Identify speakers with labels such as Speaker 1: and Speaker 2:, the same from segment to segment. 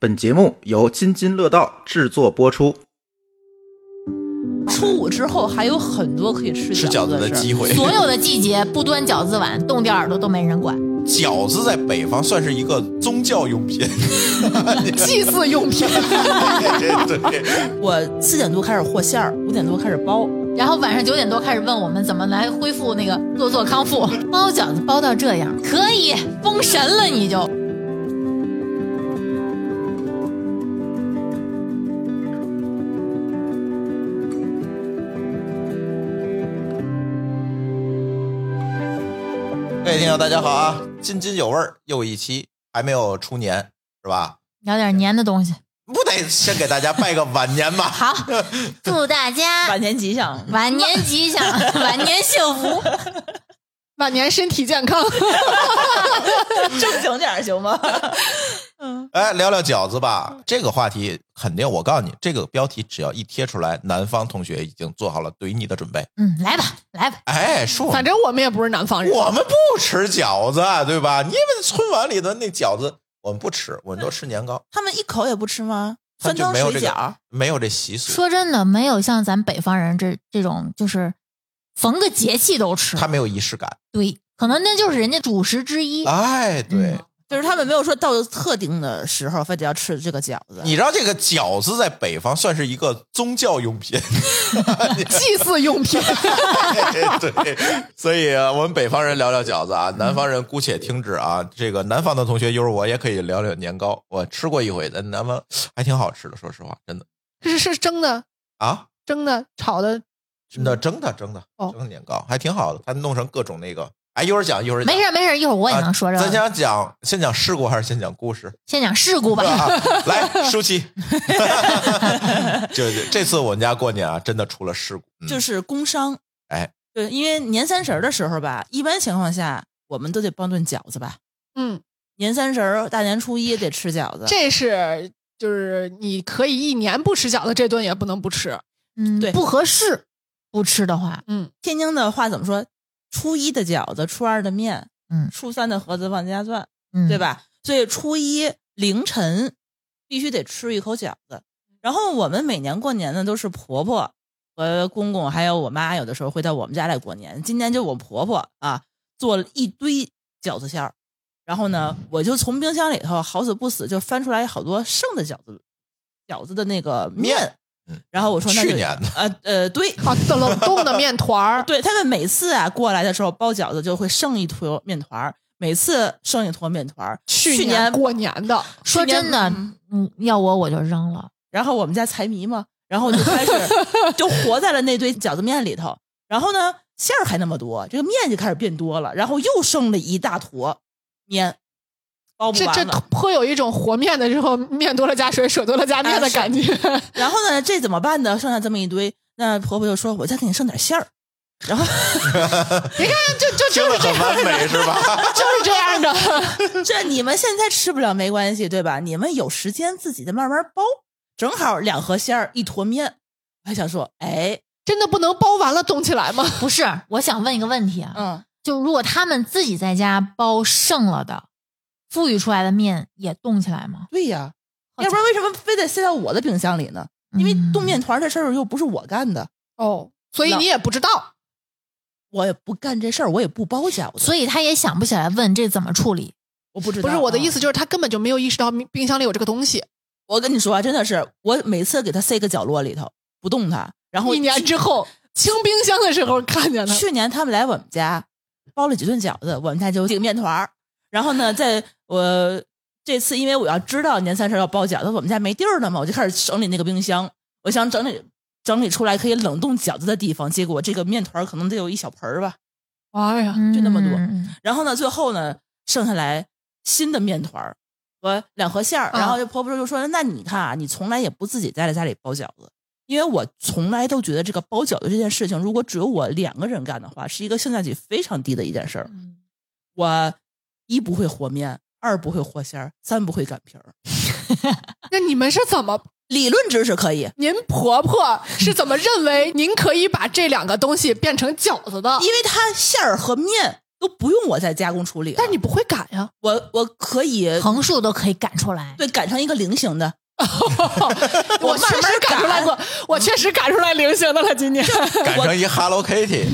Speaker 1: 本节目由津津乐道制作播出。
Speaker 2: 初五之后还有很多可以吃
Speaker 3: 吃饺
Speaker 2: 子
Speaker 3: 子的
Speaker 2: 事儿
Speaker 3: 机会。
Speaker 4: 所有的季节不端饺子碗，冻掉耳朵都没人管。
Speaker 3: 饺子在北方算是一个宗教用品，
Speaker 4: 祭祀用品，
Speaker 3: 对，
Speaker 2: 我四点多开始和馅儿，五点多开始包。
Speaker 4: 然后晚上九点多开始问我们怎么来恢复那个做做康复。包饺子包到这样，可以封神了，你就。
Speaker 3: 各位听友大家好啊，津津有味儿又一期，还没有出年是吧？
Speaker 4: 聊点黏的东西。
Speaker 3: 不得先给大家拜个晚年吗？
Speaker 4: 好，祝大家
Speaker 2: 晚年吉 祥，
Speaker 4: 晚年吉祥， 晚年幸福。
Speaker 5: 晚年身体健康。
Speaker 2: 正经点儿行吗？
Speaker 3: 哎，聊聊饺子吧，这个话题肯定，我告诉你，这个标题只要一贴出来，南方同学已经做好了怼你的准备。
Speaker 4: 嗯，来吧，来吧，
Speaker 3: 哎，说
Speaker 5: 反正我们也不是南方人，
Speaker 3: 我们不吃饺子，啊对吧？你们春晚里的那饺子，我们不吃，我们都吃年糕，
Speaker 6: 他们一口也不吃吗？
Speaker 3: 他
Speaker 6: 酸
Speaker 3: 就
Speaker 6: 汤
Speaker 3: 没有
Speaker 6: 水
Speaker 3: 这
Speaker 6: 饺
Speaker 3: 个
Speaker 6: 儿，
Speaker 3: 没有这习俗，
Speaker 4: 说真的，没有像咱北方人这这种，就是逢个节气都吃。
Speaker 3: 他没有仪式感。
Speaker 4: 对，可能那就是人家主食之一。
Speaker 3: 哎，对，
Speaker 4: 嗯
Speaker 6: 就是他们没有说到特定的时候非得要吃这个饺子。
Speaker 3: 你知道这个饺子在北方算是一个宗教用品，
Speaker 5: 祭祀用品。
Speaker 3: 对，所以啊我们北方人聊聊饺子啊，南方人姑且听之啊。这个南方的同学，一会儿我也可以聊聊年糕，我吃过一回，在南方还挺好吃的，说实话，真的
Speaker 5: 是是蒸的、
Speaker 3: 啊，
Speaker 5: 蒸的、炒的，
Speaker 3: 那蒸的蒸的
Speaker 5: 哦
Speaker 3: 蒸的年糕还挺好的，它弄成各种那个，哎，一会儿讲一会儿讲
Speaker 4: 没事没事，一会儿我也能说这
Speaker 3: 啊咱
Speaker 4: 个。
Speaker 3: 想讲先讲事故还是先讲故事？
Speaker 4: 先讲事故吧。
Speaker 3: 啊、来，舒淇， 就是这次我们家过年啊，真的出了事故，嗯
Speaker 6: 就是工伤。
Speaker 3: 哎，
Speaker 6: 对，因为年三十儿的时候吧，一般情况下我们都得包顿饺子吧。
Speaker 5: 嗯，
Speaker 6: 年三十儿、大年初一得吃饺子。
Speaker 5: 这是就是你可以一年不吃饺子，这顿也不能不吃。
Speaker 4: 嗯，
Speaker 6: 对
Speaker 4: 不合适，不吃的话，
Speaker 5: 嗯，
Speaker 6: 天津的话怎么说？初一的饺子，初二的面，
Speaker 4: 嗯
Speaker 6: 初三的盒子往家转，
Speaker 4: 嗯，
Speaker 6: 对？吧？所以初一凌晨必须得吃一口饺子。然后我们每年过年呢，都是婆婆和公公还有我妈，有的时候会到我们家来过年。今年就我婆婆啊，做了一堆饺子馅儿。然后呢，我就从冰箱里头好死不死就翻出来好多剩的饺子，饺子的那个面。
Speaker 3: 嗯
Speaker 6: 然后我说那就
Speaker 3: 去 年的
Speaker 6: 呃呃对，
Speaker 5: 啊，冷冻的面团儿，
Speaker 6: 对他们每次啊过来的时候包饺子就会剩一坨面团儿，每次剩一坨面团儿。
Speaker 5: 去
Speaker 6: 年
Speaker 5: 过年的，
Speaker 4: 说真的，嗯，要我我就扔了。
Speaker 6: 然后我们家财迷嘛，然后就开始就活在了那堆饺子面里头。然后呢，馅儿还那么多，这个面就开始变多了，然后又剩了一大坨面，包不
Speaker 5: 这这
Speaker 6: 完了。
Speaker 5: 颇有一种和面的时候面多了加水，水多了加面的感觉。
Speaker 6: 然后呢，这怎么办呢？剩下这么一堆，那婆婆就说：“我再给你剩点馅儿。”然后
Speaker 5: 你看，就就
Speaker 3: 听
Speaker 5: 就
Speaker 3: 着
Speaker 5: 是这
Speaker 3: 很
Speaker 5: 样
Speaker 3: 完
Speaker 5: 的，
Speaker 3: 美是吧？
Speaker 5: 就是这样的。
Speaker 6: 这你们现在吃不了没关系，对吧？你们有时间自己再慢慢包，正好两盒馅儿一坨面。我还想说，哎，
Speaker 5: 真的不能包完了冻起来吗？
Speaker 4: 不是，我想问一个问题啊，
Speaker 6: 嗯，
Speaker 4: 就如果他们自己在家包剩了的，富裕出来的面也冻起来吗？
Speaker 6: 对呀，要不然为什么非得塞到我的冰箱里呢？因为
Speaker 4: 嗯
Speaker 6: 冻面团这事儿又不是我干的，
Speaker 5: 哦，所以你也不知道。
Speaker 6: 我也不干这事儿，我也不包饺子，
Speaker 4: 所以他也想不起来问这怎么处理。
Speaker 6: 我不知道。
Speaker 5: 不是我的
Speaker 6: 啊
Speaker 5: 意思，就是他根本就没有意识到冰冰箱里有这个东西。
Speaker 6: 我跟你说啊，真的是，我每次给它塞个角落里头，不动它，然后
Speaker 5: 一年之后清冰箱的时候看见了，
Speaker 6: 去年他们来我们家包了几顿饺子，我们家就有几个面团儿。然后呢，在我这次因为我要知道年三十要包饺子，我们家没地儿了嘛，我就开始整理那个冰箱，我想整理整理出来可以冷冻饺子的地方。结果这个面团儿可能得有一小盆儿吧。
Speaker 5: 哎呀，
Speaker 4: 嗯
Speaker 6: 啊就那么多
Speaker 4: 嗯嗯
Speaker 6: 然后呢，最后呢剩下来新的面团儿和两盒馅儿。
Speaker 5: 啊
Speaker 6: 然后这婆婆就说：“那你看啊，你从来也不自己在家里包饺子，因为我从来都觉得这个包饺子这件事情，如果只有我两个人干的话，是一个性价比非常低的一件事儿。
Speaker 4: 嗯
Speaker 6: 我一不会和面，二不会和馅儿，三不会擀皮儿。
Speaker 5: 那你们是怎么？
Speaker 6: 理论知识可以，
Speaker 5: 您婆婆是怎么认为您可以把这两个东西变成饺子的？
Speaker 6: 因为它馅儿和面都不用我再加工处理了。
Speaker 5: 但你不会改啊呀、
Speaker 6: 我我可以
Speaker 4: 横竖都可以赶出来。
Speaker 6: 呃对擀成一个菱形的，
Speaker 5: 我
Speaker 6: 慢
Speaker 5: 确
Speaker 6: 慢
Speaker 5: 实赶出来过，我确实赶出来菱形的了。今年
Speaker 3: 改成一 Hello Kitty，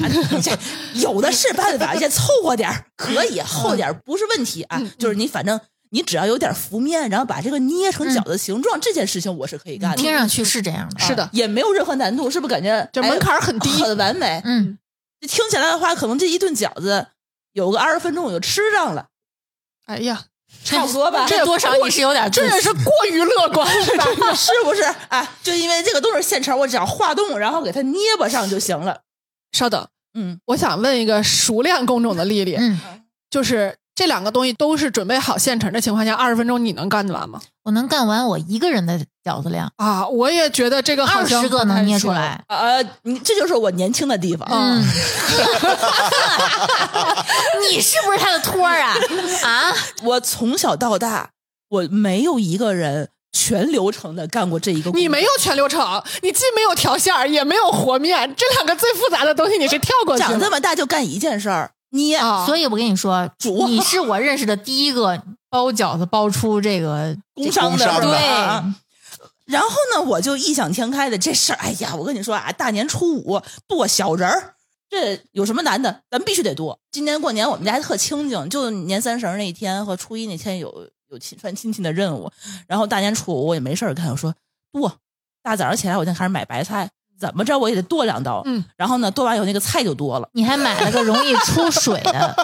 Speaker 6: 这 有的是办法，先凑合点儿可以，厚点儿不是问题
Speaker 5: 嗯
Speaker 6: 啊。就是你反正你只要有点浮面，然后把这个捏成饺子形状，这件事情我是可以干的。
Speaker 4: 嗯听上去是这样的，
Speaker 5: 是嗯的，
Speaker 6: 也没有任何难度，是不是感觉
Speaker 5: 就
Speaker 6: 哎
Speaker 5: 门槛儿很低
Speaker 6: 很完美？
Speaker 4: 嗯，
Speaker 6: 听起来的话，可能这一顿饺子有个二十分钟我就吃上了，
Speaker 5: 哎 呀，
Speaker 6: 差不多吧？
Speaker 4: 这多少你是有点
Speaker 5: 这
Speaker 4: 自
Speaker 5: 也是过于乐观了。
Speaker 6: 是不是啊？就因为这个都是现成，我只要化冻，然后给它捏巴上就行了。
Speaker 5: 稍等，
Speaker 6: 嗯，
Speaker 5: 我想问一个熟练工种的丽丽，
Speaker 4: 嗯，
Speaker 5: 就是这两个东西都是准备好现成的情况下，二十分钟你能干得完吗？
Speaker 4: 我能干完我一个人的饺子量，
Speaker 5: 啊，我也觉得这个好
Speaker 4: 二
Speaker 5: 像
Speaker 4: 十个
Speaker 5: 不太
Speaker 4: 能捏出
Speaker 5: 行。
Speaker 4: 来。
Speaker 6: 呃，你这就是我年轻的地方。
Speaker 5: 嗯
Speaker 4: 嗯， 你是不是他的托儿啊？啊，
Speaker 6: 我从小到大，我没有一个人全流程的干过这一个工作。
Speaker 5: 你没有全流程，你既没有调馅儿，也没有和面，这两个最复杂的东西你是跳过去
Speaker 6: 长这
Speaker 5: 的。
Speaker 6: 么大就干一件事儿，捏
Speaker 5: 啊，
Speaker 4: 所以我跟你说，你是我认识的第一个包饺子包出这个
Speaker 6: 工伤的
Speaker 3: 工
Speaker 6: 是
Speaker 3: 伤
Speaker 6: 吧？
Speaker 3: 的
Speaker 6: 啊
Speaker 4: 对。
Speaker 6: 然后呢，我就异想天开的这事儿，哎呀，我跟你说啊，大年初五剁小人儿，这有什么难的？咱们必须得剁。今年过年我们家还特清静，就年三十儿那一天和初一那天有有亲串亲戚的任务，然后大年初五我也没事儿干，我说剁。大早上起来我就开始买白菜，怎么着我也得剁两刀。
Speaker 5: 嗯，
Speaker 6: 然后呢，剁完以后那个菜就多了。
Speaker 4: 你还买了个容易出水 的，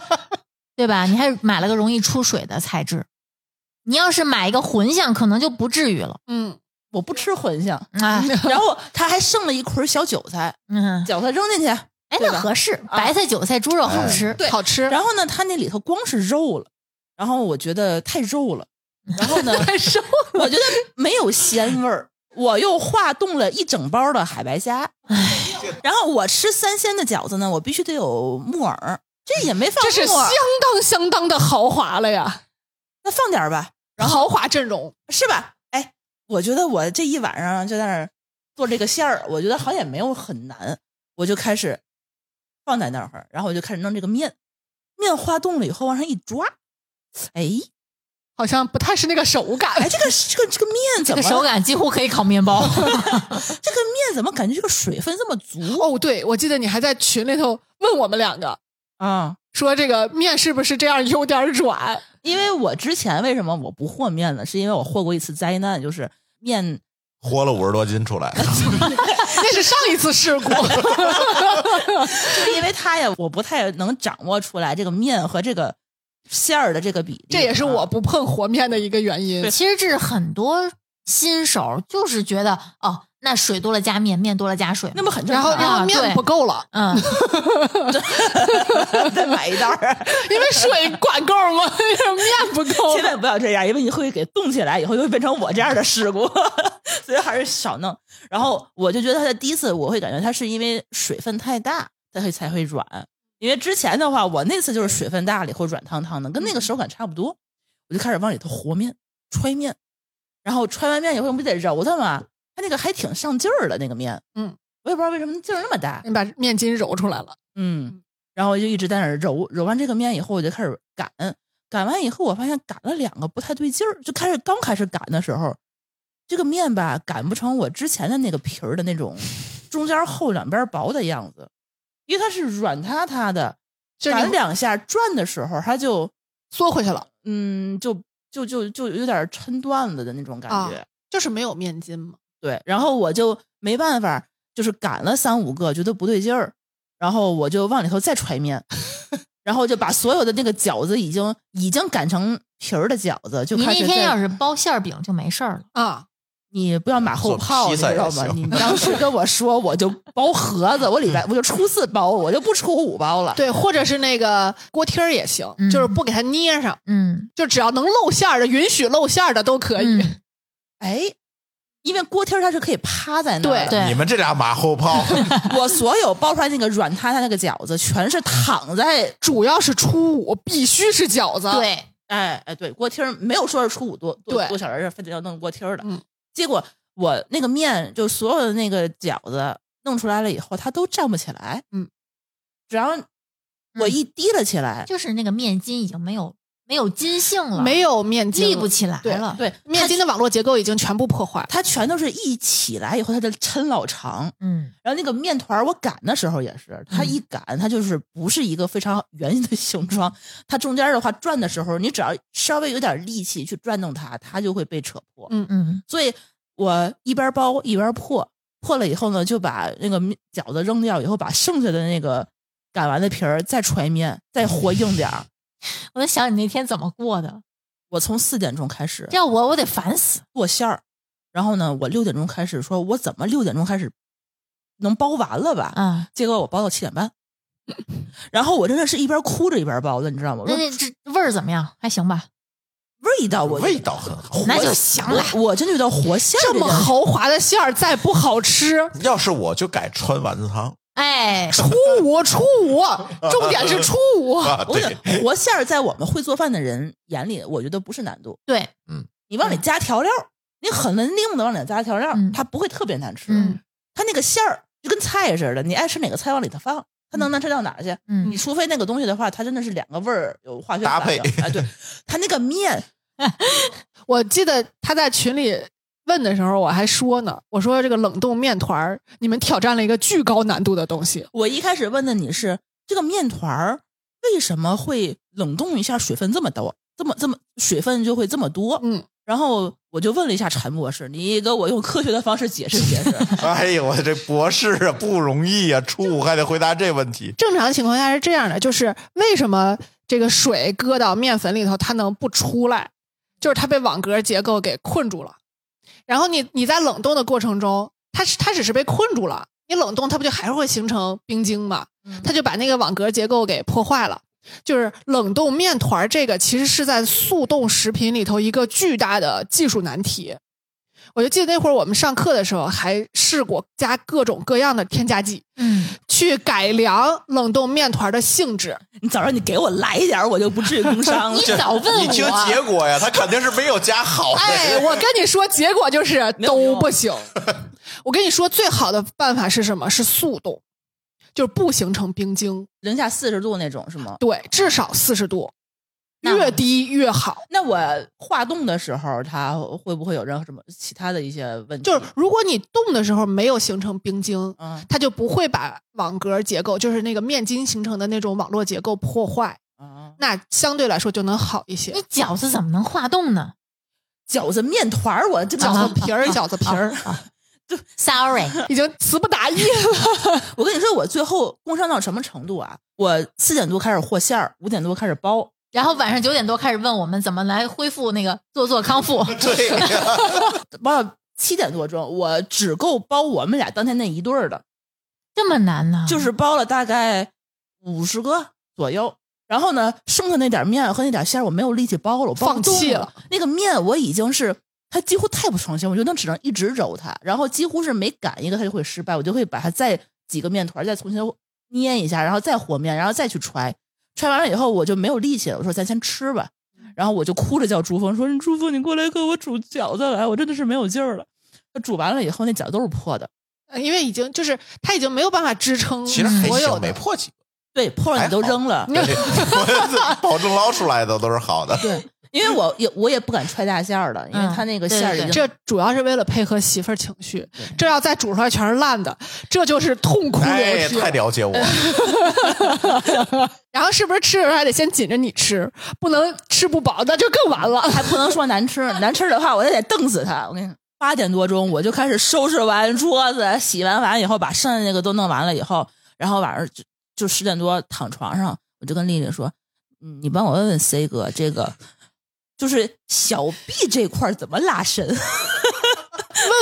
Speaker 4: 对吧？你还买了个容易出水的材质。你要是买一个混响，可能就不至于了。
Speaker 5: 嗯，
Speaker 6: 我不吃茴香，
Speaker 4: 啊，
Speaker 6: 然后他还剩了一捆儿小韭菜，
Speaker 4: 嗯，
Speaker 6: 韭菜扔进去，
Speaker 4: 哎，
Speaker 6: 对吧
Speaker 4: 那合适，嗯白菜、韭菜、猪肉好吃。
Speaker 5: 好吃。
Speaker 6: 然后呢，它那里头光是肉了，然后我觉得太肉了，然后呢，太肉，我觉得没有鲜味儿。我又化冻了一整包的海白虾，然后我吃三鲜的饺子呢，我必须得有木耳，这也没放
Speaker 5: 这是
Speaker 6: 木
Speaker 5: 相
Speaker 6: 耳，
Speaker 5: 当相当的豪华了呀，
Speaker 6: 那放点儿吧，
Speaker 5: 豪华阵容。
Speaker 6: 是吧？哎，我觉得我这一晚上就在那儿做这个馅儿，我觉得好像也没有很难，我就开始放在那儿，然后我就开始弄这个面，面化冻了以后往上一抓，哎，
Speaker 5: 好像不太是那个手
Speaker 6: 哎，
Speaker 5: 感，
Speaker 6: 这个这个这个面
Speaker 4: 这
Speaker 6: 怎么
Speaker 4: 个手感几乎可以烤面包。
Speaker 6: 这个面怎么感觉这个水分这么足
Speaker 5: 哦，对，我记得你还在群里头问我们两个，
Speaker 6: 啊？
Speaker 5: 说这个面是不是这样有点 软？
Speaker 6: 因为我之前为什么我不和面呢？是因为我和过一次灾难，就是面
Speaker 3: 活了五十多斤出来，
Speaker 5: 那是上一次事 故。
Speaker 6: 就是因为它呀，我不太能掌握出来这个面和这个馅儿的这个比例。
Speaker 5: 这也是我
Speaker 6: 啊
Speaker 5: 不碰和面的一个原因。
Speaker 4: 其实这是很多新手就是觉得哦，那水多了加面，面多了加水嘛。
Speaker 6: 那不很正
Speaker 5: 然后
Speaker 6: 常
Speaker 5: 然
Speaker 6: 吗？
Speaker 5: 后
Speaker 4: 啊
Speaker 5: 面
Speaker 4: 对
Speaker 5: 不够 了，
Speaker 4: 嗯，
Speaker 6: 再买一袋儿，
Speaker 5: 因为水管够吗？ 面不够
Speaker 6: 千。万不要这样，因为你会给冻起来，以后就会变成我这样的事故， 所以还是少弄。然后我就觉得它的第一次，我会感觉它是因为水分太大，它会才会软。因为之前的话，我那次就是水分大了以后软汤汤的，跟那个手感差不多。我就开始往里头和面、揣面，然后揣完面以后，我不得揉它吗？它那个还挺上劲儿的那个面，
Speaker 5: 嗯，
Speaker 6: 我也不知道为什么劲儿那么大，
Speaker 5: 你把面筋揉出来了，
Speaker 6: 嗯，然后我就一直在那儿揉，揉完这个面以后，我就开始擀，擀完以后，我发现擀了两个不太对劲儿，就开始刚开始擀的时候，这个面吧擀不成我之前的那个皮儿的那 种中间厚两边薄的样子，因为它是软塌塌的，
Speaker 5: 就是
Speaker 6: 擀
Speaker 5: 你
Speaker 6: 两下转的时候，它就
Speaker 5: 缩回去了，
Speaker 6: 嗯就就就就有点抻段子的那种感觉，
Speaker 5: 啊就是没有面筋嘛。
Speaker 6: 对，然后我就没办法，就是擀了三五个，觉得不对劲儿，然后我就往里头再揣 面，然后就把所有的那个饺子已经已经擀成皮儿的饺子，就
Speaker 4: 你
Speaker 6: 开
Speaker 4: 那
Speaker 6: 始
Speaker 4: 天
Speaker 6: 在
Speaker 4: 要是包馅儿饼就没事儿了。
Speaker 5: 啊，
Speaker 6: 你不要马后
Speaker 3: 做
Speaker 6: 炮，
Speaker 3: 披
Speaker 6: 你
Speaker 3: 萨
Speaker 6: 知
Speaker 3: 也
Speaker 6: 道吗？
Speaker 3: 行
Speaker 6: 你当时跟我说，我就包盒子，我 礼拜我就初四包，我就不初五包了。
Speaker 5: 对，或者是那个锅贴儿也行，
Speaker 4: 嗯
Speaker 5: 就是不给它捏上，
Speaker 4: 嗯，
Speaker 5: 就只要能露馅儿的，允许露馅儿的都可以。
Speaker 4: 嗯
Speaker 6: 哎，因为锅贴儿它是可以趴在那儿的，
Speaker 4: 对
Speaker 3: 你们这俩马后炮，
Speaker 6: 我所有包出来那个软塌塌那个饺子，全是躺在
Speaker 5: 主要是初五必须是饺 子，，
Speaker 4: 嗯对，
Speaker 6: 哎哎，对，锅贴儿没有说是初五多多
Speaker 5: 对
Speaker 6: 多小人儿，非得要弄锅贴儿的。
Speaker 5: 嗯
Speaker 6: 结果我那个面，就所有的那个饺子弄出来了以后，它都站不起来。
Speaker 5: 嗯，
Speaker 6: 只要我一提了起来，
Speaker 4: 就是那个面筋已经没有没有筋性了，
Speaker 5: 没有面筋
Speaker 4: 立不起来
Speaker 5: 对
Speaker 4: 了。
Speaker 6: 对
Speaker 5: 面筋的网络结构已经全部破坏。
Speaker 6: 它全都是一起来以后，它就抻老长。
Speaker 4: 嗯，
Speaker 6: 然后那个面团儿，我擀的时候也是，它
Speaker 5: 嗯
Speaker 6: 一擀，它就是不是一个非常圆的形状。它中间的话转的时候，你只要稍微有点力气去转动它，它就会被扯破。
Speaker 5: 嗯
Speaker 4: 嗯
Speaker 6: 所以我一边包一边破，破了以后呢，就把那个面饺子扔掉，以后把剩下的那个擀完的皮儿再揣面，再和硬点儿。
Speaker 4: 我在想你那天怎么过的，
Speaker 6: 我从四点钟开始
Speaker 4: 要我我得烦死。
Speaker 6: 剁馅儿，然后呢，我六点钟开始说，我怎么六点钟开始能包完了吧？
Speaker 4: 啊，
Speaker 6: 结果我包到七点 半，然后我真的是一边哭着一边包的，你知道吗？我
Speaker 4: 那
Speaker 6: 说
Speaker 4: 那这味儿怎么样？还行吧。
Speaker 6: 味道我
Speaker 3: 味道很好。
Speaker 4: 那就行了
Speaker 6: 我我真觉得活馅儿
Speaker 5: 这么
Speaker 6: 件事，
Speaker 5: 豪华的馅儿再不好吃，
Speaker 3: 要是我就改川丸子汤
Speaker 4: 哎，
Speaker 5: 初五初五，重点是初 五。
Speaker 3: 啊，
Speaker 6: 我
Speaker 3: 对
Speaker 6: 想，活馅儿在我们会做饭的人眼里，我觉得不是难度。
Speaker 4: 对，
Speaker 6: 你往里加调料，你很文定的往里加调料，
Speaker 4: 嗯
Speaker 6: 它不会特别难吃。
Speaker 4: 嗯
Speaker 6: 它那个馅儿就跟菜似的，你爱吃哪个菜往里头放，它能难吃到哪儿去？
Speaker 4: 嗯
Speaker 6: 你除非那个东西的话，它真的是两个味儿有化学
Speaker 3: 搭
Speaker 6: 反应
Speaker 3: 配
Speaker 6: 哎，对，它那个面
Speaker 5: 我记得他在群里问的时候，我还说呢，我说这个冷冻面团儿，你们挑战了一个巨高难度的东西。
Speaker 6: 我一开始问的你是这个面团儿为什么会冷冻一下水分这么多，这么这么水分就会这么多？
Speaker 5: 嗯，
Speaker 6: 然后我就问了一下陈博士，你给我用科学的方式解释解 释。
Speaker 3: 哎呦，我这博士啊不容易啊，初五还得回答这问题。
Speaker 5: 正常情况下是这样的，就是为什么这个水搁到面粉里头它能不出来，就是它被网格结构给困住了。然后你你在冷冻的过程中，它是它只是被困住了，你冷冻它不就还是会形成冰晶嘛？它就把那个网格结构给破坏了。就是冷冻面团儿这个，其实是在速冻食品里头一个巨大的技术难题。我就记得那会儿我们上课的时候还试过加各种各样的添加剂，
Speaker 4: 嗯，
Speaker 5: 去改良冷冻面团的性质。
Speaker 6: 你早上你给我来一点儿，我就不至于工伤了。
Speaker 4: 你早问我
Speaker 3: 你听结果呀，他肯定是没有加好的。
Speaker 5: 哎，我跟你说，结果就是
Speaker 6: 没有
Speaker 5: 都
Speaker 6: 用啊
Speaker 5: 不行。我跟你说，最好的办法是什么？是速冻，就是不形成冰晶。
Speaker 6: 零下四十度那种是吗？
Speaker 5: 对，至少四十度，
Speaker 4: 那
Speaker 5: 越低越好。
Speaker 6: 那我化冻的时候，它会不会有任何什么其他的一些问题？
Speaker 5: 就是如果你冻的时候没有形成冰晶，
Speaker 6: 嗯
Speaker 5: 它就不会把网格结构，就是那个面筋形成的那种网络结构破坏，
Speaker 6: 嗯，
Speaker 5: 那相对来说就能好一些
Speaker 4: 你。饺子怎么能化冻呢
Speaker 6: 饺子面团儿，我这
Speaker 5: 饺子皮儿，饺子皮儿，
Speaker 4: ？Sorry，
Speaker 5: 啊已经词不达意了。
Speaker 6: 我跟你说，我最后工伤到什么程度啊？我四点多开始和馅儿，五点多开始包，
Speaker 4: 然后晚上九点多开始问我们怎么来恢复那个做做康复。
Speaker 3: 对呀，
Speaker 6: 包到七点多钟，我只够包我们俩当天那一对儿的，
Speaker 4: 这么难呢？
Speaker 6: 就是包了大概五十个左右。然后呢，剩下那点面和那点馅儿，我没有力气包了，我包不
Speaker 5: 放弃
Speaker 6: 动了。那个面我已经是它几乎太不成形，我觉得只能一直揉它，然后几乎是每擀一个它就会失败，我就会把它再几个面团儿再重新捏一下，然后再和面，然后再去揣。揣完了以后我就没有力气了，我说咱先吃吧。然后我就哭着叫朱峰说：“朱峰，你过来给我煮饺子来，我真的是没有劲儿了。”煮完了以后，那饺子都是破的，
Speaker 5: 呃因为已经就是它已经没有办法支撑
Speaker 3: 其实还
Speaker 5: 所有
Speaker 3: 行，
Speaker 5: 的
Speaker 3: 没破几个。
Speaker 6: 对，破了你都
Speaker 3: 还好
Speaker 6: 扔 了。
Speaker 3: 对我保证捞出来的都是好的。
Speaker 6: 对，因为我也我也不敢揣大馅儿了，因为它那个馅儿已经、
Speaker 4: 嗯对对对
Speaker 5: 这主要是为了配合媳妇儿情绪，这要再煮出来全是烂的，这就是痛哭
Speaker 3: 哎，
Speaker 5: 流涕。
Speaker 3: 太了解我 了，
Speaker 5: 然后是不是吃的时候还得先紧着你吃，不能吃不饱，那就更完 了。
Speaker 6: 还不能说难吃，难吃的话我也得瞪死他。我跟你说，八点多钟我就开始收拾完桌子，洗完碗以后，把剩下那个都弄完了以后，然后晚上就就十点多躺床上，我就跟丽丽说：“嗯你帮我问问 C 哥，这个就是小臂这块儿怎么拉伸？”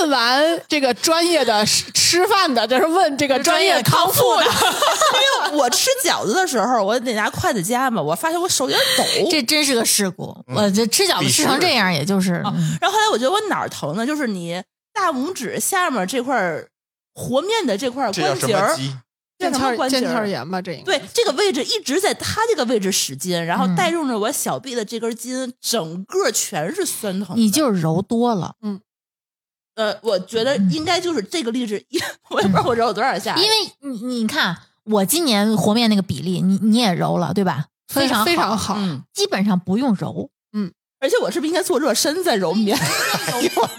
Speaker 5: 问完这个专业的吃吃饭的，就是问这个专业康复的，
Speaker 6: 因为我吃饺子的时候，我得拿筷子夹嘛，我发现我手有点抖。
Speaker 4: 这真是个事故。我这吃饺子吃成这样，也就是嗯
Speaker 6: 然后后来我觉得我哪儿疼呢？就是你大拇指下面这块儿和面的这块儿
Speaker 3: 这叫
Speaker 6: 关
Speaker 3: 什
Speaker 6: 节
Speaker 3: 么
Speaker 6: 儿，
Speaker 3: 鸡？
Speaker 6: 这
Speaker 5: 腱
Speaker 6: 什么
Speaker 5: 鞘
Speaker 6: 关节
Speaker 5: 腱鞘
Speaker 6: 儿？
Speaker 5: 炎吧，这应该
Speaker 6: 对，这个位置一直在它这个位置使劲，然后
Speaker 4: 嗯
Speaker 6: 带动着我小臂的这根筋，整个全是酸疼的。
Speaker 4: 你就是揉多了，嗯
Speaker 6: 呃，我觉得应该就是这个例子，一我也不知道我揉了多少下，
Speaker 4: 因为你你看，我今年和面那个比例，你你也揉了对吧？非常
Speaker 5: 非常
Speaker 4: 好，
Speaker 5: 好，
Speaker 6: 嗯，
Speaker 4: 基本上不用揉。
Speaker 6: 而且我是不是应该做热身再揉面？
Speaker 4: 嗯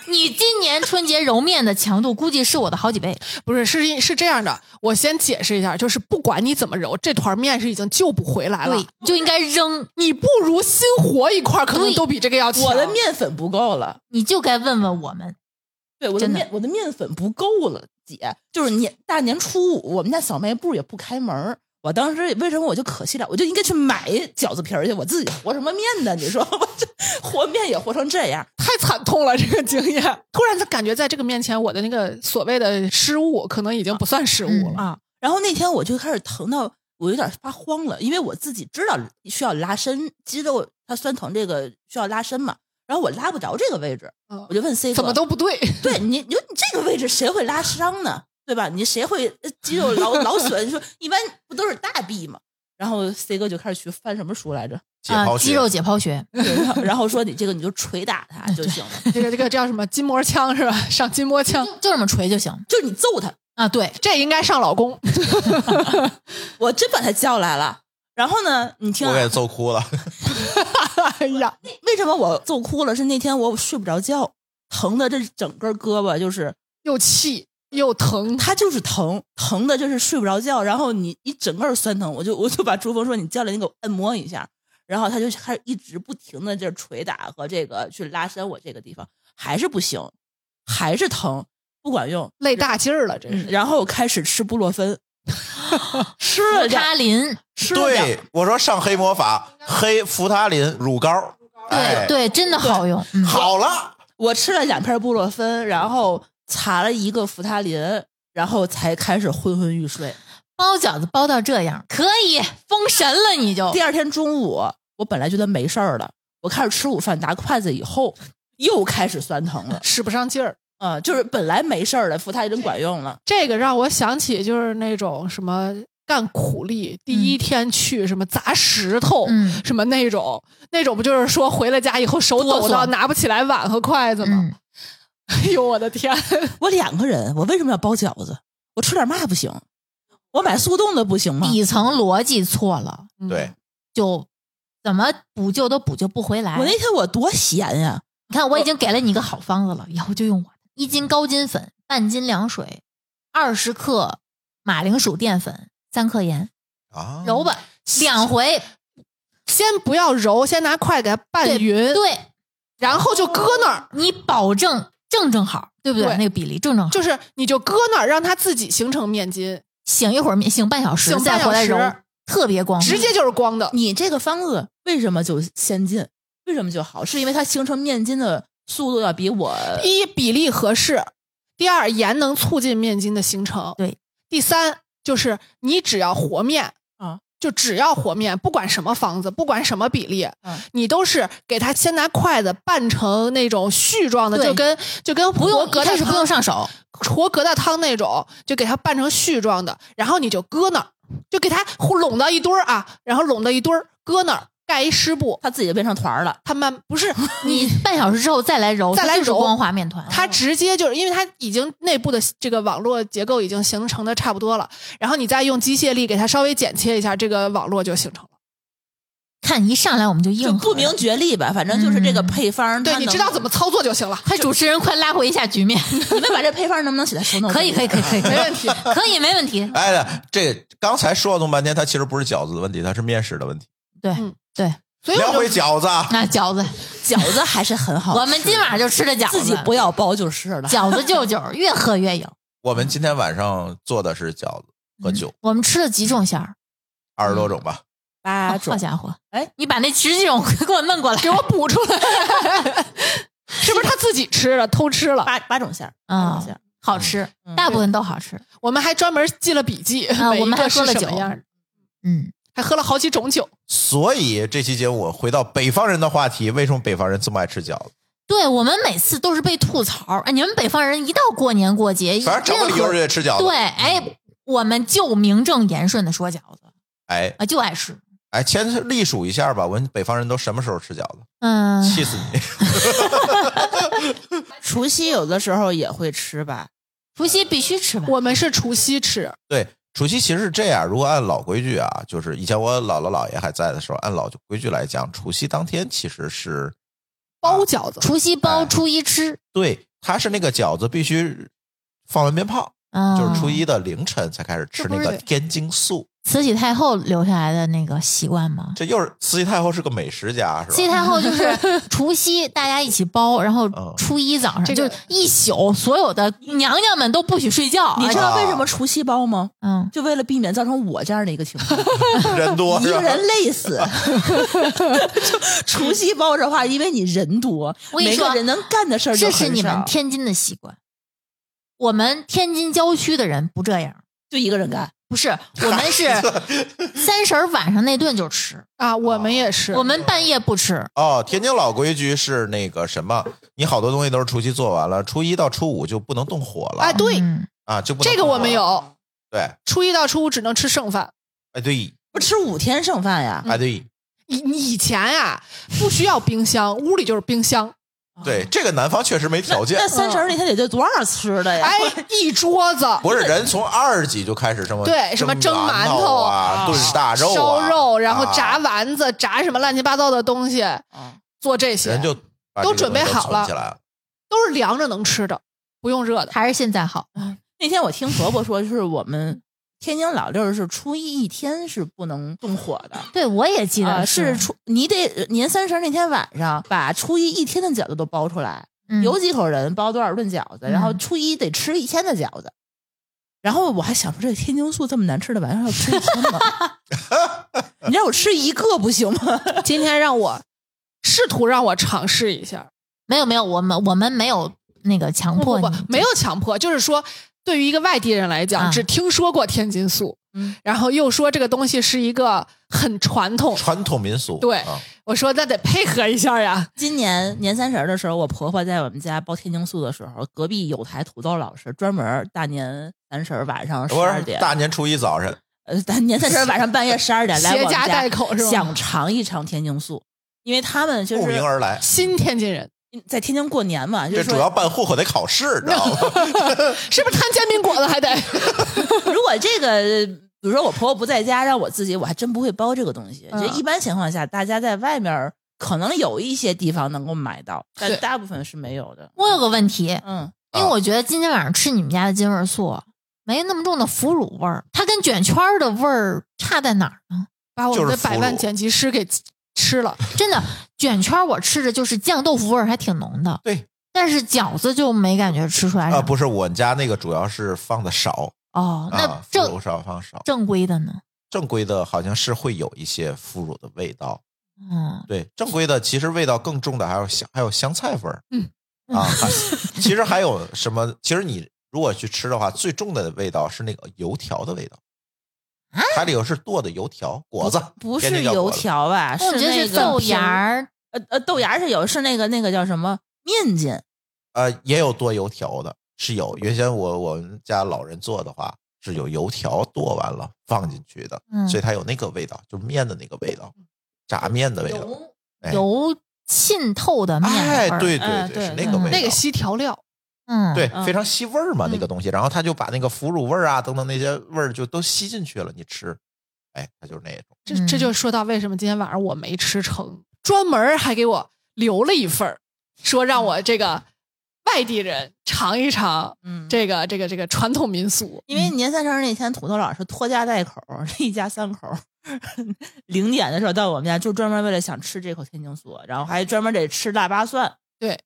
Speaker 4: 你今年春节揉面的强度估计是我的好几倍。
Speaker 5: 不是是因是这样的，我先解释一下，就是不管你怎么揉，这团面是已经救不回来了
Speaker 4: 对。，就应该扔。
Speaker 5: 你不如新和一块儿，可能
Speaker 4: 对
Speaker 5: 都比这个要强。
Speaker 6: 我的面粉不够了，
Speaker 4: 你就该问问我们，
Speaker 6: 对，我的
Speaker 4: 真的
Speaker 6: 面我的面粉不够了，姐，就是年大年初五，我们家小卖部也不开门儿。我当时为什么我就可惜了？我就应该去买饺子皮儿去，我自己和什么面呢？你说 我这和面也和成这样，
Speaker 5: 太惨痛了，这个经验。 突然就感觉在这个面前，我的那个所谓的失误，可能已经不算失误了。
Speaker 6: 啊。然后那天我就开始疼到我有点发慌了，因为我自己知道需要拉伸，肌肉它酸疼这个需要拉伸嘛。然后我拉不着这个位置，
Speaker 5: 嗯
Speaker 6: 我就问 C 哥
Speaker 5: 怎么都不对，
Speaker 6: 对你，你说你这个位置谁会拉伤呢？对吧？你谁会呃肌肉劳劳损？你说一般不都是大臂吗？然后 C 哥就开始去翻什么书来着，
Speaker 3: 解
Speaker 4: 啊、
Speaker 3: 剖
Speaker 4: 肌
Speaker 3: 学
Speaker 4: 肉解剖学，
Speaker 6: 对然后然后说你这个你就捶打他就行了，
Speaker 5: 这个这个叫什么筋膜枪是吧？上筋膜枪，
Speaker 4: 就这么捶就行
Speaker 6: 就是你揍他。
Speaker 4: 啊。对，
Speaker 5: 这应该上老公。
Speaker 6: 我真把他叫来了。然后呢，你听、
Speaker 3: 我给
Speaker 6: 啊，
Speaker 3: 揍哭了。
Speaker 5: 哎呀，
Speaker 6: 为什么我揍哭了？是那天我睡不着觉，疼的这整个胳膊就是，
Speaker 5: 又气又疼，
Speaker 6: 他就是疼，疼的就是睡不着觉。然后你你整个酸疼，我就我就把朱峰说你叫来，你给我按摩一下。然后他就开始一直不停的这捶打和这个去拉伸我这个地方，还是不行，还是疼，不管用。
Speaker 5: 累大劲儿了，这
Speaker 6: 嗯，
Speaker 5: 是。
Speaker 6: 然后我开始吃布洛芬，吃了点，
Speaker 4: 他林，
Speaker 6: 吃了点，
Speaker 3: 对，我说上黑魔法，黑扶他林乳膏，哎
Speaker 4: 对，对，真的好用。嗯，
Speaker 3: 好了，
Speaker 6: 我吃了两片布洛芬，然后擦了一个扶他林，然后才开始昏昏欲睡。
Speaker 4: 包饺子包到这样，可以封神了，你就
Speaker 6: 第二天中午，我本来觉得没事儿了，我开始吃午饭拿筷子以后，又开始酸疼 了。
Speaker 5: 使不上劲儿，
Speaker 6: 啊，就是本来没事儿了，扶他已经管用了。
Speaker 5: 这个让我想起就是那种什么干苦力，第一天去什么砸石头，
Speaker 4: 嗯
Speaker 5: 什么那种，那种不就是说回了家以后手抖
Speaker 4: 哆嗦
Speaker 5: 到拿不起来碗和筷子吗？
Speaker 4: 嗯，
Speaker 5: 哎呦我的天！
Speaker 6: 我两个人，我为什么要包饺子？我吃点嘛不行？我买速冻的不行
Speaker 5: 嗯
Speaker 6: 吗？
Speaker 4: 底层逻辑错了，
Speaker 3: 对，
Speaker 4: 就怎么补救都补救不回来。
Speaker 6: 我那天我多闲呀、
Speaker 4: 你看，我已经给了你一个好方子了，以后就用我的。一斤高筋粉，半斤凉水，二十克马铃薯淀粉，三克盐，
Speaker 3: 啊，
Speaker 4: 揉
Speaker 5: 嗯
Speaker 4: 吧，两回，
Speaker 5: 先不要揉，先拿筷给它拌
Speaker 4: 对
Speaker 5: 匀，
Speaker 4: 对
Speaker 5: 然后就搁那儿，
Speaker 4: 你保证正正好，对不对？
Speaker 5: 对
Speaker 4: 那个比例正正好，
Speaker 5: 就是你就搁那儿，让它自己形成面筋，
Speaker 4: 醒一会儿面，醒半小时
Speaker 5: 醒半
Speaker 4: 再
Speaker 5: 小
Speaker 4: 回来
Speaker 5: 时
Speaker 4: 揉，特别光滑，
Speaker 5: 直接就是光的。
Speaker 6: 你这个方子为什么就先进？为什么就好？是因为它形成面筋的速度要比我
Speaker 5: 一比例合适，第二盐能促进面筋的形成，
Speaker 4: 对。
Speaker 5: 第三就是你只要和面
Speaker 6: 啊，
Speaker 5: 就只要和面，不管什么方子，不管什么比例，
Speaker 6: 嗯
Speaker 5: 你都是给它先拿筷子拌成那种絮状的，
Speaker 4: 对
Speaker 5: 就跟就跟
Speaker 4: 不用
Speaker 5: 和疙
Speaker 4: 一开
Speaker 5: 瘩
Speaker 4: 始
Speaker 5: 汤
Speaker 4: 不用上手，
Speaker 5: 和疙瘩汤那种，就给它拌成絮状的，然后你就搁那儿，就给它拢到一堆儿啊，然后拢到一堆儿，搁那儿盖一湿布，
Speaker 6: 它自己就变成团儿了。
Speaker 5: 它慢不是
Speaker 4: 你半小时之后再来揉，
Speaker 5: 再来
Speaker 4: 它就是
Speaker 5: 揉
Speaker 4: 光滑面团，嗯
Speaker 5: 它直接就是因为它已经内部的这个网络结构已经形成的差不多了，然后你再用机械力给它稍微剪切一下，这个网络就形成了。
Speaker 4: 看一上来我们就硬
Speaker 6: 就
Speaker 4: 核
Speaker 6: 不明
Speaker 4: 了嗯
Speaker 6: 觉厉吧，反正就是这个配方。
Speaker 5: 对，
Speaker 6: 它
Speaker 5: 你
Speaker 6: 能
Speaker 5: 知道怎么操作就行了。
Speaker 4: 快主持人快拉回一下局面，
Speaker 6: 你们把这配方能不能写在手脑？
Speaker 4: 可以可以可以可以，
Speaker 5: 没问题，
Speaker 4: 可以没问题，
Speaker 3: 哎，这刚才说了这么半天，它其实不是饺子的问题，它是面食的问题。
Speaker 4: 对
Speaker 5: 嗯
Speaker 4: 对，
Speaker 5: 所以
Speaker 3: 聊
Speaker 5: 我
Speaker 3: 回
Speaker 5: 就
Speaker 3: 饺子啊，
Speaker 4: 那饺子，
Speaker 6: 饺子还是很好吃。
Speaker 4: 我们今晚上就吃这饺子，
Speaker 6: 自己不要包就是了。
Speaker 4: 饺子就酒，越喝越有。
Speaker 3: 我们今天晚上做的是饺子和酒，
Speaker 4: 我们吃了几种馅儿？
Speaker 3: 二十多种吧。
Speaker 6: 八
Speaker 4: 好
Speaker 6: 种
Speaker 4: 好家伙！
Speaker 6: 哎，
Speaker 4: 你把那十几种 给我弄过来，给我补出来
Speaker 5: 是不是他自己吃了，偷吃了？
Speaker 6: 八八种馅儿八
Speaker 4: 啊
Speaker 6: 种馅儿！
Speaker 4: 好吃
Speaker 6: 嗯，
Speaker 4: 大部分都好吃。
Speaker 5: 我们还专门记了笔记，
Speaker 4: 啊
Speaker 5: 每一
Speaker 4: 我们还
Speaker 5: 个
Speaker 4: 喝
Speaker 5: 是
Speaker 4: 了
Speaker 5: 什
Speaker 4: 酒
Speaker 5: 么样儿，
Speaker 4: 嗯，
Speaker 5: 还喝了好几种酒。
Speaker 3: 所以这期节目我回到北方人的话题，为什么北方人这么爱吃饺子？
Speaker 4: 对我们每次都是被吐槽。哎，你们北方人一到过年过节，
Speaker 3: 反正整
Speaker 4: 任
Speaker 3: 个理由
Speaker 4: 何
Speaker 3: 就得吃饺子。嗯
Speaker 4: 对，哎，我们就名正言顺的说饺子
Speaker 3: 哎
Speaker 4: 啊，就爱吃。
Speaker 3: 哎，先历数一下吧，我们北方人都什么时候吃饺子？
Speaker 4: 嗯，
Speaker 3: 气死你！
Speaker 6: 除夕有的时候也会吃吧，
Speaker 4: 除夕必须吃吧？
Speaker 5: 我们是除夕吃，
Speaker 3: 对，除夕其实是这样，如果按老规矩啊，就是以前我姥姥姥爷还在的时候，按老规矩来讲，除夕当天其实是
Speaker 5: 包饺子，
Speaker 4: 除夕包，
Speaker 3: 哎
Speaker 4: 初一吃，
Speaker 3: 对，它是那个饺子必须放完鞭炮，
Speaker 4: 嗯，
Speaker 3: 就是初一的凌晨才开始吃
Speaker 5: 这不
Speaker 3: 那
Speaker 5: 是
Speaker 3: 个
Speaker 5: 得
Speaker 3: 天津素。
Speaker 4: 慈禧太后留下来的那个习惯吗？
Speaker 3: 这又是慈禧太后是个美食家，是吧？
Speaker 4: 慈禧太后就是除夕大家一起包，然
Speaker 3: 嗯
Speaker 4: 后初一早上
Speaker 5: 这个
Speaker 4: 就一宿，所有的娘娘们都不许睡觉。
Speaker 6: 你
Speaker 4: 哎
Speaker 6: 知道为什么除夕包吗？
Speaker 4: 嗯，
Speaker 6: 就为了避免造成我这样的一个 情况，
Speaker 3: 人多
Speaker 6: 一
Speaker 3: 是
Speaker 6: 个
Speaker 3: 吧？
Speaker 6: 人累死。 就除夕包的话，因为你人多，
Speaker 4: 我跟你
Speaker 6: 每
Speaker 4: 说
Speaker 6: 个人能干的事儿就
Speaker 4: 这
Speaker 6: 很少。
Speaker 4: 是你们天津的习惯。我们天津郊区的人不这样，
Speaker 6: 就一个人干，
Speaker 4: 不是，我们是三十儿晚上那顿就吃，
Speaker 5: 啊，我们也是，
Speaker 4: 我们半夜不吃。
Speaker 3: 哦，天津老规矩是那个什么，你好多东西都是除夕做完了，初一到初五就不能动火了
Speaker 5: 啊，对，
Speaker 4: 嗯
Speaker 3: 啊就不能
Speaker 5: 这个
Speaker 3: 动火
Speaker 5: 我们
Speaker 3: 了
Speaker 5: 有，
Speaker 3: 对，
Speaker 5: 初一到初五只能吃剩饭。
Speaker 3: 哎对，
Speaker 6: 不吃五天剩饭
Speaker 4: 嗯
Speaker 5: 嗯
Speaker 6: 呀？
Speaker 3: 哎对
Speaker 5: 以你以前呀、不需要冰箱，屋里就是冰箱，
Speaker 3: 对，这个南方确实没条件
Speaker 6: 那，三十儿那天得这多少吃的呀？
Speaker 5: 哎，一桌子
Speaker 3: 不是人从二级就开始什么
Speaker 5: 对什么
Speaker 3: 蒸
Speaker 5: 蒸
Speaker 3: 馒
Speaker 5: 馒
Speaker 3: 头
Speaker 5: 头
Speaker 3: 啊，炖大肉、啊、
Speaker 5: 烧肉，然后炸
Speaker 3: 啊，
Speaker 5: 丸子，炸什么乱七八糟的东西，
Speaker 6: 嗯
Speaker 5: 做这些
Speaker 3: 人就把这
Speaker 5: 都
Speaker 3: 个
Speaker 5: 准备
Speaker 3: 东西
Speaker 5: 好
Speaker 3: 存
Speaker 5: 了
Speaker 3: 起来了。
Speaker 5: 都是凉着能吃的，不用热的。
Speaker 4: 还是现在好。
Speaker 6: 那天我听婆婆说，就是我们天津老六儿是初一一天是不能动火的。
Speaker 4: 对，我也记
Speaker 6: 啊，
Speaker 4: 得
Speaker 6: 是初你得呃年三十那天晚上把初一一天的饺子都包出来，
Speaker 4: 嗯
Speaker 6: 有几口人包多少顿饺子，然后
Speaker 4: 嗯
Speaker 6: 初一得吃一天的饺子。然后我还想说，这天津素这么难吃的玩意儿要吃一天吗？ 你让我吃一个不行吗？
Speaker 5: 今天让我试图让我尝试一下，
Speaker 4: 没有没有，我们我们没有那个强
Speaker 5: 不
Speaker 4: 迫
Speaker 5: 不
Speaker 4: 你，
Speaker 5: 不，没有强迫，就是说，对于一个外地人来讲，
Speaker 4: 啊
Speaker 5: 只听说过天津素，
Speaker 6: 嗯
Speaker 5: 然后又说这个东西是一个很传统，
Speaker 3: 传统民俗
Speaker 5: 对
Speaker 3: 啊
Speaker 5: 我说那得配合一下呀，
Speaker 6: 今年年三十儿的时候，我婆婆在我们家包天津素的时候，隔壁有台土豆老师专门儿大年三十儿晚上十
Speaker 3: 不
Speaker 6: 二
Speaker 3: 是
Speaker 6: 点，
Speaker 3: 大年初一早晨，
Speaker 6: 呃，大年三十儿晚上半夜十二点来我
Speaker 5: 携
Speaker 6: 们
Speaker 5: 家带口是
Speaker 6: 想
Speaker 5: 吗？
Speaker 6: 尝一尝天津素，因为他们就
Speaker 3: 慕名
Speaker 6: 是
Speaker 3: 而来。
Speaker 5: 新天津人
Speaker 6: 在天津过年嘛，就
Speaker 3: 这
Speaker 6: 是
Speaker 3: 主要
Speaker 6: 说，
Speaker 3: 办户口得考试，知 道吗？
Speaker 5: 是不是摊煎饼果子还得？
Speaker 6: 如果这个，比如说我婆婆不在家，让我自己，我还真不会包这个东西。
Speaker 5: 嗯
Speaker 6: 就一般情况下，大家在外面儿可能有一些地方能够买到，但
Speaker 5: 对
Speaker 6: 大部分是没有的。
Speaker 4: 我有个问题，
Speaker 6: 嗯，
Speaker 4: 因
Speaker 3: 啊
Speaker 4: 为我觉得今天晚上吃你们家的金味素没那么重的腐乳味儿，它跟卷圈儿的味儿差在哪儿呢？
Speaker 5: 把我
Speaker 3: 就
Speaker 5: 们
Speaker 3: 是
Speaker 5: 的
Speaker 3: 俘
Speaker 5: 百万
Speaker 3: 虏
Speaker 5: 剪辑师给 吃了，
Speaker 4: 真的，卷圈儿我吃着就是酱豆腐味儿还挺浓的，
Speaker 3: 对，
Speaker 4: 但是饺子就没感觉吃出来什么
Speaker 3: 啊，不是，我们家那个主要是放的少
Speaker 4: 哦，那
Speaker 3: 啊，腐
Speaker 4: 正、
Speaker 3: 乳少放少。
Speaker 4: 正规的呢？
Speaker 3: 正规的好像是会有一些腐乳的味道，
Speaker 4: 嗯，
Speaker 3: 对，正规的其实味道更重的还有香，还有香菜味儿。
Speaker 5: 嗯
Speaker 3: 啊，还其实还有什么？其实你如果去吃的话，最重的味道是那个油条的味道。它里头是剁的油条 果子，
Speaker 6: 不
Speaker 3: 天
Speaker 6: 是
Speaker 3: 津叫
Speaker 6: 油
Speaker 3: 果子，
Speaker 6: 条吧？
Speaker 4: 我觉得
Speaker 6: 那
Speaker 4: 是
Speaker 6: 个
Speaker 4: 豆
Speaker 6: 皮
Speaker 4: 芽儿，
Speaker 6: 呃呃，豆芽儿是有，是那个那个叫什么面筋？
Speaker 3: 呃，也有剁油条的，是有。原先我我们家老人做的话，是有油条剁完了放进去的，
Speaker 4: 嗯
Speaker 3: 所以它有那个味道，就面的那个味道，炸面的味道。
Speaker 4: 油
Speaker 3: 哎
Speaker 4: 油沁透的面
Speaker 3: 哎
Speaker 4: 味儿，，
Speaker 3: 对
Speaker 6: 哎
Speaker 3: 对，是
Speaker 6: 对
Speaker 3: 那个
Speaker 4: 嗯
Speaker 3: 味道。
Speaker 5: 那个吸调料，
Speaker 4: 嗯，
Speaker 3: 对，
Speaker 6: 嗯
Speaker 3: 非常吸味儿嘛，那个东西，然后他就把那个腐乳味儿啊等等那些味儿就都吸进去了，你吃，哎，它就是那种。
Speaker 5: 这
Speaker 4: 嗯
Speaker 5: 这就说到为什么今天晚上我没吃成，专门还给我留了一份儿，说让我这个外地人尝一尝
Speaker 6: 嗯，
Speaker 5: 这个这个这个传统民俗。
Speaker 6: 因为年三十儿那天，土豆老师拖家带口儿， 一家三口儿，零点的时候到我们家，就专门为了想吃这口天津酥，然后还专门得吃腊八蒜。
Speaker 5: 对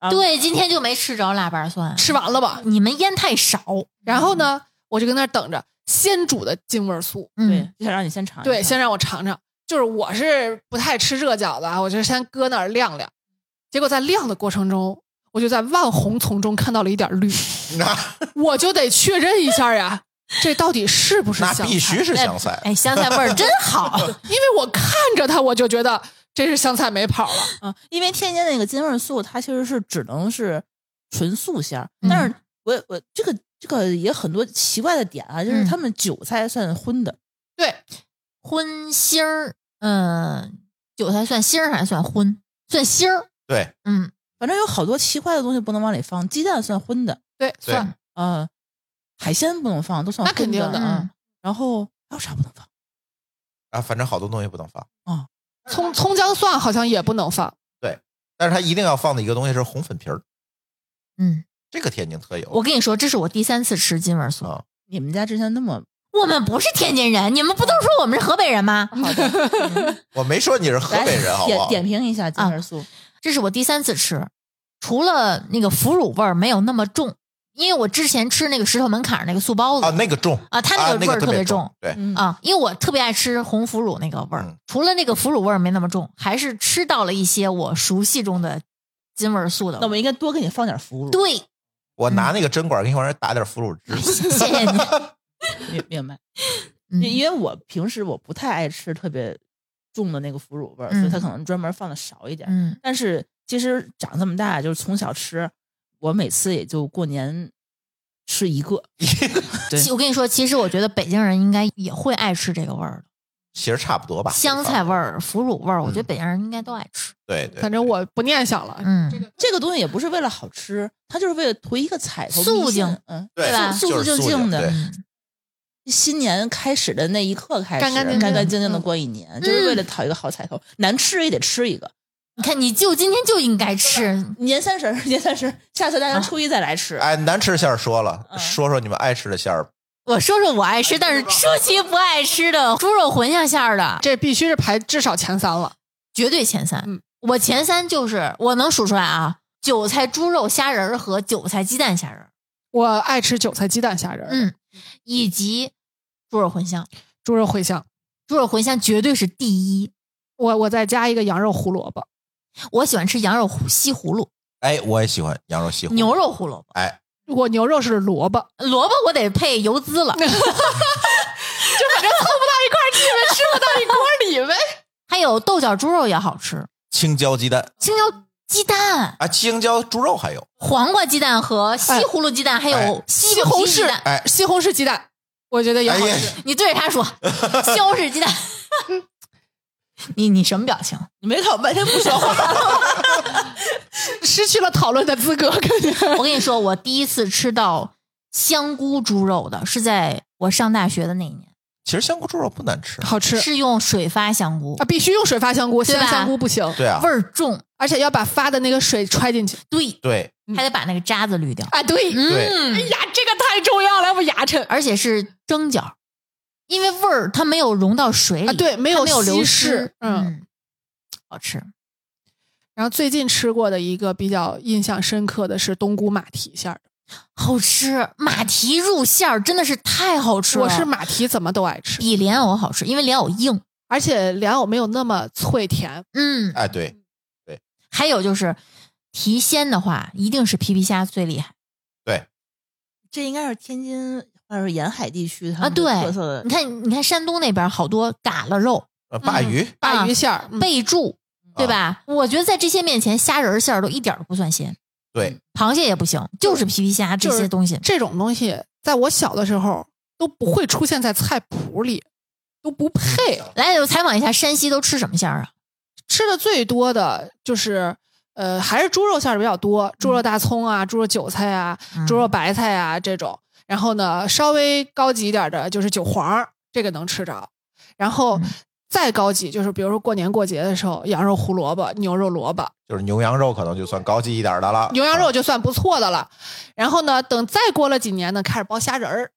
Speaker 6: 啊，
Speaker 4: 对，今天就没吃着腊八蒜，
Speaker 5: 吃完了吧，
Speaker 3: 嗯
Speaker 4: 你们腌太少，
Speaker 5: 然后呢，我就跟那儿等着先煮的京味儿酥，
Speaker 6: 对
Speaker 4: 嗯，，
Speaker 6: 就想让你先
Speaker 3: 哎
Speaker 6: 尝一尝。
Speaker 5: 对，先让我尝尝。就是我是不太吃热饺子啊，我就先搁那儿晾晾。结果在晾的过程中，我就在万红丛中看到了一点绿，
Speaker 3: 那
Speaker 5: 我就得确认一下呀，这到底是不是
Speaker 3: 那
Speaker 5: 香菜？
Speaker 3: 必须是香菜，
Speaker 4: 哎，香菜味儿真好，
Speaker 5: 因为我看着它，我就觉得这是香菜没跑了。
Speaker 6: 啊，因为天津那个金味儿素，它其实是只能是纯素馅儿，
Speaker 4: 嗯
Speaker 6: 但是我我这个这个也很多奇怪的点啊，就是
Speaker 4: 嗯
Speaker 6: 他们韭菜算荤的，
Speaker 5: 对，
Speaker 4: 荤腥儿，嗯，韭菜算腥儿还是算荤？算腥儿，
Speaker 3: 对
Speaker 4: 嗯，
Speaker 6: 反正有好多奇怪的东西不能往里放，鸡蛋算荤的，呃
Speaker 5: 对，
Speaker 3: 对
Speaker 5: 算，
Speaker 6: 嗯，海鲜不能放，都算
Speaker 5: 那肯
Speaker 6: 荤
Speaker 5: 定
Speaker 6: 的
Speaker 5: 的嗯
Speaker 4: 嗯
Speaker 6: 啊。
Speaker 7: 然后还有啥不能放？
Speaker 3: 啊，反正好多东西不能放，
Speaker 5: 葱葱姜蒜好像也不能放，
Speaker 3: 但是它一定要放的一个东西是红粉皮儿，
Speaker 4: 嗯，
Speaker 3: 这个天津特有。
Speaker 4: 我跟你说，这是我第三次吃金味酥。
Speaker 3: 啊
Speaker 7: 你们家之前那么
Speaker 4: 我们不是天津人，你们不都说我们是河北人吗？
Speaker 7: 好的，
Speaker 3: 我没说你是河北人，好不
Speaker 7: 点
Speaker 3: 好？
Speaker 7: 点评一下金
Speaker 4: 啊
Speaker 7: 针素，
Speaker 4: 这是我第三次吃，除了那个腐乳味儿没有那么重，因为我之前吃那个石头门槛儿那个素包子
Speaker 3: 啊，那个重
Speaker 4: 啊它那个
Speaker 3: 那
Speaker 4: 味儿
Speaker 3: 特
Speaker 4: 特别重
Speaker 3: 重，对，
Speaker 7: 嗯
Speaker 4: 啊，因为我特别爱吃红腐乳那个味儿，
Speaker 3: 嗯
Speaker 4: 除了那个腐乳味儿没那么重，还是吃到了一些我熟悉中的金味儿素的
Speaker 7: 那我
Speaker 4: 味儿。
Speaker 7: 们应该多给你放点腐乳，
Speaker 4: 对，
Speaker 3: 我拿
Speaker 4: 嗯
Speaker 3: 那个针管给你往上打点腐乳 汁，
Speaker 4: 谢谢你。
Speaker 7: 明明白？因
Speaker 4: 嗯
Speaker 7: 因为我平时我不太爱吃特别重的那个腐乳味儿，
Speaker 4: 嗯
Speaker 7: 所以它可能专门放的少一点。
Speaker 4: 嗯
Speaker 7: 但是其实长这么大，就是从小吃，我每次也就过年吃一个。对
Speaker 4: 其我跟你说，其实我觉得北京人应该也会爱吃这个味儿
Speaker 3: 其实差不多吧。
Speaker 4: 的，香菜味
Speaker 3: 儿，
Speaker 4: 儿、腐乳味儿，我觉得
Speaker 3: 嗯
Speaker 4: 北京人应该都爱吃。
Speaker 3: 对对，
Speaker 5: 反正我不念想了。
Speaker 4: 嗯，
Speaker 7: 这个东西也不是为了好吃，它就是为了图一个彩头。
Speaker 4: 肃
Speaker 7: 迷信
Speaker 4: 静，
Speaker 7: 嗯，
Speaker 3: 对
Speaker 4: 吧
Speaker 3: 就是
Speaker 7: 肃
Speaker 3: 肃
Speaker 7: 静
Speaker 3: 静
Speaker 7: 静的
Speaker 3: 对
Speaker 4: 嗯
Speaker 7: 新年开始的那一刻开始，
Speaker 5: 干干净净
Speaker 7: 干干净净的过一年，就是为了嗯讨一个好彩头。难吃也得吃一个，
Speaker 4: 你看，你就今天就应该 吃，
Speaker 7: 年三十儿， 年三十儿，下次大年初一再来吃。
Speaker 3: 哎，难吃的馅儿说了，
Speaker 7: 嗯
Speaker 3: 说说你们爱吃的馅儿。
Speaker 4: 我说说我爱吃，但是 舒淇不爱吃的猪肉茴香馅儿的，
Speaker 5: 这必须是排至少前三了，
Speaker 4: 绝对前三。
Speaker 5: 嗯
Speaker 4: 我前三就是我能数出来啊，韭菜猪肉虾仁儿和韭菜鸡蛋虾仁儿，
Speaker 5: 我爱吃韭菜鸡蛋虾仁儿，
Speaker 4: 嗯，以及猪肉茴香。
Speaker 5: 猪肉茴香，
Speaker 4: 猪肉茴香绝对是第一，
Speaker 5: 我我再加一个羊肉胡萝卜，
Speaker 4: 我喜欢吃羊肉胡西葫芦、
Speaker 3: 哎，我也喜欢羊肉西葫芦
Speaker 4: 牛。肉胡萝卜，
Speaker 3: 哎，
Speaker 5: 我牛肉是萝卜，
Speaker 4: 萝卜我得配油滋 了，
Speaker 5: 吃不到一锅里呗。
Speaker 4: 还有豆角猪肉也好吃，
Speaker 3: 青椒鸡蛋
Speaker 4: 青椒鸡蛋、
Speaker 3: 啊，青椒猪肉还有，
Speaker 4: 黄瓜鸡蛋和西葫芦鸡蛋，还有西
Speaker 5: 西
Speaker 4: 红
Speaker 5: 红
Speaker 4: 柿鸡
Speaker 5: 柿
Speaker 4: 蛋。，
Speaker 3: 哎
Speaker 5: 西红柿鸡蛋，我觉得也
Speaker 3: 哎
Speaker 5: 好
Speaker 3: 呀
Speaker 5: 吃。
Speaker 4: 你对着他 说，西红柿鸡蛋。你你什么表情？
Speaker 7: 你没搞半天不说话，
Speaker 5: 失去了讨论的资格，感觉。
Speaker 4: 我跟你说，我第一次吃到香菇猪肉的是在我上大学的那一年，
Speaker 3: 其实香菇猪肉不难吃。
Speaker 5: 好吃
Speaker 4: 是用水发香菇
Speaker 5: 啊，，必须用水发香菇，
Speaker 4: 对
Speaker 5: 现在
Speaker 4: 吧
Speaker 5: 香菇不行，
Speaker 3: 对啊
Speaker 4: 味，儿重，
Speaker 5: 而且要把发的那个水揣进去。
Speaker 4: 对，
Speaker 3: 对
Speaker 4: 还得把那个渣子滤掉。
Speaker 5: 啊，对，
Speaker 4: 嗯
Speaker 3: 对，
Speaker 5: 哎呀，这个太重要了，要不牙碜
Speaker 4: 而且是蒸饺，因为味儿它没有融到水里，
Speaker 5: 啊，对，没
Speaker 4: 它
Speaker 5: 有
Speaker 4: 没有
Speaker 5: 稀
Speaker 4: 流
Speaker 5: 释
Speaker 4: 失，
Speaker 5: 嗯。
Speaker 4: 嗯，好吃。
Speaker 5: 然后最近吃过的一个比较印象深刻的是冬菇马蹄馅儿的，
Speaker 4: 好吃，马蹄肉馅儿真的是太好吃了。
Speaker 5: 我是马蹄怎么都爱吃，
Speaker 4: 比莲藕好吃，因为莲藕硬。
Speaker 5: 而且莲藕没有那么脆甜，
Speaker 4: 嗯，
Speaker 3: 哎对，
Speaker 4: 还有就是提鲜的话，一定是皮皮虾最厉害
Speaker 7: 这应该是天津或者是沿海地区他
Speaker 4: 啊！
Speaker 7: 们的
Speaker 4: 对
Speaker 7: 特色， 的
Speaker 4: 你。看，你看山东那边好多嘎啦肉、
Speaker 3: 呃鲅
Speaker 4: 嗯
Speaker 3: 鱼
Speaker 4: 啊
Speaker 5: 鲅鱼馅儿、嗯
Speaker 4: 贝柱，对吧？我觉得在这些面前，虾仁儿馅儿都一点儿都不算鲜，
Speaker 3: 对，
Speaker 4: 螃蟹也不行，就是皮皮虾这
Speaker 5: 就是
Speaker 4: 些东西。
Speaker 5: 这种东西，在我小的时候都不会出现在菜谱里，都不配。
Speaker 4: 来，我采访一下山西都吃什么馅儿啊？
Speaker 5: 吃的最多的就是呃，还是猪肉馅儿的比较多，猪肉大葱啊，猪肉韭菜啊，
Speaker 4: 嗯
Speaker 5: 猪肉白菜啊这种。然后呢，稍微高级一点的就是韭黄儿，这个能吃着。然后
Speaker 4: 嗯
Speaker 5: 再高级就是，比如说过年过节的时候，羊肉胡萝卜、牛肉萝卜，
Speaker 3: 就是牛羊肉可能就算高级一点的了。
Speaker 5: 牛羊
Speaker 4: 啊
Speaker 5: 肉就算不错的了。然后呢，等再过了几年呢，开始包虾仁儿，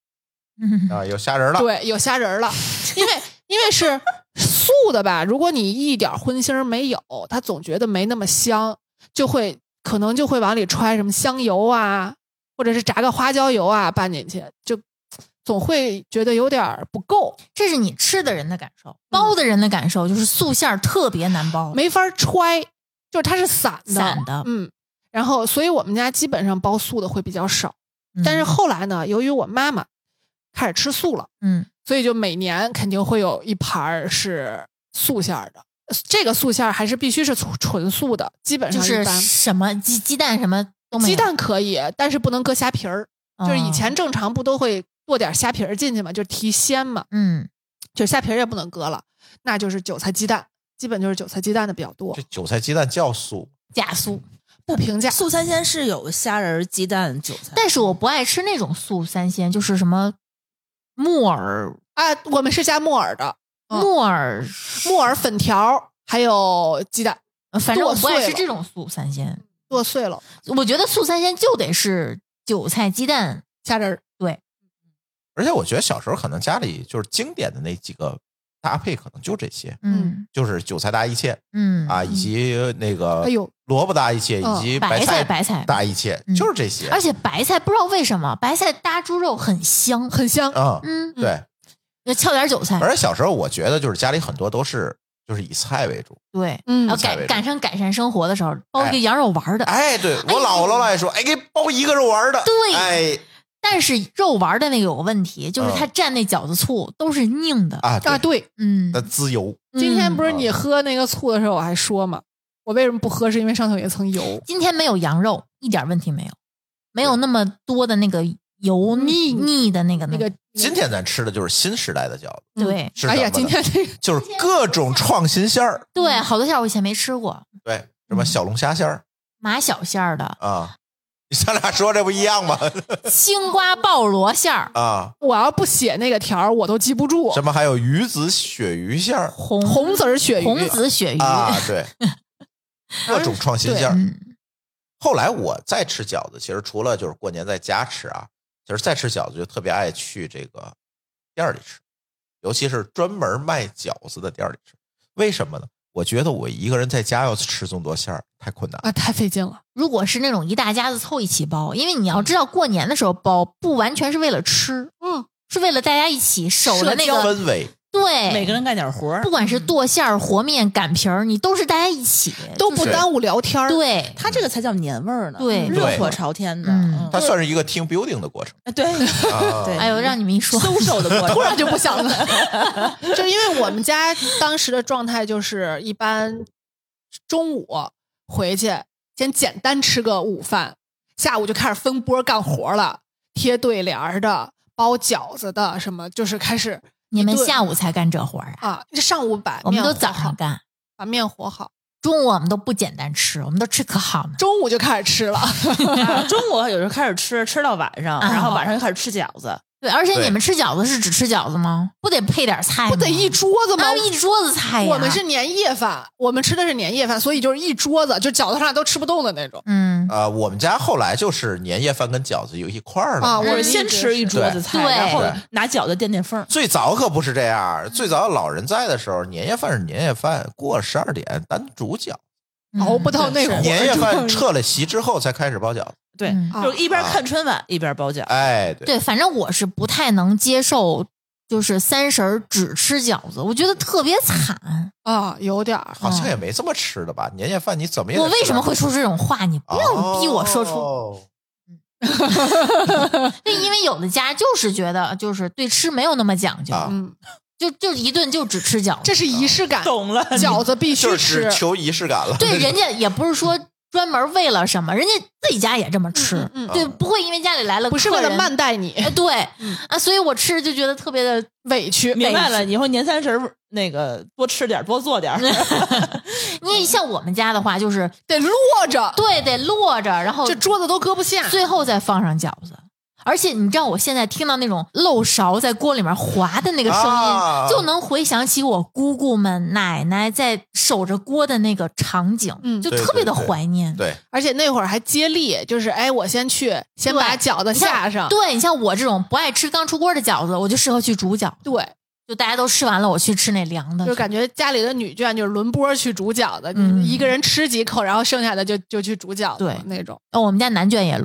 Speaker 4: 嗯
Speaker 3: 啊，有虾仁了，
Speaker 5: 对，有虾仁儿了，因为因为是素的吧，如果你一点儿荤腥儿没有，它总觉得没那么香，就会可能就会往里揣什么香油啊，或者是炸个花椒油啊拌进去，就总会觉得有点儿不够，
Speaker 4: 这是你吃的人的感受，包的人的感受就是素馅儿特别难包，
Speaker 5: 嗯没法儿揣，就是它是散的，
Speaker 4: 散的
Speaker 5: 嗯。然后，所以我们家基本上包素的会比较少，
Speaker 4: 嗯
Speaker 5: 但是后来呢，由于我妈妈开始吃素了。
Speaker 4: 嗯，
Speaker 5: 所以就每年肯定会有一盘儿是素馅儿的。呃这个素馅儿还是必须是纯纯素的，基本
Speaker 4: 就
Speaker 5: 上
Speaker 4: 是
Speaker 5: 一般
Speaker 4: 什么鸡鸡蛋什么都没有，
Speaker 5: 鸡蛋可以，但是不能搁虾皮儿。就是以前
Speaker 4: 哦
Speaker 5: 正常不都会剁点虾皮儿进去嘛，就是提鲜嘛，
Speaker 4: 嗯，
Speaker 5: 就是虾皮儿也不能搁了，那就是韭菜鸡蛋，基本就是韭菜鸡蛋的比较多
Speaker 3: 这，韭菜鸡蛋叫素，
Speaker 4: 假酥，
Speaker 5: 不评 价。
Speaker 7: 素三鲜是有虾仁儿、鸡蛋、韭菜，
Speaker 4: 但是我不爱吃那种素三鲜，就是什么木耳
Speaker 5: 哎，我们是加木耳的，嗯
Speaker 4: 木耳，
Speaker 5: 木耳粉条，还有鸡蛋
Speaker 4: 嗯反正我不
Speaker 5: 剁
Speaker 4: 爱
Speaker 5: 碎
Speaker 4: 吃
Speaker 5: 了
Speaker 4: 这种素三鲜。
Speaker 5: 剁碎了
Speaker 4: 我觉得素三鲜就得是韭菜鸡蛋，
Speaker 5: 加仁儿。
Speaker 3: 而且我觉得小时候可能家里就是经典的那几个搭配，可能就这些，
Speaker 4: 嗯
Speaker 3: 就是韭菜搭一切
Speaker 4: 嗯
Speaker 3: 啊，以及那个
Speaker 5: 哎呦，
Speaker 3: 萝卜搭一切，以
Speaker 5: 嗯
Speaker 3: 及
Speaker 4: 白
Speaker 3: 菜
Speaker 4: 白菜，
Speaker 3: 搭一切
Speaker 4: 嗯，
Speaker 3: 就是这些。
Speaker 4: 而且白菜不知道为什么白菜搭猪肉很香，
Speaker 5: 很香，
Speaker 3: 嗯，
Speaker 4: 嗯，嗯，
Speaker 3: 对。
Speaker 4: 要翘点韭菜，
Speaker 3: 而且小时候我觉得就是家里很多都是就是以菜为主。
Speaker 4: 对，
Speaker 5: 嗯
Speaker 4: 要
Speaker 3: 菜为
Speaker 4: 赶
Speaker 3: 主
Speaker 4: 赶上改善生活的时候包一个
Speaker 3: 哎
Speaker 4: 羊肉丸的，
Speaker 3: 哎，对我姥姥爱说，哎，给包一个肉丸的。
Speaker 4: 对
Speaker 3: 哎
Speaker 4: 但是肉丸的那个有个问题，就是
Speaker 3: 嗯
Speaker 4: 它蘸那饺子醋都是硬的，
Speaker 3: 啊，
Speaker 5: 啊！
Speaker 3: 对，
Speaker 5: 对，
Speaker 4: 嗯
Speaker 3: 那，滋油
Speaker 5: 今天
Speaker 4: 嗯
Speaker 5: 不是你喝那个醋的时候，我还说嘛，我为什么不喝，是因为上头有一层油。
Speaker 4: 今天没有羊肉，一点问题没有，没有那么多的那个油腻腻的那个
Speaker 5: 那个，
Speaker 3: 今天咱吃的就是新时代的饺子，
Speaker 4: 对
Speaker 3: 是
Speaker 5: 哎呀，
Speaker 3: 什么
Speaker 5: 今
Speaker 3: 呢
Speaker 5: 天这个
Speaker 3: 就是各种创新馅儿，
Speaker 4: 对，好多馅儿我以前没吃过，
Speaker 3: 对，什么小龙虾馅儿
Speaker 4: 马小馅儿的、
Speaker 3: 啊， 咱俩说这不一样吗？
Speaker 4: 青瓜爆螺馅儿、
Speaker 3: 啊，
Speaker 5: 我要不写那个条儿，我都记不住。
Speaker 3: 什么还有鱼子鳕鱼馅儿
Speaker 4: 红
Speaker 5: 红子儿鳕鱼，
Speaker 4: 红子鳕
Speaker 5: 哎
Speaker 4: 鱼，
Speaker 3: 啊， 对，各种创新馅儿。
Speaker 4: 嗯
Speaker 3: 后来我再吃饺子，其实除了就是过年在家吃啊，其实再吃饺子就特别爱去这个店儿里吃，尤其是专门卖饺子的店儿里吃。为什么呢？我觉得我一个人在家要吃这么多馅儿太困难了。
Speaker 5: 啊，太费劲了。
Speaker 4: 如果是那种一大家子凑一起包，因为你要知道过年的时候包不完全是为了吃，嗯，是为了大家一起守着那个嗯
Speaker 3: 氛围，
Speaker 4: 对
Speaker 7: 每个人干点活儿
Speaker 4: 不，管
Speaker 5: 嗯
Speaker 4: 是剁馅儿、和面、擀皮儿，你都是大家一起，
Speaker 5: 都不
Speaker 4: 就是
Speaker 5: 耽误聊天儿。，
Speaker 4: 对，
Speaker 7: 他这个才叫年味儿呢，
Speaker 4: 对
Speaker 7: 热
Speaker 3: 对
Speaker 7: 火朝天的，
Speaker 4: 嗯
Speaker 7: 嗯
Speaker 3: 它算是一个 team building 的过程。
Speaker 7: 哎对，
Speaker 3: 啊
Speaker 7: 对
Speaker 4: 哎呦，让你们一说，
Speaker 7: 搜手的过程，
Speaker 5: 突然就不想了， 就是因为我们家当时的状态就是，一般中午回去先简单吃个午饭，下午就开始分波干活了，贴对联儿的，包饺子的，什么就是开始
Speaker 4: 你们
Speaker 5: 对
Speaker 4: 下午才干这活儿啊？
Speaker 5: 啊，这上午把
Speaker 4: 我们
Speaker 5: 面
Speaker 4: 都
Speaker 5: 和
Speaker 4: 早
Speaker 5: 好
Speaker 4: 上，干，
Speaker 5: 把面和好，
Speaker 4: 中午我们都不简单吃，我们都吃可好呢。
Speaker 5: 中午就开始吃了。
Speaker 7: 啊中午有时候开始吃，吃到晚上，
Speaker 4: 啊
Speaker 7: 然后晚上就开始吃饺子，
Speaker 4: 对，而且
Speaker 3: 对
Speaker 4: 你们吃饺子是只吃饺子吗？不得配点菜吗？
Speaker 5: 不得一桌子吗
Speaker 4: 啊？一桌子菜呀。
Speaker 5: 我们是年夜饭，我们吃的是年夜饭，所以就是一桌子，就饺子上都吃不动的那种。
Speaker 4: 嗯，
Speaker 3: 啊，我们家后来就是年夜饭跟饺子有一块儿了
Speaker 5: 啊
Speaker 3: 嘛。
Speaker 5: 我
Speaker 7: 我
Speaker 5: 们
Speaker 7: 是
Speaker 5: 一
Speaker 7: 先
Speaker 5: 直
Speaker 7: 吃一
Speaker 5: 是
Speaker 7: 桌子菜，
Speaker 4: 对
Speaker 7: 然后
Speaker 3: 对
Speaker 7: 拿饺子垫垫缝儿。
Speaker 3: 最早可不是这样，最早老人在的时候，年夜饭是年夜饭，过十二点单煮饺子。
Speaker 5: 熬哦不到
Speaker 7: 嗯
Speaker 5: 那会儿，
Speaker 3: 年夜饭
Speaker 5: 就
Speaker 3: 撤了席之后才开始包饺子。
Speaker 7: 对
Speaker 4: 嗯，
Speaker 5: 啊
Speaker 7: 就一边看春晚一边包饺子。
Speaker 3: 哎，对，
Speaker 4: 对，反正我是不太能接受，就是三十儿只吃饺子，我觉得特别
Speaker 3: 嗯
Speaker 4: 惨。
Speaker 5: 啊，有点儿
Speaker 3: 好像也没这么吃的吧？年夜饭你怎么也得
Speaker 4: 我为什么会
Speaker 3: 吃
Speaker 4: 说出这种话？你不
Speaker 3: 点
Speaker 4: 要逼我说出，
Speaker 3: 哦
Speaker 4: 对，因为有的家就是觉得就是对吃没有那么讲究，
Speaker 3: 啊
Speaker 5: 嗯，
Speaker 4: 就就一顿就只吃饺子
Speaker 5: 这。是仪式感，
Speaker 7: 懂了，
Speaker 5: 饺子必须
Speaker 3: 就
Speaker 5: 吃
Speaker 3: 是。求仪式感了。
Speaker 4: 对，人家也不是说专门为了什么，人家自己家也这么吃，
Speaker 5: 嗯嗯嗯
Speaker 3: 啊
Speaker 4: 对，不会因为家里来了
Speaker 5: 不是为
Speaker 4: 客
Speaker 5: 了
Speaker 4: 人
Speaker 5: 慢待你，
Speaker 4: 哎，对、
Speaker 5: 嗯
Speaker 4: 啊，所以我吃就觉得特别的，
Speaker 5: 委屈。
Speaker 7: 明白了。以后年三十儿那个多吃点儿，多做点儿。
Speaker 4: 因
Speaker 5: 嗯
Speaker 4: 为像我们家的话，就是
Speaker 5: 得落着，
Speaker 4: 对得落着，然后
Speaker 5: 这桌子都搁不 下。
Speaker 4: 最后再放上饺子。而且你知道，我现在听到那种漏勺在锅里面滑的那个声音，
Speaker 3: 啊
Speaker 4: 就能回想起我姑姑们、奶奶在守着锅的那个场景，
Speaker 5: 嗯
Speaker 4: 就
Speaker 3: 对
Speaker 4: 特别的
Speaker 3: 对对
Speaker 4: 怀念。
Speaker 3: 对，
Speaker 5: 而且那会儿还接力，就是哎，我先去，先把饺子
Speaker 4: 你像
Speaker 5: 下上。
Speaker 4: 对你像我这种不爱吃刚出锅的饺子，我就适合去煮饺子。
Speaker 5: 对，
Speaker 4: 就大家都吃完了，我去吃那凉的。
Speaker 5: 就是感觉家里的女眷就是轮播去煮饺子，
Speaker 4: 嗯
Speaker 5: 一个人吃几口，然后剩下的就就去煮饺子
Speaker 4: 对
Speaker 5: 那种。
Speaker 4: 哦，我们家南卷也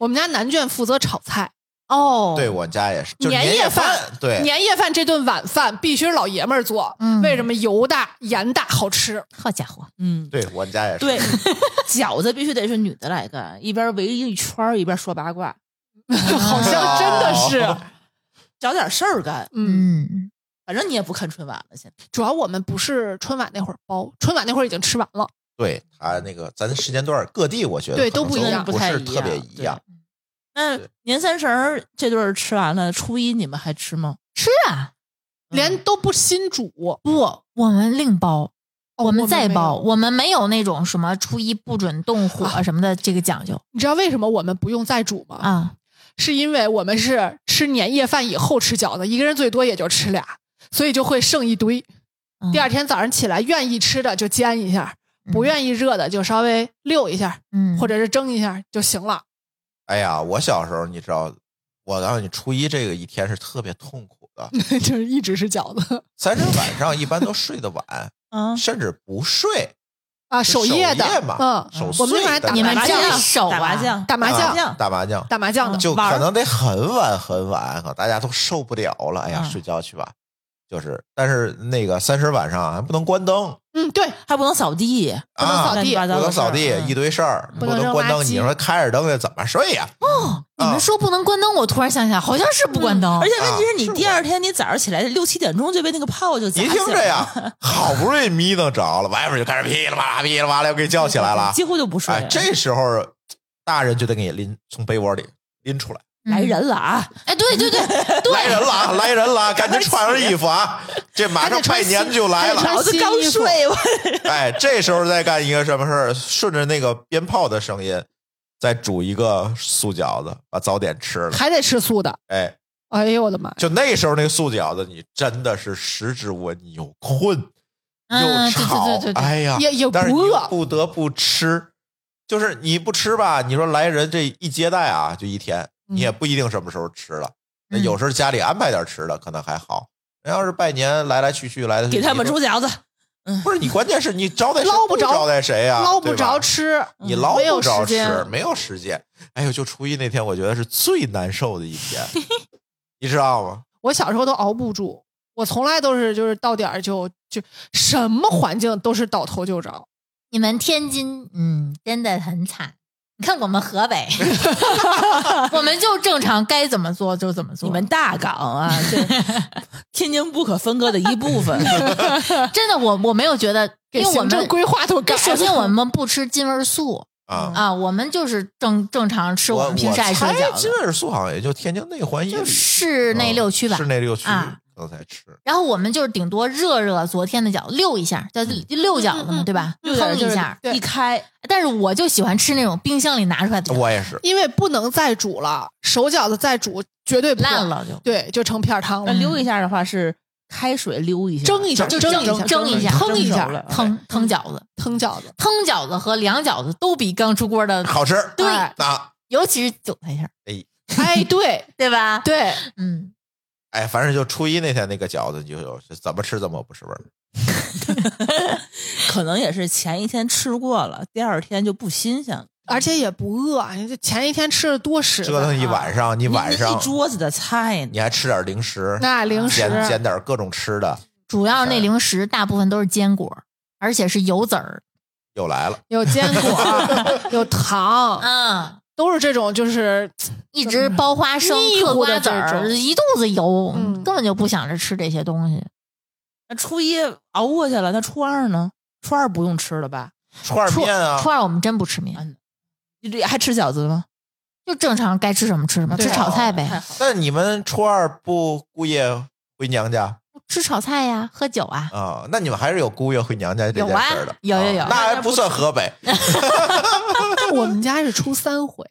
Speaker 5: 我们家男眷负责炒菜，
Speaker 4: 哦，
Speaker 3: 对，我家也是，就是
Speaker 5: 年夜
Speaker 3: 夜
Speaker 5: 饭
Speaker 3: 对，
Speaker 5: 年夜饭这顿晚饭必须是老爷们儿做。
Speaker 4: 嗯
Speaker 5: 为什么油大盐大好吃？
Speaker 4: 好家伙，
Speaker 7: 嗯，
Speaker 3: 对我们家也是。
Speaker 7: 对， 饺子必须得是女的来干，一边围一圈儿一边说八卦，
Speaker 5: 好像真的
Speaker 3: 哦
Speaker 5: 是，
Speaker 7: 找点事儿干。
Speaker 5: 嗯，
Speaker 4: 嗯，
Speaker 7: 反正你也不看春晚了，现在
Speaker 5: 主要我们不是春晚那会儿包，春晚那会儿已经吃完了。
Speaker 3: 对他那个咱时间段儿各地，我觉得
Speaker 5: 对
Speaker 3: 可能
Speaker 5: 都不一样
Speaker 3: 不
Speaker 7: 不太
Speaker 3: 是
Speaker 7: 一
Speaker 3: 特别
Speaker 7: 样
Speaker 3: 一样。
Speaker 7: 那
Speaker 3: 对
Speaker 7: 年三十儿这顿儿吃完了，初一你们还吃吗？
Speaker 4: 吃啊，
Speaker 5: 连都不新煮，
Speaker 4: 不，我们另包。我
Speaker 5: 哦我们
Speaker 4: 们再
Speaker 5: 没
Speaker 4: 包，
Speaker 5: 有啊
Speaker 4: 我们没有那种什么初一不准动火什么的这个讲究
Speaker 5: 你知道为什么我们不用再煮吗？
Speaker 4: 啊。
Speaker 5: 是因为我们是吃年夜饭以后吃饺子，一个人最多也就吃俩，所以就会剩一堆。
Speaker 4: 嗯
Speaker 5: 第二天早上起来，愿意吃的就煎一下，不愿意热的就稍微溜一下，
Speaker 4: 嗯，
Speaker 5: 或者是蒸一下就行了。
Speaker 3: 哎呀，我小时候你知道，我告诉你，初一这个一天是特别痛苦的。
Speaker 5: 就是一直是饺子
Speaker 3: 三十晚上一般都睡得晚，
Speaker 6: 嗯，
Speaker 3: 甚至不睡。
Speaker 5: 啊，
Speaker 3: 守
Speaker 5: 夜的，
Speaker 3: 夜嘛
Speaker 5: 嗯，
Speaker 3: 守
Speaker 5: 我们那
Speaker 3: 岁
Speaker 5: 边还
Speaker 3: 的
Speaker 5: 打
Speaker 4: 你们
Speaker 5: 麻
Speaker 4: 这
Speaker 5: 将
Speaker 4: 样
Speaker 5: 呢，
Speaker 4: 手
Speaker 6: 打
Speaker 4: 啊
Speaker 6: 麻将，
Speaker 5: 打麻
Speaker 3: 啊
Speaker 5: 将，
Speaker 3: 打麻将，
Speaker 5: 打麻将
Speaker 3: 嗯
Speaker 5: 的，
Speaker 3: 就
Speaker 6: 玩
Speaker 3: 可
Speaker 6: 儿
Speaker 3: 能得很晚很晚，可大家都受不了了。哎呀，
Speaker 6: 嗯
Speaker 3: 睡觉去吧。就是，但是那个三十晚上啊还不能关灯，
Speaker 5: 嗯，对，
Speaker 6: 还不能扫地，
Speaker 3: 不能
Speaker 5: 扫地
Speaker 3: 啊不能扫地，一
Speaker 6: 堆。
Speaker 3: 堆事儿，
Speaker 5: 不
Speaker 3: 不
Speaker 5: 能
Speaker 3: 能
Speaker 5: 扔
Speaker 3: 关
Speaker 5: 垃
Speaker 3: 灯。
Speaker 5: 圾
Speaker 3: 你说开着灯怎么睡呀？
Speaker 4: 你们说不能关灯，我突然想起来，好像是不关灯，
Speaker 6: 而且问题
Speaker 3: 啊
Speaker 6: 是你
Speaker 3: 是
Speaker 6: 第
Speaker 3: 我
Speaker 6: 二天你早上起来六七点钟就被那个炮就砸
Speaker 3: 您听
Speaker 6: 醒
Speaker 3: 着
Speaker 6: 了
Speaker 3: 呀，好不容易眯瞪着了，外面就开始噼里啪啦、噼里啪啦又给叫起来了。
Speaker 6: 几乎就不睡
Speaker 3: 哎
Speaker 6: 了。，
Speaker 3: 这时候大人就得给你拎从被窝里拎出来，
Speaker 4: 嗯
Speaker 6: 来，人了啊！
Speaker 4: 哎，对对对对，
Speaker 3: 来人了啊，来人了啊，赶紧穿上衣服啊，这马上拜年就来
Speaker 5: 还得穿
Speaker 3: 了。
Speaker 6: 老子刚
Speaker 5: 新衣服
Speaker 6: 睡完，
Speaker 3: 哎，这时候再干一个什么事儿？顺着那个鞭炮的声音，再煮一个素饺子，把早点吃了。
Speaker 5: 还得吃素的。
Speaker 3: 哎，
Speaker 5: 哎呦我的妈！
Speaker 3: 就那时候那个素饺子，你真的是食之无味，你又困又
Speaker 4: 嗯，对
Speaker 3: 吵，
Speaker 4: 对对对对，
Speaker 3: 哎呀，
Speaker 5: 也也
Speaker 3: 但是
Speaker 5: 不
Speaker 3: 你又
Speaker 5: 饿
Speaker 3: 不得不吃。就是你不吃吧，你说来人这一接待啊，就一天，你也不一定什么时候吃了。 那
Speaker 4: 嗯
Speaker 3: 有时候家里安排点吃的可能还好，人要是拜年来来去去来来去去
Speaker 6: 给他们
Speaker 3: 你都
Speaker 6: 煮饺子，
Speaker 3: 不是你，关键是你招待谁
Speaker 5: 捞不着
Speaker 3: 招待谁呀、
Speaker 5: 捞不
Speaker 3: 对吧
Speaker 5: 着，吃，嗯
Speaker 3: 你捞
Speaker 5: 没有
Speaker 3: 不着
Speaker 5: 时
Speaker 3: 吃，
Speaker 5: 间。
Speaker 3: 没有时间。哎呦，就初一那天，我觉得是最难受的一天，你知道吗？
Speaker 5: 我小时候都熬不住，我从来都是就是到点儿就就什么环境都是倒头就着。
Speaker 4: 你们天津，嗯，真的很惨。你看我们 河北，我们就正常该怎么做就怎么做。
Speaker 6: 你们大港啊，这天津不可分割的一部分。
Speaker 4: 真的，我我没有觉得，
Speaker 5: 给
Speaker 4: 因为我
Speaker 5: 行政
Speaker 4: 们
Speaker 5: 规划都改了。
Speaker 4: 首先我们不吃金味素
Speaker 3: 啊，
Speaker 4: 啊，我们就是正正常吃
Speaker 3: 我
Speaker 4: 我们平时爱吃的
Speaker 3: 我
Speaker 4: 饺
Speaker 3: 猜金
Speaker 4: 子，
Speaker 3: 味素好像也就天津内环一
Speaker 4: 就
Speaker 3: 里
Speaker 4: 室内六区吧
Speaker 3: 嗯。室内六区
Speaker 4: 啊
Speaker 3: 可能才吃。
Speaker 4: 然后我们就是顶多热热昨天的饺子，溜一下叫溜饺子嘛，对吧？
Speaker 6: 六点
Speaker 4: 烹
Speaker 6: 就
Speaker 4: 一
Speaker 6: 是
Speaker 4: 下。
Speaker 6: 一开，
Speaker 4: 但是我就喜欢吃那种冰箱里拿出来的饺子，
Speaker 3: 我也是，
Speaker 5: 因为不能再煮了，手饺子再煮绝对破
Speaker 4: 烂，了呃就。
Speaker 5: 对，就成片儿汤
Speaker 6: 那
Speaker 5: 了。
Speaker 6: 溜一下的话是开水溜一下，
Speaker 5: 蒸一下，
Speaker 4: 就
Speaker 5: 蒸
Speaker 4: 蒸
Speaker 5: 一下，
Speaker 4: 蒸一下
Speaker 5: 腾一
Speaker 6: 蒸熟
Speaker 5: 下
Speaker 6: 了，
Speaker 4: 腾腾饺子，
Speaker 5: 腾饺子。
Speaker 4: 腾饺子和凉饺子都比刚出锅的
Speaker 3: 好吃。
Speaker 4: 对
Speaker 5: 哎
Speaker 3: 啊，
Speaker 4: 尤其是韭菜馅儿，
Speaker 5: 哎，对
Speaker 4: 对吧？，
Speaker 5: 对，
Speaker 4: 嗯，
Speaker 3: 哎，反正就初一那天那个饺子，你就有怎么吃怎么不是味儿。
Speaker 6: 可能也是前一天吃过了，第二天就不新鲜了。
Speaker 5: 而且也不饿，你这前一天吃的多实在
Speaker 3: 折腾一晚上，你
Speaker 6: 你
Speaker 3: 晚
Speaker 6: 那
Speaker 3: 上
Speaker 6: 一桌子的菜呢
Speaker 3: 你，还吃点零食，
Speaker 5: 那零食
Speaker 3: 捡捡点各种吃的，
Speaker 4: 主要那零食大部分都是坚果，而且是有籽儿，
Speaker 3: 又来了。
Speaker 5: 有坚 果，有糖，
Speaker 4: 嗯，
Speaker 5: 都是这种就是
Speaker 4: 一直剥花生、
Speaker 5: 腻
Speaker 4: 嗑
Speaker 5: 乎嗯的
Speaker 4: 瓜子
Speaker 5: 这
Speaker 4: 儿，
Speaker 5: 种
Speaker 4: 一肚子油，
Speaker 5: 嗯
Speaker 4: 根本就不想着吃这些东西。
Speaker 6: 那初一熬过去了，那初二呢？初二不用吃了吧？
Speaker 3: 串儿
Speaker 4: 初
Speaker 3: 面啊
Speaker 4: 初，二我们真不吃面，
Speaker 6: 你这还吃饺子吗？
Speaker 4: 就正常该吃什么吃什么，吃
Speaker 5: 对啊哦
Speaker 4: 炒
Speaker 6: 太
Speaker 4: 菜 呗，
Speaker 6: 好了
Speaker 3: 那你们初二不姑爷回娘家
Speaker 4: 吃炒菜呀，喝酒啊，
Speaker 3: 啊？那你们还是有姑爷回娘家这件
Speaker 4: 有啊
Speaker 3: 事儿的，
Speaker 4: 有有有
Speaker 3: 啊那还不算河北
Speaker 5: 我们家是初三回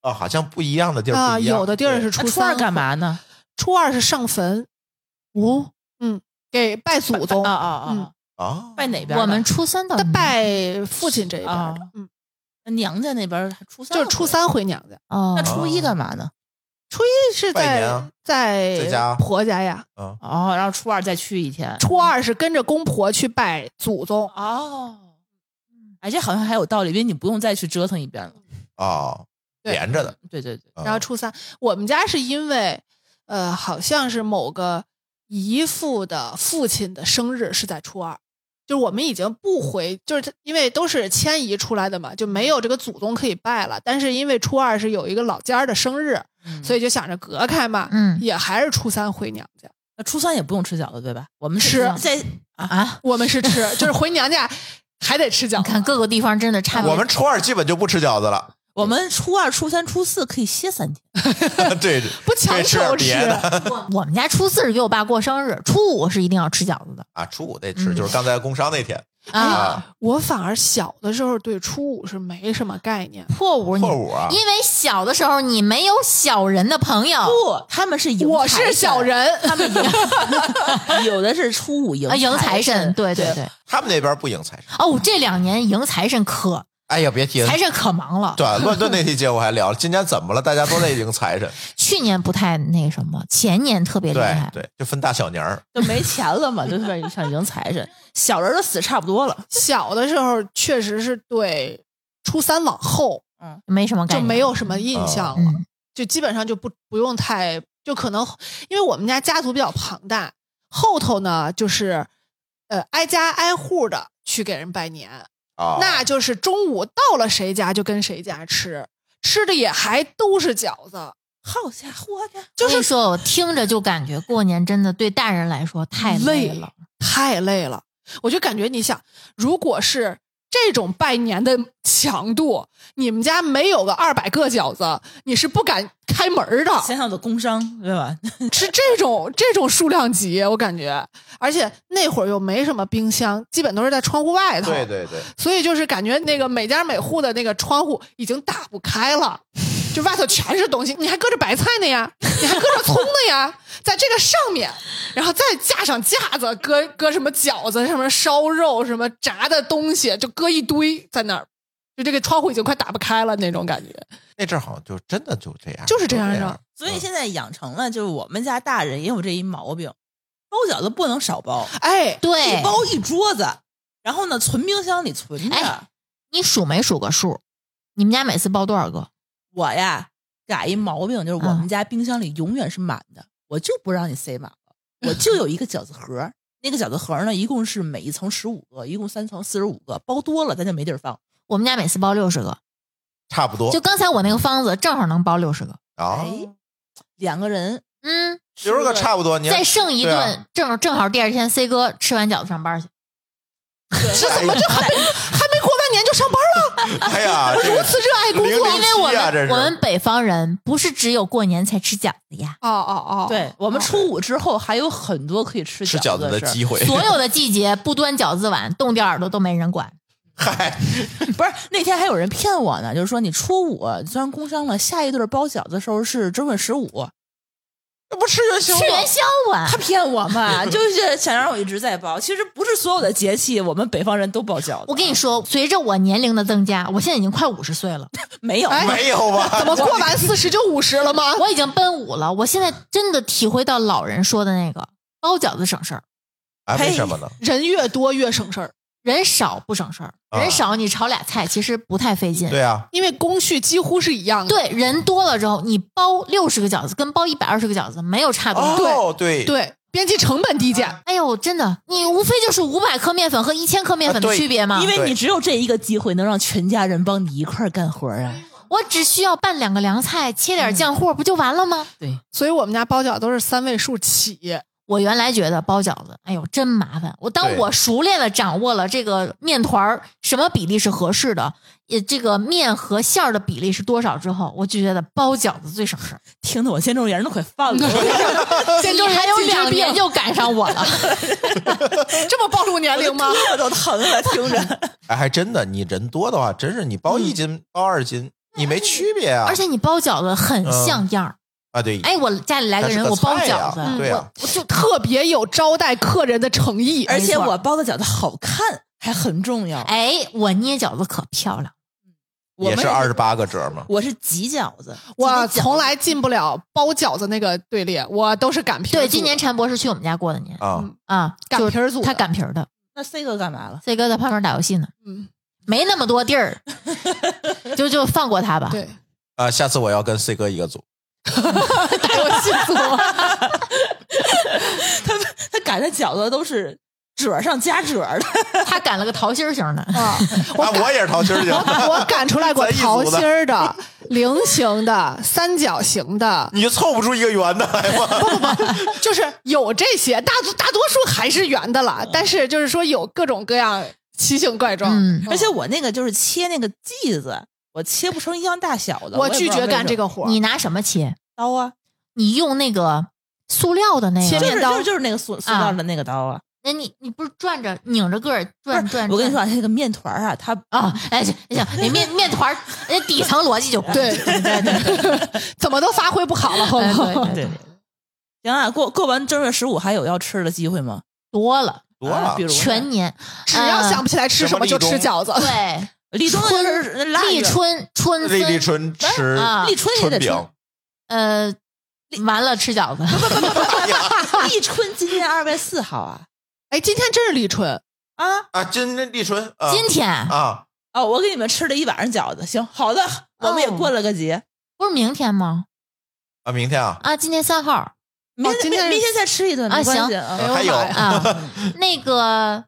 Speaker 3: 哦，好像不一样的地儿
Speaker 5: 啊，
Speaker 3: 不一样
Speaker 5: 有的地儿是
Speaker 3: 对
Speaker 6: 那
Speaker 5: 初
Speaker 6: 初
Speaker 5: 三
Speaker 6: 二干？嘛呢？
Speaker 5: 初二是上坟，嗯
Speaker 6: 哦
Speaker 5: 给拜祖宗
Speaker 6: 啊，啊啊
Speaker 5: 嗯！
Speaker 3: 啊，
Speaker 6: 拜哪边的？
Speaker 4: 我们初三
Speaker 3: 嗯
Speaker 4: 到
Speaker 5: 他拜父亲这一边
Speaker 6: 啊
Speaker 5: 的，嗯，
Speaker 6: 娘家那边还初三
Speaker 5: 就
Speaker 6: 回，
Speaker 5: 是初三回娘家，
Speaker 4: 哦
Speaker 6: 那，初一干嘛呢？
Speaker 5: 初一是
Speaker 3: 拜年
Speaker 5: 在
Speaker 3: 啊在家
Speaker 5: 在婆家呀，
Speaker 6: 哦，然后初二再去一天。
Speaker 5: 初二是跟着公婆去拜祖宗，
Speaker 6: 哦，哎，这好像还有道理，因为你不用再去折腾一遍了。
Speaker 3: 哦，
Speaker 5: 对
Speaker 3: 连着的。
Speaker 6: 对对对，
Speaker 3: 啊
Speaker 5: 然后初三，我们家是因为，呃，好像是某个姨父的父亲的生日是在初二，就是我们已经不回，就是他因为都是迁移出来的嘛，就没有这个祖宗可以拜了。但是因为初二是有一个老家儿的生日，所
Speaker 3: 嗯
Speaker 6: 以
Speaker 5: 以就想着隔开嘛，
Speaker 4: 嗯
Speaker 5: 也还是初三回娘家。
Speaker 6: 那初三也不用吃饺子，对吧？我们
Speaker 5: 吃
Speaker 6: 在啊，
Speaker 5: 我们是吃， 就是回娘家还得吃饺
Speaker 4: 你
Speaker 5: 子。
Speaker 4: 看各个地方真的差别
Speaker 3: 我们初二基本就不吃饺子了，
Speaker 6: 我们初二、初三、初四可以歇三天，
Speaker 3: 对，
Speaker 5: 不强
Speaker 3: 可以吃点
Speaker 5: 求
Speaker 3: 别
Speaker 5: 吃
Speaker 3: 的
Speaker 4: 我们家初四是给我爸过生日，初五是一定要吃饺子的
Speaker 3: 啊，初五得吃，
Speaker 4: 嗯
Speaker 3: 就是刚才工伤那天
Speaker 4: 啊。
Speaker 3: 啊，
Speaker 5: 哎我反而小的时候对初五是没什么概念，
Speaker 4: 破五你，
Speaker 3: 破五啊，
Speaker 4: 因为小的时候你没有小人的朋友
Speaker 6: 不，他们是迎
Speaker 5: 我
Speaker 6: 财
Speaker 5: 是小
Speaker 6: 神，
Speaker 5: 人，
Speaker 6: 他们迎有的是初五迎
Speaker 4: 啊，迎财神，
Speaker 6: 神，
Speaker 4: 对对对。
Speaker 3: 他们那边不迎财神。
Speaker 4: 哦，这两年迎财神可
Speaker 3: 哎呀，别提了
Speaker 4: 财， 神可忙了，
Speaker 3: 对，乱炖那期节目还聊了，今年怎么了？大家都在迎财神，
Speaker 4: 去年不太那什么，前年特别厉
Speaker 3: 对
Speaker 4: 害。
Speaker 3: 对，就分大小年儿。
Speaker 6: 就没钱了嘛，就是想迎财神，小人儿都死差不多了，
Speaker 5: 小的时候确实是对初三往后
Speaker 4: 没什么概
Speaker 5: 就
Speaker 4: 念，
Speaker 5: 没有什么印象了，
Speaker 4: 嗯
Speaker 5: 就基本上就不不用太就可能因为我们家家族比较庞大，后头呢就是呃挨家挨户的去给人拜年，
Speaker 4: 哦
Speaker 3: 啊，
Speaker 5: 那就是中午到了谁家就跟谁家吃，吃的也还都是饺子，
Speaker 6: 好家伙的，
Speaker 5: 就
Speaker 4: 所以
Speaker 5: 是
Speaker 4: 说我听着就感觉过年真的对大人来说太累
Speaker 5: 累
Speaker 4: 了。
Speaker 5: 太累了。我就感觉你想，如果是这种拜年的强度，你们家没有个二百个饺子，你是不敢开门儿的。
Speaker 6: 想想都工伤，对吧？
Speaker 5: 是这种这种数量级，我感觉，而且那会儿又没什么冰箱，基本都是在窗户外头，
Speaker 3: 对对对，
Speaker 5: 所以就是感觉那个每家每户的那个窗户已经打不开了，就外头全是东西，你还搁着白菜呢 呀，你还搁着葱呢呀，在这个上面，然后再架上架子，搁搁什么饺子、什么烧肉、什么炸的东西，就搁一堆在那儿。就这个窗户已经快打不开了那种感觉，
Speaker 3: 那阵儿好像就真的就这样，
Speaker 5: 就是这样
Speaker 3: 就
Speaker 5: 的
Speaker 3: 这
Speaker 6: 所以现在养成了，就是我们家大人也有这一毛病，包饺子不能少包，
Speaker 5: 哎，
Speaker 4: 对
Speaker 6: 一，包一桌子，然后呢存冰箱里存着。
Speaker 4: 哎你数没数个数？你们家每次包多少个？
Speaker 6: 我呀改一毛病，就是我们家冰箱里永远是满的，我就不让你塞满了，我就有一个饺子盒儿。那个饺子盒儿呢，一共是每一层十五个，一共三层四十五个，包多了咱就没地儿放。
Speaker 4: 我们家每次包六十个，
Speaker 3: 差不多
Speaker 4: 就刚才我那个方子正好能包六十个。
Speaker 3: 啊，
Speaker 6: 哎，两个人
Speaker 4: 嗯，
Speaker 3: 留着个差不多，你要
Speaker 4: 再剩一
Speaker 3: 对啊
Speaker 4: 顿，正正好第二天 C 哥吃完饺子上班去。
Speaker 6: 是
Speaker 3: 怎么这
Speaker 6: 还
Speaker 5: 还没过完年就上班了，
Speaker 3: 哎呀，这
Speaker 5: 如
Speaker 3: 个
Speaker 5: 此热爱工
Speaker 3: 零
Speaker 5: 作，
Speaker 3: 零
Speaker 4: 因为我
Speaker 3: 七啊，这
Speaker 4: 们
Speaker 3: 是
Speaker 4: 我们北方人不是只有过年才吃饺子呀，
Speaker 5: 哦哦哦，
Speaker 6: 对我们初五之后还有很多可以吃
Speaker 3: 吃
Speaker 6: 饺
Speaker 3: 饺子的
Speaker 6: 事儿
Speaker 3: 机会，
Speaker 4: 所有的季节不端饺子碗，冻掉耳朵都没人管。
Speaker 3: 嗨，
Speaker 6: 不是那天还有人骗我呢，就是说你初五虽然工伤了，下一顿包饺子的时候是正月十五，
Speaker 3: 那不吃就行
Speaker 4: 吃元
Speaker 3: 了。
Speaker 4: 宵啊
Speaker 6: 他，骗我嘛，就是想让我一直在包。其实不是所有的节气，我们北方人都包饺子。
Speaker 4: 我跟你说，随着我年龄的增加，我现在已经快五十岁了，
Speaker 6: 没有，
Speaker 5: 哎
Speaker 3: 没有吧？
Speaker 5: 怎么过完四十就五十了吗？
Speaker 4: 我已经奔五了。我现在真的体会到老人说的那个包饺子省事儿，
Speaker 3: 哎，为什么呢？
Speaker 5: 人越多越省事儿，
Speaker 4: 人少不省事儿，
Speaker 3: 啊
Speaker 4: 人少你炒俩菜其实不太费劲。
Speaker 3: 对啊，
Speaker 5: 因为工序几乎是一样的。
Speaker 4: 对人多了之后，你包六十个饺子跟包一百二十个饺子没有差多少。
Speaker 3: 哦，对
Speaker 5: 对，边际成本低减，
Speaker 4: 哎呦，真的，你无非就是五百克面粉和一千克面粉
Speaker 3: 啊
Speaker 4: 的
Speaker 3: 对
Speaker 4: 区别嘛。
Speaker 6: 因为
Speaker 3: 对
Speaker 6: 你只有这一个机会能让全家人帮你一块儿干活儿啊。
Speaker 4: 我只需要拌两个凉菜，切
Speaker 3: 嗯
Speaker 4: 点酱货，不就完了吗？
Speaker 6: 对，
Speaker 5: 所以我们家包饺都是三位数起。
Speaker 4: 我原来觉得包饺子，哎呦，真麻烦。我当
Speaker 3: 对
Speaker 4: 我熟练的掌握了这个面团儿什么比例是合适的，也这个面和馅儿的比例是多少之后，我就觉得包饺子最省事儿。
Speaker 6: 听得我肩周炎都快犯了。
Speaker 5: 现在
Speaker 4: 你呃还有两年
Speaker 5: 就
Speaker 4: 就赶上我 了，
Speaker 5: 这么暴露年 龄吗？
Speaker 6: 我都疼了，听着。
Speaker 3: 哎，还真的，你人多的话，真是你包一斤、包二斤，你没区别啊。
Speaker 4: 而且你包饺子很像样儿。
Speaker 3: 啊，对，
Speaker 4: 哎，我家里来个人，
Speaker 3: 它
Speaker 4: 我
Speaker 3: 是个
Speaker 4: 包
Speaker 3: 菜呀
Speaker 4: 饺子，
Speaker 3: 对啊
Speaker 4: 我我就
Speaker 5: 嗯特别有招待客人的诚意，
Speaker 6: 而且
Speaker 4: 没错
Speaker 6: 我包的饺子好看，还很重要。
Speaker 4: 哎，我捏饺子可漂亮。
Speaker 6: 我
Speaker 3: 也
Speaker 6: 们
Speaker 3: 是二十，八个折嘛。
Speaker 6: 我是挤饺子，
Speaker 5: 我
Speaker 6: 挤的饺子
Speaker 5: 从来进不了包饺子那个队列，我都是擀皮儿组
Speaker 4: 对，
Speaker 5: 的。
Speaker 4: 今年陈博士去我们家过的年
Speaker 3: 啊
Speaker 5: 嗯，
Speaker 4: 啊，
Speaker 5: 擀
Speaker 4: 就是
Speaker 5: 皮儿组的
Speaker 4: 他擀皮儿的
Speaker 6: 那 C 哥干嘛了？
Speaker 4: ，C 哥在旁边打游戏呢，
Speaker 5: 嗯，
Speaker 4: 没那么多地儿，就就放过他吧。
Speaker 5: 对，
Speaker 3: 啊，下次我要跟 C 哥一个组。
Speaker 5: 打游戏组，
Speaker 6: 他他擀的饺子都是褶儿上加褶儿的，
Speaker 5: 哦
Speaker 4: 他擀了个桃心儿型 的，
Speaker 3: 啊，
Speaker 5: 啊
Speaker 3: 我也是桃心儿型，
Speaker 5: 我擀出来过
Speaker 3: 咱一
Speaker 5: 桃
Speaker 3: 组的
Speaker 5: 心儿的、菱形的、三角形的，
Speaker 3: 你就凑不出一个圆的来吗？
Speaker 5: 就是有这些，大多大多数还是圆的了，但是就是说有各种各样奇形怪状，
Speaker 4: 嗯
Speaker 6: 而且我那个就是切那个剂子，我切不成一样大小的。
Speaker 5: 我
Speaker 6: 我
Speaker 5: 拒绝干这
Speaker 6: 个
Speaker 5: 个活儿。
Speaker 4: 你拿什么切？
Speaker 6: 刀啊，
Speaker 4: 你用那个塑料的那
Speaker 6: 就
Speaker 4: 个，
Speaker 6: 是
Speaker 5: 面刀
Speaker 6: 就是就是那个塑塑料的那个刀啊。
Speaker 4: 那你你不是转着拧着个儿
Speaker 6: 不是
Speaker 4: 转转？
Speaker 6: 我跟你说
Speaker 4: 转
Speaker 6: 啊，那个面团儿啊，它
Speaker 5: 哦
Speaker 4: 啊，哎，行行，你面面团儿，哎，底层逻辑就不
Speaker 5: 对
Speaker 4: 对对对
Speaker 5: 怎么都发挥不好了，后
Speaker 4: 对
Speaker 5: 头
Speaker 4: 对对，
Speaker 6: 哎行啊，过过完正月十五还有要吃的机会吗？
Speaker 4: 多 了，
Speaker 3: 多
Speaker 6: 啊
Speaker 3: 了
Speaker 6: 比，如
Speaker 4: 全年
Speaker 5: 只要想不起来吃什么就吃饺子。
Speaker 4: 对
Speaker 6: 立冬就是腊
Speaker 4: 立
Speaker 6: 月，
Speaker 4: 春春
Speaker 3: 立立
Speaker 4: 分
Speaker 3: 春吃
Speaker 4: 啊
Speaker 6: 立春也
Speaker 3: 春
Speaker 6: 得吃
Speaker 3: 饼，
Speaker 4: 呃，完了吃饺子，
Speaker 6: 立春今天二月四号啊
Speaker 5: 哎，今天真是立春，
Speaker 6: 啊
Speaker 3: 啊，今天立春啊
Speaker 4: 今天
Speaker 3: 啊，
Speaker 6: 哦，我给你们吃了一晚上饺子，行，好的，我们也
Speaker 4: 哦
Speaker 6: 过了个节，
Speaker 4: 不是明天吗？
Speaker 3: 啊，明天啊，
Speaker 4: 啊，今天三号
Speaker 6: 明
Speaker 5: 哦
Speaker 6: 明
Speaker 5: 今天是
Speaker 6: 明天再吃一顿
Speaker 4: 啊
Speaker 6: 没关
Speaker 4: 行
Speaker 6: 系啊
Speaker 5: 哎呦
Speaker 3: 还有
Speaker 5: 妈呀
Speaker 4: 啊，那个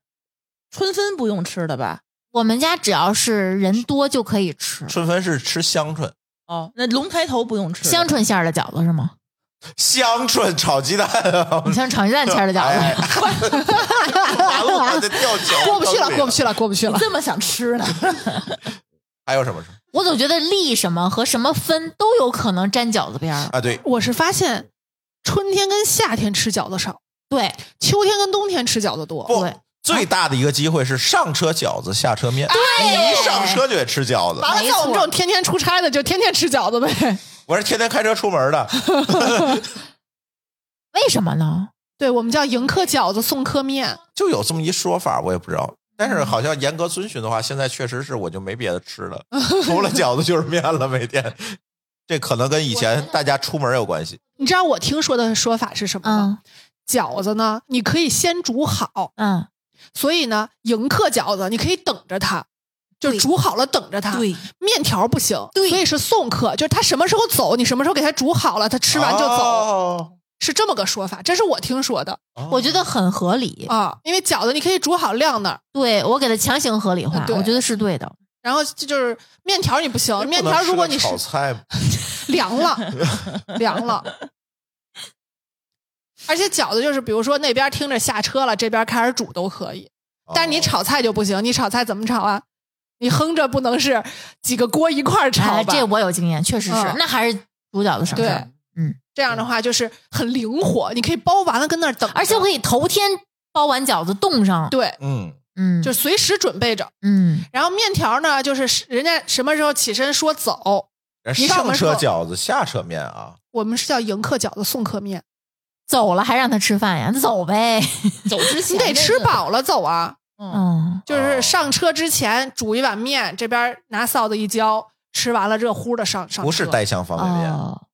Speaker 6: 春分不用吃的吧？
Speaker 4: 我们家只要是人多就可以吃
Speaker 3: 春分是吃香椿，
Speaker 6: 哦，那龙抬头不用吃的，
Speaker 4: 香椿馅儿的饺子是吗？
Speaker 3: 香椿炒鸡蛋啊，
Speaker 5: 嗯
Speaker 4: 你像炒鸡蛋馅儿的饺
Speaker 3: 哎
Speaker 4: 子，
Speaker 3: 完了，我得掉脚，
Speaker 5: 过不去了，过不。去了，过不去了。
Speaker 6: 这么想吃呢？
Speaker 3: 还有什么事
Speaker 4: 我总觉得立什么和什么分都有可能沾饺子边儿。
Speaker 3: 啊？对，
Speaker 5: 我是发现春天跟夏天吃饺子少，
Speaker 4: 对，
Speaker 5: 秋天跟冬天吃饺子多。
Speaker 3: 不
Speaker 4: 对，
Speaker 3: 最大的一个机会是上车饺子，下车面。
Speaker 5: 哎
Speaker 3: 对，一上车就得吃饺子。
Speaker 5: 完了，
Speaker 4: 没
Speaker 5: 像我们
Speaker 4: 错
Speaker 5: 这种天天出差的，就天天吃饺子呗。
Speaker 3: 我是天天开车出门的，
Speaker 4: 为什么呢？
Speaker 5: 对我们叫迎客饺子，送客面。
Speaker 3: 就有这么一说法，我也不知
Speaker 5: 嗯
Speaker 3: 道。但是好像严格遵循的话，现在确实是我就没别的吃 了，除了饺子就是面了，每天。这可能跟以前大家出门有关系。
Speaker 5: 你知道我听说的说法是什么吗？
Speaker 4: 嗯
Speaker 5: 饺子呢，你可以先煮好，
Speaker 4: 嗯，
Speaker 5: 所以呢，迎客饺子你可以等着它，就
Speaker 4: 对
Speaker 5: 煮好了等着它。，面条不行，
Speaker 4: 对
Speaker 5: 所以是送客，就是他什么时候走，你什么时候给他煮好了，他吃完就走，
Speaker 3: 走。
Speaker 5: 是这么个说法，这是我听说的
Speaker 4: 我觉得很合理。
Speaker 5: 啊。因为饺子你可以煮好晾那儿，
Speaker 4: 对我给它强行合理化
Speaker 5: 啊，对
Speaker 4: 我觉得是对的。
Speaker 5: 然后这就是面条你不行，面
Speaker 3: 哦不能
Speaker 5: 条如果
Speaker 3: 吃
Speaker 5: 你是
Speaker 3: 炒菜，
Speaker 5: 凉 了，凉了。而且饺子就是，比如说那边听着下车了，这边开始煮都可以，
Speaker 3: 哦
Speaker 5: 但是你炒菜就不行。你炒菜怎么炒啊？你哼着不能是几个锅一块儿炒
Speaker 4: 哎，
Speaker 5: 吧？
Speaker 4: 这我有经验，确实是
Speaker 5: 嗯。
Speaker 4: 那还是煮饺子省事
Speaker 5: 对
Speaker 4: 儿，，嗯
Speaker 5: 嗯，这样的话就是很灵活，你可以包完了跟那儿等着，
Speaker 4: 而哎且我可以头天包完饺子冻上。
Speaker 5: 对，
Speaker 3: 嗯，
Speaker 4: 嗯，
Speaker 5: 就是随时准备着。
Speaker 4: 嗯，
Speaker 5: 然后面条呢，就是是人家什么时候起身说走，
Speaker 3: 人
Speaker 5: 你什
Speaker 3: 上
Speaker 5: 么时候
Speaker 3: 车饺子，下车面啊，
Speaker 5: 我们是叫迎客饺子送客面，
Speaker 4: 走了还让他吃饭呀？那走呗。
Speaker 6: 走之
Speaker 4: 哎
Speaker 6: 前
Speaker 5: 你得吃
Speaker 6: 吧？
Speaker 5: 饱了走啊。
Speaker 4: 嗯，
Speaker 5: 就是
Speaker 3: 哦
Speaker 5: 上车之前煮一碗面，这边拿臊子一浇，吃完了热乎的上上
Speaker 3: 不是
Speaker 5: 车
Speaker 3: 带香方便面，
Speaker 4: 哦，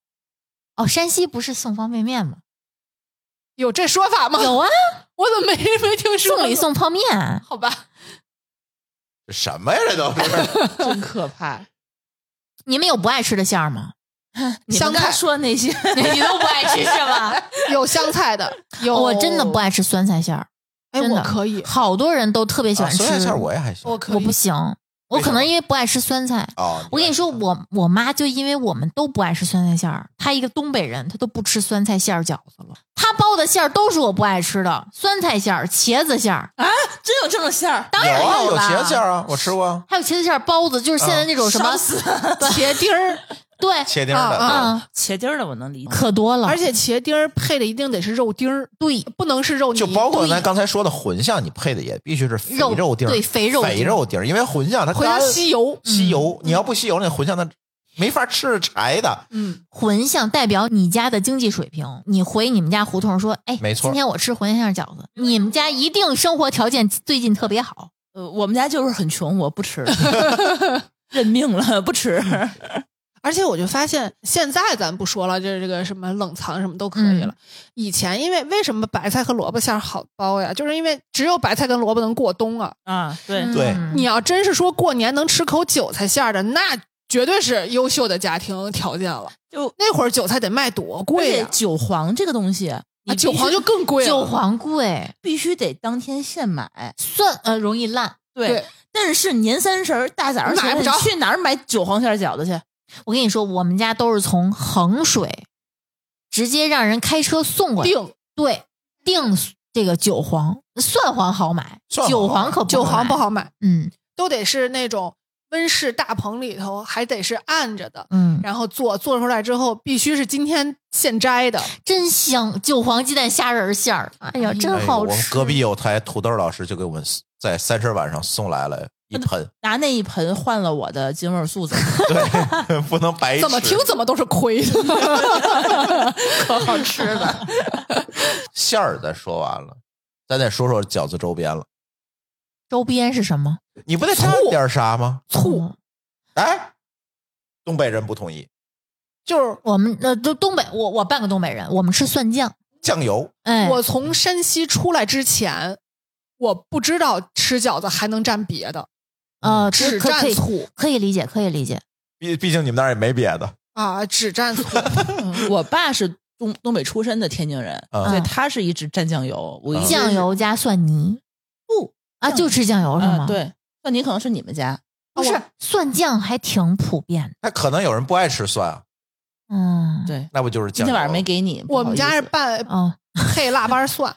Speaker 4: 哦，山西不是送方便面吗？
Speaker 5: 有这说法吗？
Speaker 4: 有 啊，
Speaker 5: 我怎么没没听说过？
Speaker 4: 送礼送泡面。
Speaker 5: 好吧，
Speaker 3: 这什么呀？这 都是啊
Speaker 6: 真可怕！
Speaker 4: 你们有不爱吃的馅儿 吗？
Speaker 6: 你
Speaker 5: 香
Speaker 6: 们刚
Speaker 5: 菜
Speaker 6: 说的那些，
Speaker 4: 你都不爱吃是吧？
Speaker 5: 有香菜的，有
Speaker 4: 哦我真的不爱吃酸菜馅儿，
Speaker 5: 哎，
Speaker 4: 真
Speaker 5: 我
Speaker 4: 的
Speaker 5: 可以，
Speaker 4: 好多人都特别喜
Speaker 3: 啊
Speaker 4: 欢吃。
Speaker 3: 酸菜馅儿我也还行
Speaker 5: 我可以，
Speaker 4: 我不 行，我可能因为不爱吃酸菜。
Speaker 3: 啊。
Speaker 4: 我跟你说，我我妈就因为我们都不爱吃酸菜馅儿，她一个东北人，她都不吃酸菜馅儿饺子了。她包的馅儿都是我不爱吃的，酸菜馅儿、茄子馅儿，
Speaker 6: 真有这种馅儿？
Speaker 4: 当
Speaker 3: 有
Speaker 4: 然
Speaker 3: 啊，有
Speaker 4: 啦。
Speaker 3: 茄子馅儿啊，我吃过啊，
Speaker 4: 还有茄子馅儿包子，就是现
Speaker 5: 啊
Speaker 4: 在那种什么
Speaker 6: 烧死
Speaker 4: 茄丁 儿，对，
Speaker 3: 切丁儿的。
Speaker 5: 啊
Speaker 3: 对
Speaker 4: 嗯，
Speaker 6: 茄丁儿的我能理解，
Speaker 4: 可多了。
Speaker 5: 嗯而且茄丁儿配的一定得是肉丁儿，对，不能是肉泥，
Speaker 3: 就包括咱
Speaker 5: 对
Speaker 3: 刚才说的茴香，你配的也必须是肥
Speaker 4: 肉
Speaker 3: 丁儿，
Speaker 4: 对肥肉
Speaker 3: 肥
Speaker 4: 丁
Speaker 3: 肉丁儿，因为茴香它
Speaker 5: 茴香
Speaker 3: 干
Speaker 5: 吸油，
Speaker 3: 吸油，你要不吸油，那茴香它没法吃是柴的。
Speaker 5: 嗯，
Speaker 4: 茴香代表你家的经济水平。你回你们家胡同说，哎，
Speaker 3: 没错
Speaker 4: 今天我吃茴香馅饺子，你们家一定生活条件最近特别好。
Speaker 6: 呃，我们家就是很穷，我不吃， 认命了，不吃。
Speaker 5: 而且我就发现现在咱不说了，这这个什么冷藏什么都可以
Speaker 4: 嗯
Speaker 5: 了。以前因为为什么白菜和萝卜馅儿好包呀？就是因为只有白菜跟萝卜能过冬啊。
Speaker 6: 啊，对，
Speaker 4: 嗯
Speaker 3: 对
Speaker 5: 你要真是说过年能吃口韭菜馅儿的，那绝对是优秀的家庭条件了。
Speaker 6: 就
Speaker 5: 那会儿韭菜得卖多
Speaker 6: 而
Speaker 5: 贵
Speaker 6: 且
Speaker 5: 呀、
Speaker 6: 韭黄这个东西，
Speaker 5: 啊
Speaker 6: 你
Speaker 5: 韭黄就更贵了。
Speaker 4: 韭黄贵，
Speaker 6: 必须得当天现买。
Speaker 4: 蒜呃容易烂。
Speaker 6: 对
Speaker 5: 对
Speaker 6: 但是年三十儿大早上起来
Speaker 5: 买不着
Speaker 6: 你去哪儿买韭黄馅儿饺子去？
Speaker 4: 我跟你说，我们家都是从衡水直接让人开车送过来。
Speaker 5: 定
Speaker 4: 对定这个韭黄，蒜黄好买，
Speaker 3: 蒜黄
Speaker 4: 韭黄可不
Speaker 5: 韭黄不
Speaker 4: 好买。
Speaker 5: 好买，
Speaker 4: 嗯，
Speaker 5: 都得是那种温室大棚里头还得是按着的，
Speaker 4: 嗯，
Speaker 5: 然后做做出来之后必须是今天现摘的，
Speaker 4: 真香！韭黄鸡蛋虾仁馅儿，哎呀，真
Speaker 3: 哎
Speaker 4: 好
Speaker 3: 我们
Speaker 4: 吃。
Speaker 3: 隔壁有台土豆老师就给我们在三十晚上送来了一盆，
Speaker 6: 拿那一盆换了我的京味儿素 子，
Speaker 3: 对， 不能白吃。
Speaker 5: 怎么听怎么都是亏的。
Speaker 4: 可好吃了，
Speaker 3: 馅儿咱说完了，咱得说说饺子周边了。
Speaker 4: 周边是什么？
Speaker 3: 你不得加点啥吗？
Speaker 4: 醋。
Speaker 3: 哎，东北人不同意，
Speaker 5: 就是
Speaker 4: 我们呃，就东北，我我半个东北人，我们吃蒜酱。
Speaker 3: 酱油
Speaker 4: 哎，
Speaker 5: 我从山西出来之前，我不知道吃饺子还能蘸别的，
Speaker 4: 呃，
Speaker 5: 只
Speaker 4: 可可
Speaker 5: 蘸
Speaker 4: 以
Speaker 5: 醋
Speaker 4: 可以理解，可以理解。
Speaker 3: 毕毕竟你们那儿也没别的，
Speaker 5: 啊，只蘸醋。
Speaker 6: 我爸是东东北出身的天津人，
Speaker 3: 啊
Speaker 6: 所以
Speaker 4: 嗯
Speaker 6: 他是一直蘸酱油，我一
Speaker 3: 啊
Speaker 6: 直是
Speaker 4: 酱油加蒜泥
Speaker 6: 不
Speaker 4: 啊，
Speaker 6: 嗯酱
Speaker 4: 就吃酱油是吗？
Speaker 6: 啊，，对，那你可能是你们家，
Speaker 4: 不是
Speaker 5: 啊
Speaker 4: 蒜酱还挺普遍的。
Speaker 3: 那可能有人不爱吃蒜啊，
Speaker 4: 嗯，
Speaker 6: 对，
Speaker 3: 那不就是
Speaker 6: 今
Speaker 3: 酱油？
Speaker 6: 天晚上没给你，不
Speaker 5: 我
Speaker 6: 好
Speaker 5: 们
Speaker 6: 意
Speaker 5: 家是
Speaker 6: 思
Speaker 5: 拌
Speaker 4: 哦，
Speaker 5: 配腊八蒜，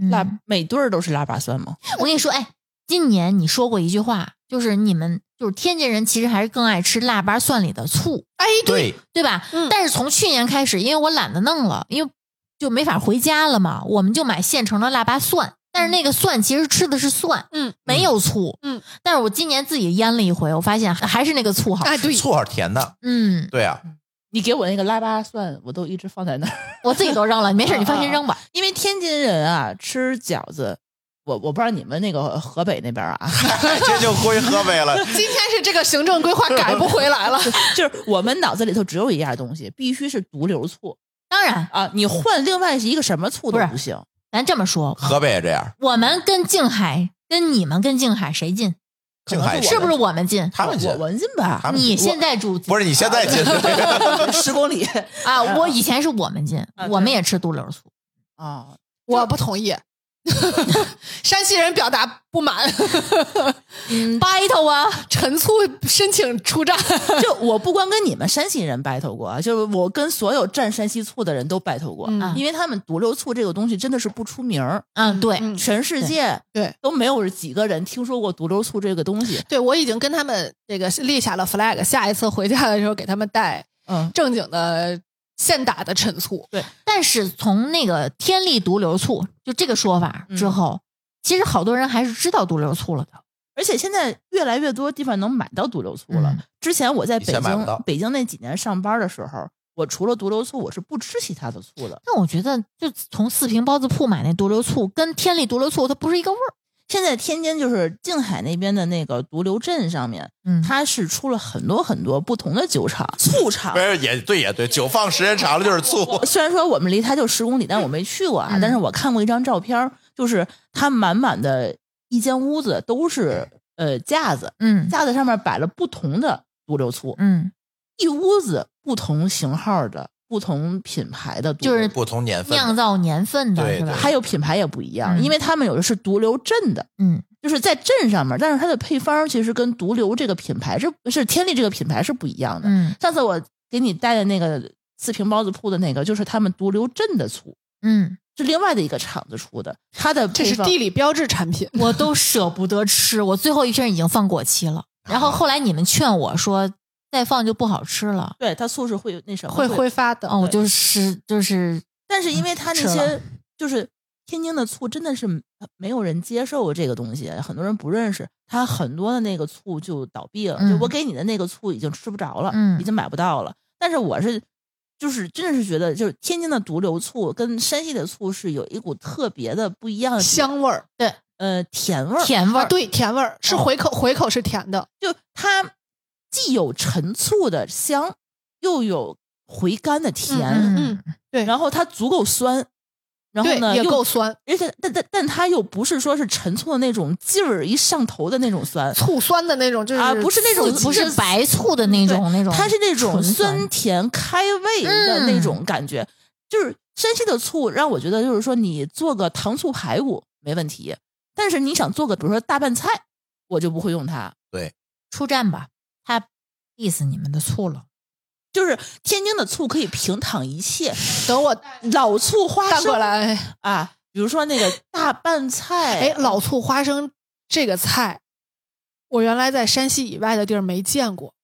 Speaker 4: 嗯
Speaker 6: 腊每对儿都是腊八蒜吗？
Speaker 4: 我跟你说，哎，今年你说过一句话，就是你们就是天津人其实还是更爱吃腊八蒜里的醋，
Speaker 5: 哎，
Speaker 3: 对，
Speaker 4: 对吧？
Speaker 5: 嗯
Speaker 4: 但是从去年开始，因为我懒得弄了，因为就没法回家了嘛，我们就买现成的腊八蒜。但是那个蒜其实吃的是蒜，
Speaker 5: 嗯，
Speaker 4: 没有醋，
Speaker 5: 嗯。
Speaker 4: 但是我今年自己腌了一回，我发现还是那个醋好吃。
Speaker 5: 哎，对，
Speaker 3: 醋好甜的，
Speaker 4: 嗯，
Speaker 3: 对啊，
Speaker 6: 你给我那个腊八蒜，我都一直放在那儿，
Speaker 4: 我自己都扔了， 没事，你放心扔吧。
Speaker 6: 因为天津人啊吃饺子，我我不知道你们那个河北那边 啊，
Speaker 3: 这就归河北了。
Speaker 5: 今天是这个行政规划改不回来了，
Speaker 6: 就是我们脑子里头只有一样东西，必须是毒瘤醋
Speaker 4: 当然，
Speaker 6: 啊，你换另外一个什么醋都
Speaker 4: 不是
Speaker 6: 不行。
Speaker 4: 咱这么说，
Speaker 3: 河北也这样，
Speaker 4: 我们跟静海，跟你们跟静海谁近？
Speaker 3: 静海
Speaker 4: 是不是我们近？
Speaker 3: 他们
Speaker 6: 啊我
Speaker 3: 进
Speaker 6: 我闻进吧
Speaker 3: 他，们
Speaker 4: 你现在住
Speaker 3: 不是你现在进的
Speaker 6: 十公里
Speaker 4: 啊？我以前是我们近
Speaker 6: 啊，
Speaker 4: 我们也吃毒瘤醋。
Speaker 6: 啊，
Speaker 5: 我不同意。 山西人表达不满，
Speaker 4: 嗯，battle 啊，
Speaker 5: 陈醋申请出战。
Speaker 6: 就我不光跟你们山西人 battle 过啊，就是我跟所有蘸山西醋的人都 battle 过，
Speaker 5: 嗯
Speaker 6: 因为他们毒瘤醋这个东西真的是不出名儿，
Speaker 4: 嗯，对，
Speaker 5: 嗯
Speaker 6: 全世界
Speaker 5: 对对
Speaker 6: 都没有几个人听说过毒瘤醋这个东西。
Speaker 5: 对我已经跟他们这个立下了 flag，下一次回家的时候给他们带
Speaker 6: 嗯，
Speaker 5: 正经的现打的陈醋。
Speaker 4: 但是从那个天利毒瘤醋就这个说法之后，其实好多人还是知道毒瘤醋了的。
Speaker 6: 而且现在越来越多地方能买到毒瘤醋了。
Speaker 4: 嗯
Speaker 6: 之前我在
Speaker 3: 以
Speaker 6: 北
Speaker 3: 前买不到
Speaker 6: 京，北京那几年上班的时候，我除了毒瘤醋，我是不吃其他的醋的。
Speaker 4: 但我觉得，就从四平包子铺买那毒瘤醋，跟天利毒瘤醋它不是一个味儿。
Speaker 6: 现在天津就是静海那边的那个毒瘤镇上面，
Speaker 4: 嗯，
Speaker 6: 它是出了很多很多不同的酒厂、醋厂
Speaker 3: 不。是也对也对，酒放时间长了就是醋。
Speaker 6: 虽然说我们离它就十公里，但我没去过啊。
Speaker 4: 嗯
Speaker 6: 但是我看过一张照片儿，就是它满满的一间屋子都是呃架子，
Speaker 4: 嗯
Speaker 6: 架子上面摆了不同的毒瘤醋，
Speaker 4: 嗯，
Speaker 6: 一屋子不同型号的、不同品牌的毒
Speaker 4: 就
Speaker 6: 瘤，
Speaker 4: 是
Speaker 3: 不同年份的
Speaker 4: 酿造年份的
Speaker 3: 对
Speaker 4: 是吧？
Speaker 3: 对
Speaker 6: 还有品牌也不一样，
Speaker 4: 嗯
Speaker 6: 因为他们有的是毒瘤镇的，
Speaker 4: 嗯，
Speaker 6: 就是在镇上面，但是它的配方其实跟毒瘤这个品牌是是天利这个品牌是不一样的。
Speaker 4: 嗯
Speaker 6: 上次我给你带的那个四平包子铺的那个，就是他们毒瘤镇的醋，
Speaker 4: 嗯，
Speaker 6: 是另外的一个厂子出的，它的
Speaker 5: 这
Speaker 6: 配
Speaker 5: 是
Speaker 6: 方
Speaker 5: 地理标志产品，
Speaker 4: 我都舍不得吃，我最后一瓶已经放过期 了。然后后来你们劝我说再放就不好吃了，
Speaker 6: 对它醋是会那什么
Speaker 5: 会挥发的。
Speaker 4: 哦，我就是就是
Speaker 6: 但是因为它那
Speaker 4: 吃
Speaker 6: 些
Speaker 4: 了
Speaker 6: 就是天津的醋真的是没有人接受这个东西，很多人不认识，它很多的那个醋就倒闭了。
Speaker 4: 嗯
Speaker 6: 就我给你的那个醋已经吃不着了，
Speaker 4: 嗯
Speaker 6: 已经买不到了。但是我是就是真的是觉得，就是天津的毒瘤醋跟山西的醋是有一股特别的不一样的
Speaker 5: 香味儿
Speaker 6: 呃甜味儿，哦
Speaker 4: 甜味
Speaker 5: 啊，
Speaker 4: 儿。
Speaker 5: 对，甜味儿是回口，回口是甜的，
Speaker 6: 就它既有陈醋的香，又有回甘的甜，
Speaker 4: 嗯，
Speaker 6: 然后它足够酸，然后
Speaker 5: 对
Speaker 6: 呢，
Speaker 5: 也
Speaker 6: 又
Speaker 5: 够酸，
Speaker 6: 而且但但但它又不是说是陈醋的那种劲儿一上头的那种酸，
Speaker 5: 醋酸的那种，就是
Speaker 6: 啊不是那种
Speaker 4: 不是白醋的那种那种，
Speaker 6: 它是那种
Speaker 4: 纯
Speaker 6: 酸甜开胃的
Speaker 5: 嗯
Speaker 6: 那种感觉。就是山西的醋让我觉得就是说你做个糖醋排骨没问题，但是你想做个比如说大拌菜，我就不会用它。
Speaker 4: 出战吧，他 diss 你们的醋了。
Speaker 6: 就是天津的醋可以平躺一切，
Speaker 5: 等我
Speaker 6: 老醋花
Speaker 5: 带
Speaker 6: 生
Speaker 5: 过来。
Speaker 6: 啊，
Speaker 5: 哎
Speaker 4: 啊
Speaker 6: 比如说那个大拌菜，
Speaker 5: 哎，老醋花生这个菜，我原来在山西以外的地儿没见过，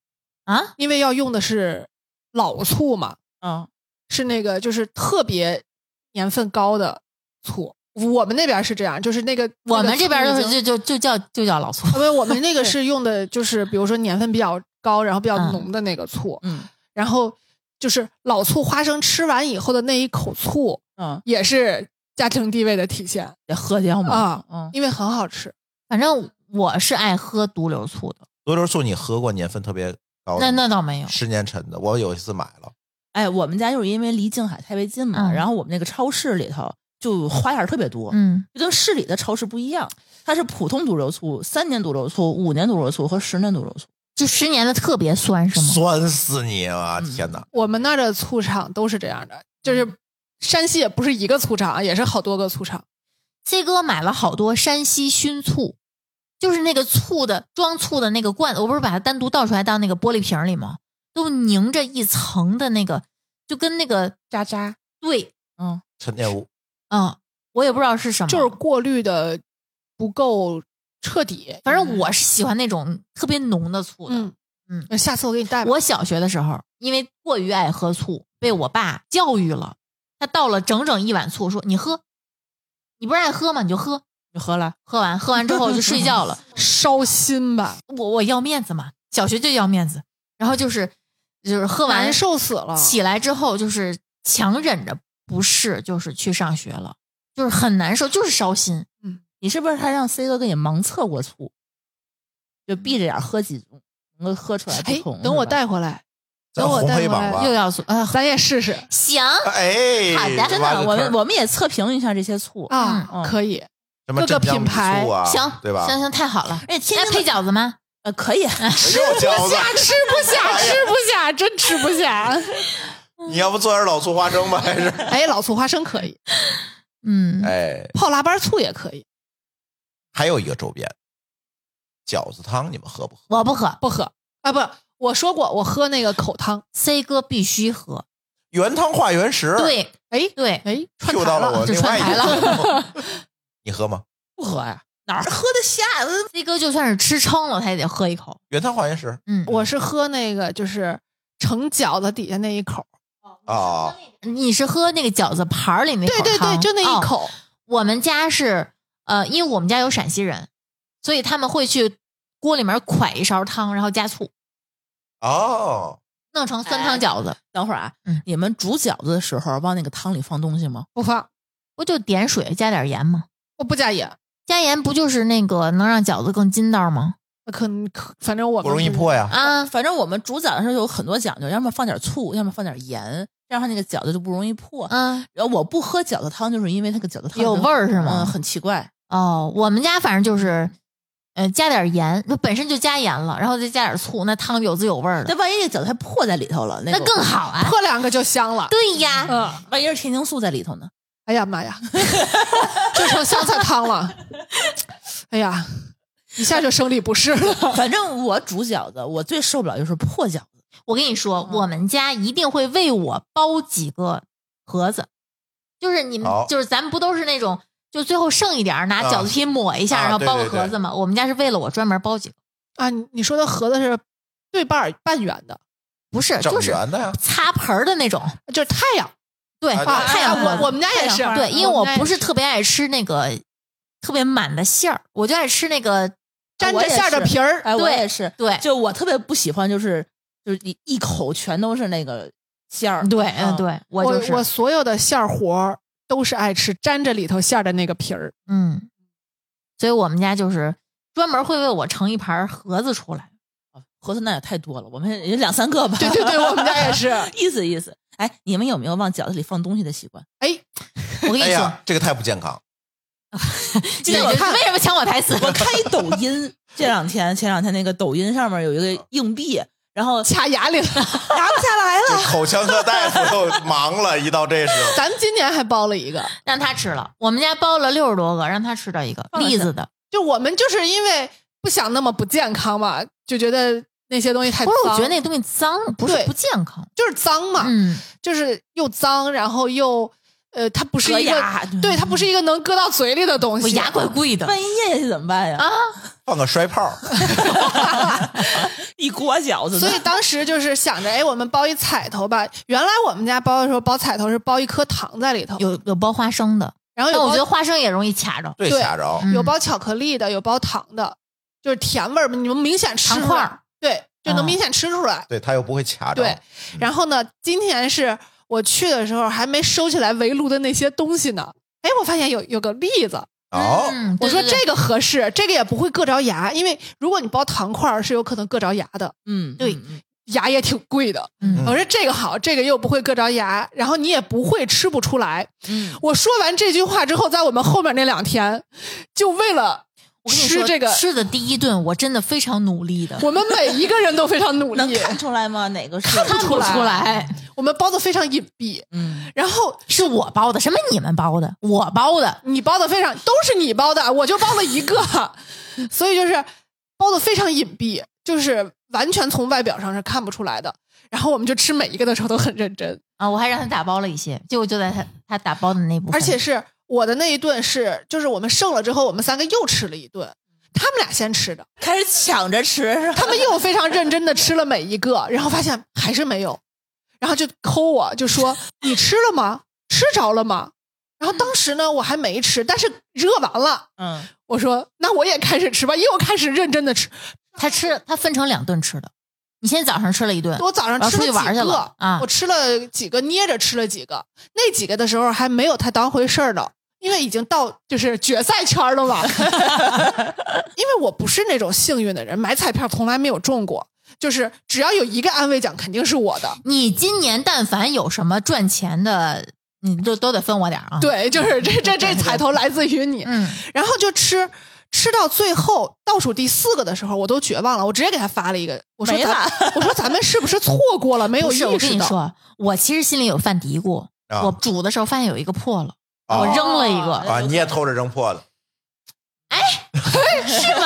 Speaker 4: 啊，
Speaker 5: 因为要用的是老醋嘛，
Speaker 6: 嗯，
Speaker 5: 是那个就是特别年份高的醋。我们那边是这样，就是那个
Speaker 4: 我们这边
Speaker 5: 就
Speaker 4: 就是就就就叫就叫老醋，
Speaker 5: 不，我们那个是用的就是比如说年份比较高，然后比较浓的那个醋，
Speaker 6: 嗯，
Speaker 5: 然后就是老醋花生吃完以后的那一口醋，
Speaker 6: 嗯，
Speaker 5: 也是家庭地位的体现，
Speaker 6: 得喝掉嘛，
Speaker 5: 啊
Speaker 6: 嗯，
Speaker 5: 因为很好吃。
Speaker 4: 反正我是爱喝独流醋的，
Speaker 3: 多流醋你喝过年份特别高的
Speaker 4: 那
Speaker 3: 吗，
Speaker 4: 那倒没有，
Speaker 3: 十年陈的，我有一次买了，
Speaker 6: 哎，我们家就是因为离静海太为近嘛，
Speaker 4: 嗯
Speaker 6: 然后我们那个超市里头就花样儿特别多，
Speaker 4: 嗯，
Speaker 6: 就跟市里的超市不一样，它是普通毒瘤醋、三年毒瘤醋、五年毒瘤醋和十年毒瘤醋。
Speaker 4: 就十年的特别酸是吗？
Speaker 3: 酸死你啊！天哪，
Speaker 5: 我们那儿的醋厂都是这样的，
Speaker 6: 嗯
Speaker 5: 就是山西也不是一个醋厂，啊也是好多个醋厂。
Speaker 4: C 哥买了好多山西熏醋，就是那个醋的装醋的那个罐子，我不是把它单独倒出来到那个玻璃瓶里吗？都凝着一层的那个，就跟那个
Speaker 6: 渣渣，
Speaker 4: 对，
Speaker 6: 嗯，
Speaker 3: 陈建武
Speaker 4: 嗯，我也不知道是什么，
Speaker 5: 就是
Speaker 6: 啊
Speaker 5: 过滤的不够彻底。
Speaker 6: 嗯
Speaker 4: 反正我是喜欢那种特别浓的醋的。
Speaker 5: 嗯
Speaker 4: 嗯
Speaker 5: 嗯，下次我给你带吧。
Speaker 4: 我小学的时候，因为过于爱喝醋，被我爸教育了，他倒了整整一碗醋，说：“你喝，你不是爱喝吗？你就喝。
Speaker 6: 你喝了”
Speaker 4: 喝完喝完之后就睡觉了。
Speaker 5: 烧心吧，
Speaker 4: 我我要面子嘛，小学就要面子，然后就是就是喝完
Speaker 5: 难受死了。
Speaker 4: 起来之后就是强忍着不适，就是去上学了，就是很难受，就是烧心。
Speaker 6: 你是不是还让 C 哥给你盲测过醋？就闭着眼喝几盅，能够喝出来不
Speaker 5: 哎
Speaker 6: 同。，
Speaker 5: 等我
Speaker 6: 是吧，
Speaker 5: 带回来，
Speaker 3: 咱
Speaker 5: 等我
Speaker 3: 红
Speaker 5: 带
Speaker 3: 黑
Speaker 5: 回
Speaker 3: 榜
Speaker 5: 来
Speaker 3: 吧
Speaker 4: 又，要做啊，
Speaker 5: 咱也试试
Speaker 4: 行，
Speaker 3: 哎，
Speaker 4: 好的
Speaker 6: 真
Speaker 3: 挖个
Speaker 6: 的，我
Speaker 3: 坑儿
Speaker 6: 们我们也测评一下这些醋。
Speaker 5: 啊
Speaker 6: 嗯，
Speaker 5: 可以。
Speaker 3: 什么
Speaker 5: 各个
Speaker 3: 镇江
Speaker 5: 品
Speaker 3: 米
Speaker 5: 牌
Speaker 3: 醋啊，
Speaker 4: 行，
Speaker 3: 对吧？
Speaker 4: 行行，太好了。
Speaker 6: 而且天
Speaker 4: 哎，
Speaker 6: 津的
Speaker 4: 配饺子吗？
Speaker 6: 呃可 以，
Speaker 3: 吃不 下，
Speaker 5: 吃 不下，吃不下，真吃不下。
Speaker 3: 你要不做点老醋花生吧？还是
Speaker 5: 哎，老醋花生可以，
Speaker 4: 嗯，
Speaker 3: 哎，
Speaker 5: 泡腊八醋也可以，
Speaker 3: 还有一个周边，饺子汤，你们喝不喝？
Speaker 4: 我不喝
Speaker 5: 不喝啊不。我说过，我喝那个口汤，
Speaker 4: ，C 哥必须喝。
Speaker 3: 原汤化原食，
Speaker 4: 对
Speaker 5: 哎
Speaker 4: 对，
Speaker 5: 哎，串
Speaker 3: ，Q
Speaker 5: 台
Speaker 3: 到了我
Speaker 4: 就
Speaker 3: 另外
Speaker 4: 串
Speaker 3: 一
Speaker 4: 台
Speaker 3: 个。你喝吗？
Speaker 6: 不喝呀，哪儿喝得下？嗯
Speaker 4: C 哥就算是吃撑了，他也得喝一口。
Speaker 3: 原汤化原食
Speaker 4: 嗯，
Speaker 5: 我是喝那个就是盛饺子底下那一口，
Speaker 3: 啊，
Speaker 4: 你是喝那个饺子盘儿里那口
Speaker 5: 对对对，
Speaker 4: 汤
Speaker 5: 就那
Speaker 4: 哦
Speaker 5: 一口，啊
Speaker 4: 我们家是呃，因为我们家有陕西人，所以他们会去锅里面㧟一勺汤，然后加醋，
Speaker 3: 哦，
Speaker 4: 弄成酸汤饺子。
Speaker 6: 等会儿啊
Speaker 4: 嗯，
Speaker 6: 你们煮饺子的时候往那个汤里放东西吗？
Speaker 5: 不放，
Speaker 4: 不就点水加点盐吗？
Speaker 5: 我不加盐，
Speaker 4: 加盐不就是那个能让饺子更筋道吗？
Speaker 5: 可能可反正我
Speaker 3: 不
Speaker 5: 们
Speaker 3: 容易
Speaker 5: 是
Speaker 3: 破呀。
Speaker 4: 啊，
Speaker 6: 反正我们煮饺子的时候有很多讲究，要么放点醋，要么放点盐，这样的话那个饺子就不容易破。
Speaker 4: 嗯，
Speaker 6: 然后我不喝饺子汤，就是因为它个饺子汤
Speaker 4: 有
Speaker 6: 就
Speaker 4: 味儿是吗
Speaker 6: 嗯，很奇怪。
Speaker 4: 哦，我们家反正就是，呃，加点盐，那本身就加盐了，然后再加点醋，那汤有滋有味儿
Speaker 6: 那
Speaker 4: 的，
Speaker 6: 万一这饺子还破在里头了，那
Speaker 4: 那
Speaker 6: 个
Speaker 4: 更好啊。
Speaker 5: 破两个就香了。
Speaker 4: 对呀，
Speaker 5: 嗯，
Speaker 6: 万一是天青素在里头呢？
Speaker 5: 哎呀妈呀，就成香菜汤了。哎呀，一下就生理不适 了。
Speaker 6: 反正我煮饺子，我最受不了就是破饺子。
Speaker 4: 我跟你说，
Speaker 5: 嗯
Speaker 4: 我们家一定会为我包几个盒子，就是你们
Speaker 3: 好，
Speaker 4: 就是咱们不都是那种，就最后剩一点儿拿
Speaker 3: 啊
Speaker 4: 饺子皮抹一下，
Speaker 3: 啊
Speaker 4: 然后包
Speaker 3: 对对
Speaker 4: 个
Speaker 3: 对
Speaker 4: 盒子嘛。我们家是为了我专门包几个，
Speaker 5: 啊，你你说的盒子是对半儿半圆的，
Speaker 4: 不是，
Speaker 3: 整
Speaker 4: 就是
Speaker 3: 圆的呀，
Speaker 4: 擦盆儿的那种。
Speaker 5: 就是太阳。
Speaker 4: 对，
Speaker 3: 啊
Speaker 5: 啊
Speaker 3: 对
Speaker 4: 太阳
Speaker 5: 啊
Speaker 4: 盒子
Speaker 5: 我我们家也是
Speaker 6: 太阳花，
Speaker 4: 对，因为
Speaker 5: 我
Speaker 4: 我
Speaker 5: 们家也
Speaker 4: 不是
Speaker 5: 是
Speaker 4: 特别爱吃那个特别满的馅儿，我就爱吃那个
Speaker 5: 粘
Speaker 6: 我
Speaker 5: 着
Speaker 6: 也
Speaker 5: 馅儿的
Speaker 6: 是
Speaker 5: 皮儿，
Speaker 6: 哎，我也是，
Speaker 4: 对
Speaker 6: 就我特别不喜欢，就是就是一一口全都是那个馅儿。
Speaker 4: 对，
Speaker 6: 嗯
Speaker 4: 嗯，，对，我
Speaker 5: 我
Speaker 4: 就是，
Speaker 5: 所有的馅儿活儿都是爱吃粘着里头馅儿的那个皮儿。
Speaker 4: 嗯，所以我们家就是专门会为我盛一盘盒子出来。
Speaker 6: 核酸那也太多了，我们也两三个吧。
Speaker 5: 对对对，我们家也是。
Speaker 6: 意思意思。哎，你们有没有往饺子里放东西的习惯？
Speaker 5: 哎，
Speaker 4: 我跟你
Speaker 3: 哎
Speaker 4: 说，
Speaker 3: 呀，这个太不健康。
Speaker 4: 你
Speaker 6: 天我
Speaker 4: 这
Speaker 6: 看
Speaker 4: 为什么抢我台词？
Speaker 6: 我看一抖音，这两天前两天那个抖音上面有一个硬币，然后
Speaker 5: 卡牙 里了，
Speaker 6: 拿不下来
Speaker 3: 这
Speaker 6: 了。
Speaker 3: 口腔科大夫都忙了，一到这时候，
Speaker 5: 咱们今年还包了一个，
Speaker 4: 让他吃了，我们家包了六十多个，让他吃到一个
Speaker 6: 放了
Speaker 4: 栗子的。
Speaker 5: 就我们就是因为不想那么不健康嘛，就觉得那些东西太
Speaker 4: 不
Speaker 5: 脏，
Speaker 4: 是，我觉得那东西脏，不是
Speaker 5: 对啊
Speaker 4: 不健康。
Speaker 5: 就是脏嘛，
Speaker 4: 嗯，
Speaker 5: 就是又脏，然后又呃，它不是一
Speaker 6: 隔
Speaker 5: 个
Speaker 6: 牙，
Speaker 5: 对，它不是一个能搁到嘴里的东
Speaker 4: 嗯我
Speaker 5: 西。
Speaker 4: 牙怪贵的
Speaker 6: 万一咽下去怎么办呀？
Speaker 4: 啊，
Speaker 3: 放个摔炮，
Speaker 6: 一锅饺子呢，
Speaker 5: 所以当时就是想着，哎，我们包一彩头吧。原来我们家包的时候包彩头是包一颗糖在里头，
Speaker 4: 有有包花生的，
Speaker 5: 然后
Speaker 4: 但
Speaker 5: 有
Speaker 4: 我觉
Speaker 5: 包
Speaker 4: 得花生也容易卡着。
Speaker 3: 对
Speaker 5: 对
Speaker 3: 吓着。
Speaker 4: 嗯
Speaker 5: 有包巧克力的，有包糖的，就是甜味儿，你们明显吃
Speaker 4: 糖
Speaker 5: 出
Speaker 4: 块
Speaker 5: 来
Speaker 4: 儿，
Speaker 5: 对，就
Speaker 4: 嗯
Speaker 5: 能明显吃出来。
Speaker 3: 对他又不会卡着，
Speaker 5: 对，然后呢，今天是我去的时候还没收起来围炉的那些东西呢。哎，我发现有有个栗子，
Speaker 3: 哦，
Speaker 4: 嗯，
Speaker 5: 我
Speaker 4: 对
Speaker 5: 说
Speaker 4: 对对
Speaker 5: 这个合适，这个也不会硌着牙，因为如果你包糖块儿是有可能硌着牙的，
Speaker 6: 嗯，
Speaker 4: 对
Speaker 6: 嗯，嗯
Speaker 5: 牙也挺贵的。
Speaker 4: 嗯
Speaker 5: 我说这个好，这个又不会硌着牙，然后你也不会吃不出来。
Speaker 6: 嗯
Speaker 5: 我说完这句话之后，在我们后面那两天，就为了
Speaker 4: 我跟你
Speaker 5: 吃
Speaker 4: 说，
Speaker 5: 这个，
Speaker 4: 吃的第一顿，我真的非常努力的，
Speaker 5: 我们每一个人都非 常努
Speaker 6: 能
Speaker 5: 力，
Speaker 6: 看出来吗？哪个是？
Speaker 4: 看不
Speaker 5: 出
Speaker 4: 出来
Speaker 5: 我们包的非常隐蔽。
Speaker 6: 嗯，
Speaker 5: 然后
Speaker 4: 是我包的，什么你们包的，我包的，
Speaker 5: 你包的非常都是你包的，我就包了一个， 所以就是包的非常隐蔽，就是完全从外表上是看不出来的。然后我们就吃每一个的时候都很认真，
Speaker 4: 啊，我还让他打包了一些，结果就在他他打包的那部分，
Speaker 5: 而且是我的那一顿是，就是我们剩了之后，我们三个又吃了一顿，他们俩先吃的，
Speaker 6: 开始抢着吃是吧？
Speaker 5: 他们又非常认真的吃了每一个，然后发现还是没有，然后就抠我就说你吃了吗？吃着了吗？然后当时呢我还没吃，但是热完了，
Speaker 6: 嗯，
Speaker 5: 我说那我也开始吃吧，又开始认真的吃，
Speaker 4: 他吃他分成两顿吃的，你先早上吃了一顿，
Speaker 5: 我早上
Speaker 4: 然后
Speaker 5: 吃了
Speaker 4: 出
Speaker 5: 几
Speaker 4: 去玩去
Speaker 5: 个
Speaker 4: 了啊
Speaker 5: 我吃了几个，捏着吃了几个。那几个的时候还没有太当回事儿呢，因为已经到就是决赛圈了嘛。 因为我不是那种幸运的人，买彩票从来没有中过，就是只要有一个安慰奖肯定是我的。
Speaker 4: 你今年但凡有什么赚钱的，你就都得分我点儿啊，，
Speaker 5: 对，就是这这这彩头来自于你。
Speaker 4: 嗯，
Speaker 5: 然后就吃。吃到最后倒数第四个的时候，我都绝望了。我直接给他发了一个，我说
Speaker 6: 没
Speaker 5: 咱我说咱们是不是错过了，没有
Speaker 4: 不
Speaker 5: 哎意
Speaker 4: 是，我跟
Speaker 5: 识
Speaker 4: 你
Speaker 5: 到？
Speaker 4: 说，我其实心里有犯嘀咕，
Speaker 3: 啊
Speaker 4: 我煮的时候发现有一个破了，
Speaker 3: 啊
Speaker 4: 我扔了一个，
Speaker 6: 哦
Speaker 3: 啊，你也偷着扔破了，
Speaker 4: 是吗？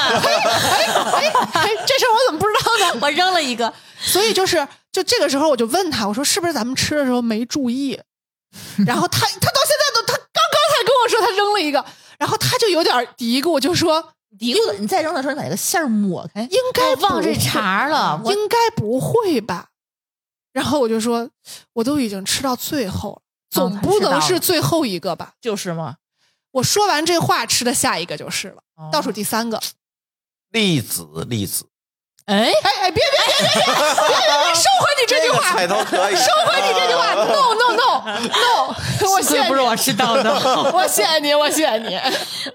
Speaker 5: 哎，这事儿我怎么不知道呢？
Speaker 4: 我扔了一个，
Speaker 5: 所以就是，就这个时候我就问他，我说是不是咱们吃的时候没注意？然后他他到现在都，他刚刚才跟我说他扔了一个，然后他就有点嘀咕，就说
Speaker 6: 嘀咕的，你再扔的时候，你把那个馅儿抹开。
Speaker 5: 应该
Speaker 4: 我
Speaker 5: 不
Speaker 4: 哎忘这
Speaker 5: 会
Speaker 4: 茬儿了，我
Speaker 5: 应该不会吧？然后我就说，我都已经吃到最后了，总
Speaker 4: 哦他
Speaker 5: 不
Speaker 4: 知道
Speaker 5: 能是
Speaker 4: 了
Speaker 5: 最后一个吧？
Speaker 6: 就是嘛，
Speaker 5: 我说完这话，吃的下一个就是了，
Speaker 6: 哦
Speaker 5: 倒数第三个。
Speaker 3: 粒子粒子，
Speaker 4: 哎，
Speaker 5: 哎哎，别别别别别别别，收回你这句话，
Speaker 3: 彩头可以，
Speaker 5: 收回你这句话，no no no no，我谢
Speaker 4: 幸亏
Speaker 5: 你
Speaker 4: 不是我吃到的，
Speaker 5: 我谢谢你，我谢谢 你。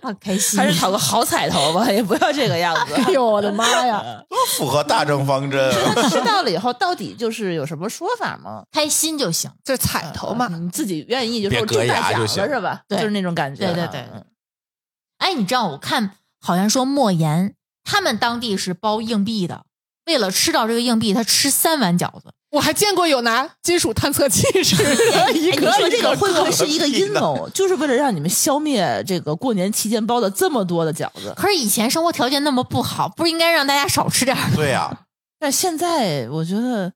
Speaker 4: 好开心
Speaker 6: 还。是讨个好彩头吧，也不要这个样 子。
Speaker 5: 哎呦，我的妈呀！
Speaker 3: 多符合大正方针。
Speaker 6: 吃到了以后，到底就是有什么说法吗？
Speaker 4: 开心就行，
Speaker 5: 这彩头嘛，
Speaker 6: 你嗯自己愿意就
Speaker 3: 别
Speaker 6: 是我中
Speaker 3: 隔牙
Speaker 6: 大奖
Speaker 3: 就
Speaker 6: 了
Speaker 3: 行
Speaker 6: 是吧？
Speaker 4: 对
Speaker 6: 就是那种感觉啊。
Speaker 4: 对对对哎，你知道我看好像说莫言他们当地是包硬币的，为了吃到这个硬币，他吃三碗饺子。
Speaker 5: 我还见过有拿金属探测器似的，一
Speaker 6: 哎，你
Speaker 5: 个
Speaker 6: 说
Speaker 5: 一
Speaker 6: 这个
Speaker 5: 个
Speaker 6: 会不会是一个阴
Speaker 3: 一个
Speaker 6: 谋？就是为了让你们消灭这个过年期间包的这么多的饺子。
Speaker 4: 可是以前生活条件那么不好，不是应该让大家少吃点儿？
Speaker 3: 对呀，
Speaker 6: 但现在我觉得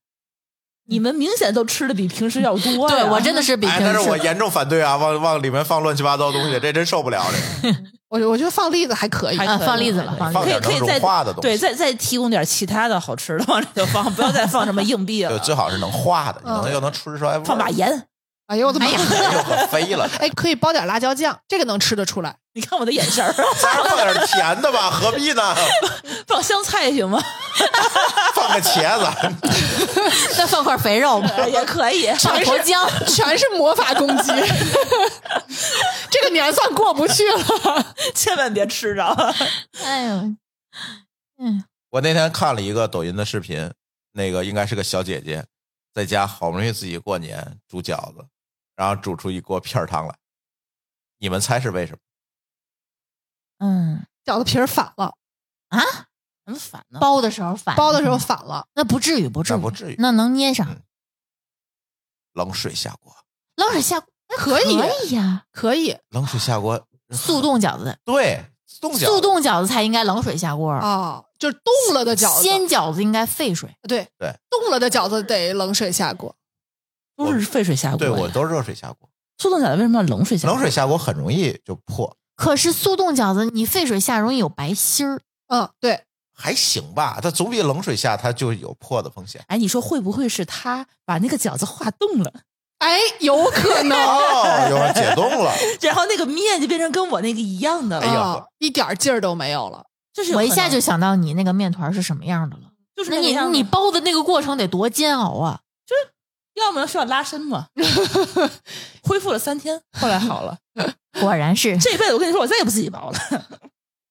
Speaker 6: 你们明显都吃的比平时要多、呀
Speaker 4: 对我真的是比
Speaker 3: 哎，
Speaker 4: 平
Speaker 3: 但是我
Speaker 4: 时
Speaker 3: 严重反对啊，往往里面放乱七八糟东 西，这真受不了这
Speaker 5: 我我觉得放栗子还可以
Speaker 6: 还，
Speaker 4: 啊
Speaker 6: 可以
Speaker 4: 放栗子了
Speaker 6: 还
Speaker 4: 放
Speaker 6: 可以
Speaker 3: 栗子
Speaker 6: 可以
Speaker 3: 放点能
Speaker 6: 再
Speaker 3: 融化的东西
Speaker 6: 对，再再提供点其他的好吃的往里头放，不要再放什么硬币
Speaker 3: 个，
Speaker 6: 了
Speaker 3: 就，最好是能化的，你
Speaker 5: 嗯
Speaker 3: 能又能吃出来味儿，
Speaker 6: 放把盐。
Speaker 5: 哎呦我的妈呀！
Speaker 3: 又可飞 了。
Speaker 5: 哎，可以包点辣椒酱，这个能吃得出来。
Speaker 6: 你看我的眼神儿，啊
Speaker 3: 加上放点甜的吧，何必 呢？
Speaker 6: 放香菜行吗？
Speaker 3: 放个茄子，
Speaker 4: 再放块肥肉吧，
Speaker 6: 也可以。
Speaker 4: 上头姜。
Speaker 6: 啊
Speaker 5: 全是魔法攻击， 这个年算过不去了。
Speaker 6: 千万别吃着。
Speaker 4: 哎呦，
Speaker 3: 我那天看了一个抖音的视频，那个应该是个小姐姐，在家好不容易自己过年煮饺子，然后煮出一锅片儿汤来。你们猜是为什么？
Speaker 4: 嗯，
Speaker 5: 饺子皮儿反了，
Speaker 6: 很烦呢。
Speaker 4: 包的时候反
Speaker 5: 包的时候反了，
Speaker 4: 那不至于，不至
Speaker 3: 那
Speaker 4: 于，
Speaker 3: 不至于
Speaker 4: 那能捏上
Speaker 3: 嗯。冷水下锅，
Speaker 4: 冷水下
Speaker 5: 可以
Speaker 4: 可以呀，
Speaker 5: 可以
Speaker 3: 冷水下锅，
Speaker 4: 速冻饺子，
Speaker 3: 对，冻饺子，
Speaker 4: 速冻饺子才应该冷水下锅。
Speaker 5: 啊，就是冻了的饺
Speaker 4: 鲜
Speaker 5: 子，
Speaker 4: 饺子应该沸水，
Speaker 5: 对
Speaker 3: 对，
Speaker 5: 冻了的饺子得冷水下锅。
Speaker 6: 都是沸水下锅。
Speaker 3: 对我都是热水下锅，
Speaker 6: 速冻饺子为什么要冷水下？
Speaker 3: 冷水下锅很容易就破，
Speaker 4: 可是速冻饺子你沸水下容易有白心儿，
Speaker 5: 嗯，对，
Speaker 3: 还行吧，它总比冷水下它就有破的风 险。
Speaker 6: 哎，你说会不会是他把那个饺子化冻了，
Speaker 5: 哎，有可能，
Speaker 3: 哦，有人解冻了，
Speaker 6: 然后那个面就变成跟我那个一样 的
Speaker 3: 哎
Speaker 6: 了？
Speaker 3: 呦
Speaker 5: 啊，一点劲儿都没有了。
Speaker 6: 这是有
Speaker 4: 我一
Speaker 6: 可
Speaker 4: 下
Speaker 6: 能
Speaker 4: 就想到你那个面团是什么样的了。
Speaker 6: 就是
Speaker 4: 那
Speaker 6: 那个
Speaker 4: 你
Speaker 6: 样
Speaker 4: 你
Speaker 6: 子
Speaker 4: 包的那个过程得多煎熬啊！
Speaker 6: 要么需要拉伸 嘛，恢复了三天，后来好了。
Speaker 4: 果然是
Speaker 6: 这一辈子我跟你说，我再也不自己 包了。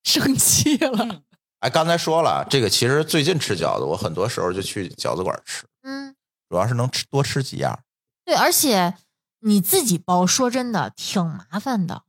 Speaker 5: 生气啊了，
Speaker 3: 哎，刚才说了，这个其实最近吃饺子，我很多时候就去饺子馆吃，
Speaker 4: 嗯，
Speaker 3: 主要是能吃多吃几样。
Speaker 4: 对，而且你自己包，说真的挺麻烦的。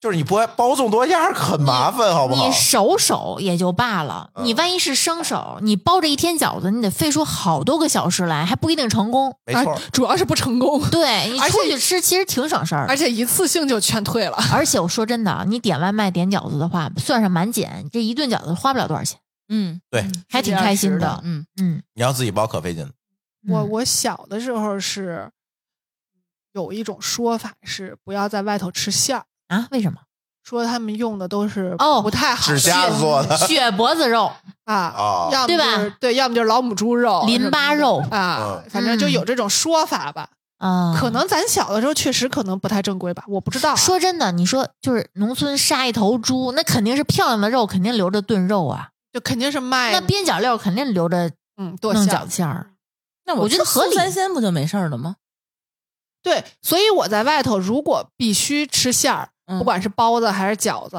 Speaker 3: 就是你不爱包这么多样儿很麻烦，好不好
Speaker 4: 你？熟手也就罢了，
Speaker 3: 嗯
Speaker 4: 你万一是生手，你包这一天饺子，你得费出好多个小时来，还不一定成功。
Speaker 3: 没错嗯
Speaker 5: 啊，主要是不成功，
Speaker 4: 对你
Speaker 5: 而且
Speaker 4: 出去吃其实挺省事儿
Speaker 5: 而
Speaker 4: 的，
Speaker 5: 且一次性就全退了。
Speaker 4: 而且我说真的，啊你点外卖点饺子的话，算上满减，这一顿饺子花不了多少钱，
Speaker 6: 嗯，
Speaker 3: 对，
Speaker 4: 还挺开心
Speaker 6: 的
Speaker 4: 的。。
Speaker 6: 嗯，
Speaker 4: 嗯，
Speaker 3: 你要自己包可费劲了。
Speaker 5: 我
Speaker 4: 嗯
Speaker 5: 我小的时候是有一种说法是不要在外头吃馅儿，
Speaker 4: 啊，为 什么？
Speaker 5: 说他们用的都是
Speaker 4: 哦
Speaker 5: 不太好
Speaker 3: 指甲
Speaker 5: 的
Speaker 3: 做的
Speaker 4: 血脖子肉，
Speaker 5: 啊，
Speaker 3: 啊，
Speaker 5: 要么
Speaker 4: 对吧
Speaker 5: 就是对，要么就是老母猪肉、
Speaker 4: 淋巴肉
Speaker 5: 什么的啊
Speaker 3: 嗯，
Speaker 5: 反正就有这种说法吧。
Speaker 4: 啊，
Speaker 5: 可能咱小的时候确实可能不太正规吧，我不知道啊。
Speaker 4: 说真的，你说就是农村杀一头猪，那肯定是漂亮的肉，肯定留着炖肉啊。
Speaker 5: 就肯定是卖
Speaker 4: 那边角料肯定留着
Speaker 5: 嗯哎剁
Speaker 4: 弄
Speaker 5: 馅
Speaker 4: 饺
Speaker 5: 儿
Speaker 4: 子。馅儿。
Speaker 6: 那
Speaker 4: 我觉得
Speaker 6: 吃
Speaker 4: 合
Speaker 6: 素
Speaker 4: 理
Speaker 6: 三鲜不就没事儿了吗？
Speaker 5: 对，所以我在外头如果必须吃馅儿，
Speaker 6: 嗯
Speaker 5: 不管是包子还是饺子，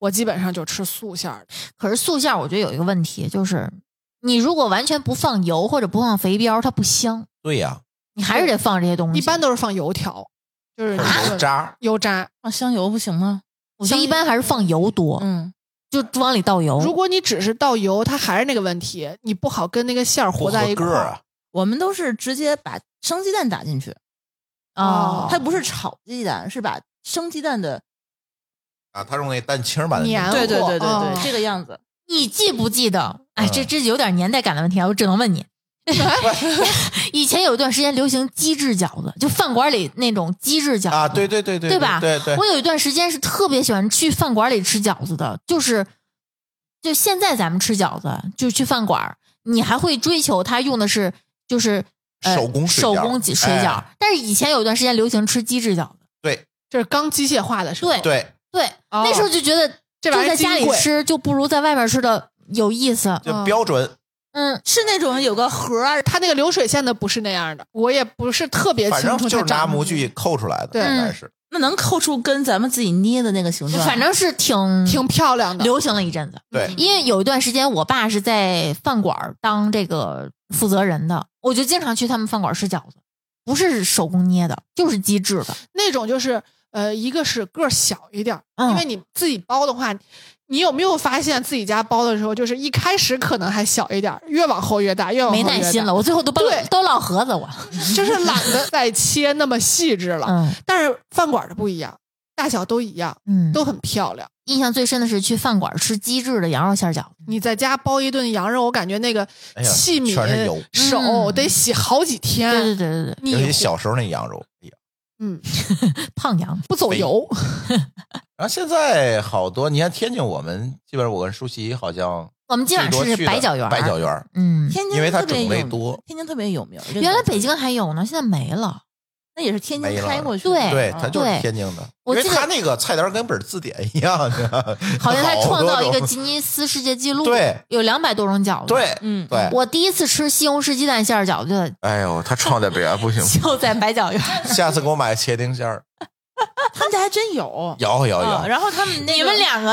Speaker 5: 我基本上就吃素馅儿的。
Speaker 4: 可是素馅儿，我觉得有一个问题，就是你如果完全不放油或者不放肥膘，它不香，
Speaker 3: 对呀、
Speaker 4: 你还是得放这些东西。
Speaker 5: 一般都是放油条，就是
Speaker 3: 还有油
Speaker 5: 油
Speaker 3: 渣儿，
Speaker 5: 油渣。
Speaker 6: 放香油不行吗？
Speaker 4: 我觉得一般还是放油多，
Speaker 6: 嗯，
Speaker 4: 就往里倒油。
Speaker 5: 如果你只是倒油，它还是那个问题，你不好跟那个馅儿
Speaker 3: 不
Speaker 5: 和在
Speaker 3: 合
Speaker 5: 一
Speaker 3: 个
Speaker 5: 块
Speaker 3: 儿
Speaker 5: 儿。
Speaker 3: 啊。
Speaker 6: 我们都是直接把生鸡蛋打进去，
Speaker 4: 啊，
Speaker 5: 哦
Speaker 6: 它不是炒鸡蛋，是把生鸡蛋的
Speaker 3: 啊，他用那蛋清儿把它
Speaker 5: 粘
Speaker 3: 弄
Speaker 5: 对对对对对
Speaker 6: 对嗯这个样子。
Speaker 4: 你记不记得？哎，
Speaker 3: 嗯
Speaker 4: 这这有点年代感的问题啊，我只 能问你。以前有一段时间流行机制饺子，就饭馆里那种机制饺子
Speaker 3: 啊，对对对对
Speaker 4: 对吧
Speaker 3: 对对
Speaker 4: 我有一段时间是特别喜欢去饭馆里吃饺子的，就是就现在咱们吃饺子，就去饭馆儿，你还会追求它用的是就是、呃、
Speaker 3: 手工水饺
Speaker 4: 手工几水饺、
Speaker 3: 哎
Speaker 4: 但是以前有一段时间流行吃机制饺子，
Speaker 3: 对
Speaker 5: 这是刚机械化的时候。
Speaker 4: 对
Speaker 3: 对，
Speaker 4: 对，
Speaker 5: 哦
Speaker 4: 那时候就觉得
Speaker 5: 这
Speaker 4: 就
Speaker 5: 玩意儿
Speaker 4: 在家里
Speaker 5: 金贵
Speaker 4: 吃就不如在外面吃的有意思。
Speaker 3: 就
Speaker 5: 嗯
Speaker 3: 标准
Speaker 4: 嗯，
Speaker 6: 是那种有个盒儿，
Speaker 5: 它那个流水线的不是那样的，我也不是特别
Speaker 3: 反
Speaker 5: 清
Speaker 3: 正
Speaker 5: 楚
Speaker 3: 就
Speaker 5: 它
Speaker 3: 是拿
Speaker 5: 长
Speaker 3: 模
Speaker 5: 什么
Speaker 3: 具
Speaker 5: 样
Speaker 3: 扣出来的，
Speaker 5: 对
Speaker 3: 应该是。
Speaker 6: 那能抠出跟咱们自己捏的那个形状。啊
Speaker 4: 反正是挺
Speaker 5: 挺漂亮的。
Speaker 4: 嗯流行了一阵子。
Speaker 3: 对，
Speaker 4: 因为有一段时间，我爸是在饭馆儿当这个负责人的，我就经常去他们饭馆儿吃饺子，不是手工捏的，就是机制的。
Speaker 5: 那种就是呃，一个是个儿小一点儿，
Speaker 4: 嗯
Speaker 5: 因为你自己包的话，你有没有发现自己家包的时候，就是一开始可能还小一点儿，越往后越大，越往
Speaker 4: 嗯
Speaker 5: 后
Speaker 4: 没
Speaker 5: 越大
Speaker 4: 耐心了，，我最后都包
Speaker 5: 对
Speaker 4: 都烙盒子我。
Speaker 5: 就是懒得再切那么细致了。
Speaker 4: 嗯
Speaker 5: 但是饭馆儿的不一样，大小都一样，
Speaker 4: 嗯，
Speaker 5: 都很漂亮。
Speaker 4: 印象最深的是去饭馆吃机制的羊肉馅儿饺子，
Speaker 5: 你在家包一顿羊肉，我感觉那个
Speaker 3: 哎呀
Speaker 5: 器皿、
Speaker 3: 全是油
Speaker 5: 手、
Speaker 4: 嗯
Speaker 5: 得洗好几天，
Speaker 4: 对对对对
Speaker 3: 尤其
Speaker 5: 腻乎，
Speaker 3: 小时候那羊肉，哎呀。
Speaker 5: 嗯，
Speaker 4: 对，胖羊，
Speaker 5: 不走油。
Speaker 3: 然后现在好多，你看天津，我们基本上我跟舒淇好像
Speaker 4: 我们今晚
Speaker 3: 最多
Speaker 4: 吃
Speaker 3: 去
Speaker 4: 是
Speaker 3: 的
Speaker 4: 白饺圆，
Speaker 3: 白饺，圆儿，
Speaker 4: 嗯，
Speaker 6: 天津
Speaker 3: 因为它
Speaker 6: 特别
Speaker 3: 种类
Speaker 6: 有名
Speaker 3: 多，
Speaker 6: 天津特别有名。这个
Speaker 4: 原来北京还有呢，现在没了。
Speaker 6: 那也是天
Speaker 3: 没
Speaker 6: 津
Speaker 3: 了
Speaker 6: 开过去的，
Speaker 4: 对
Speaker 3: 对，
Speaker 6: 嗯
Speaker 3: 它就是
Speaker 4: 对
Speaker 3: 天津的，因
Speaker 4: 我
Speaker 3: 为
Speaker 4: 记得
Speaker 3: 它那个菜单跟本字典一样，你看
Speaker 4: 好像还创造一
Speaker 3: 好多
Speaker 4: 个
Speaker 3: 种
Speaker 4: 吉尼斯世界纪录，
Speaker 3: 对，
Speaker 4: 有两百多种饺子。，
Speaker 3: 对
Speaker 6: 嗯
Speaker 3: 对，
Speaker 4: 我第一次吃西红柿鸡蛋馅儿饺子
Speaker 3: 哎呦，他创的别不行
Speaker 4: 就 就在白饺圆。
Speaker 3: 下次给我买茄丁馅儿，
Speaker 6: 他们家还真有。
Speaker 3: 摇摇
Speaker 6: 啊，
Speaker 3: 摇，
Speaker 6: 然后他们那个
Speaker 4: 你们两个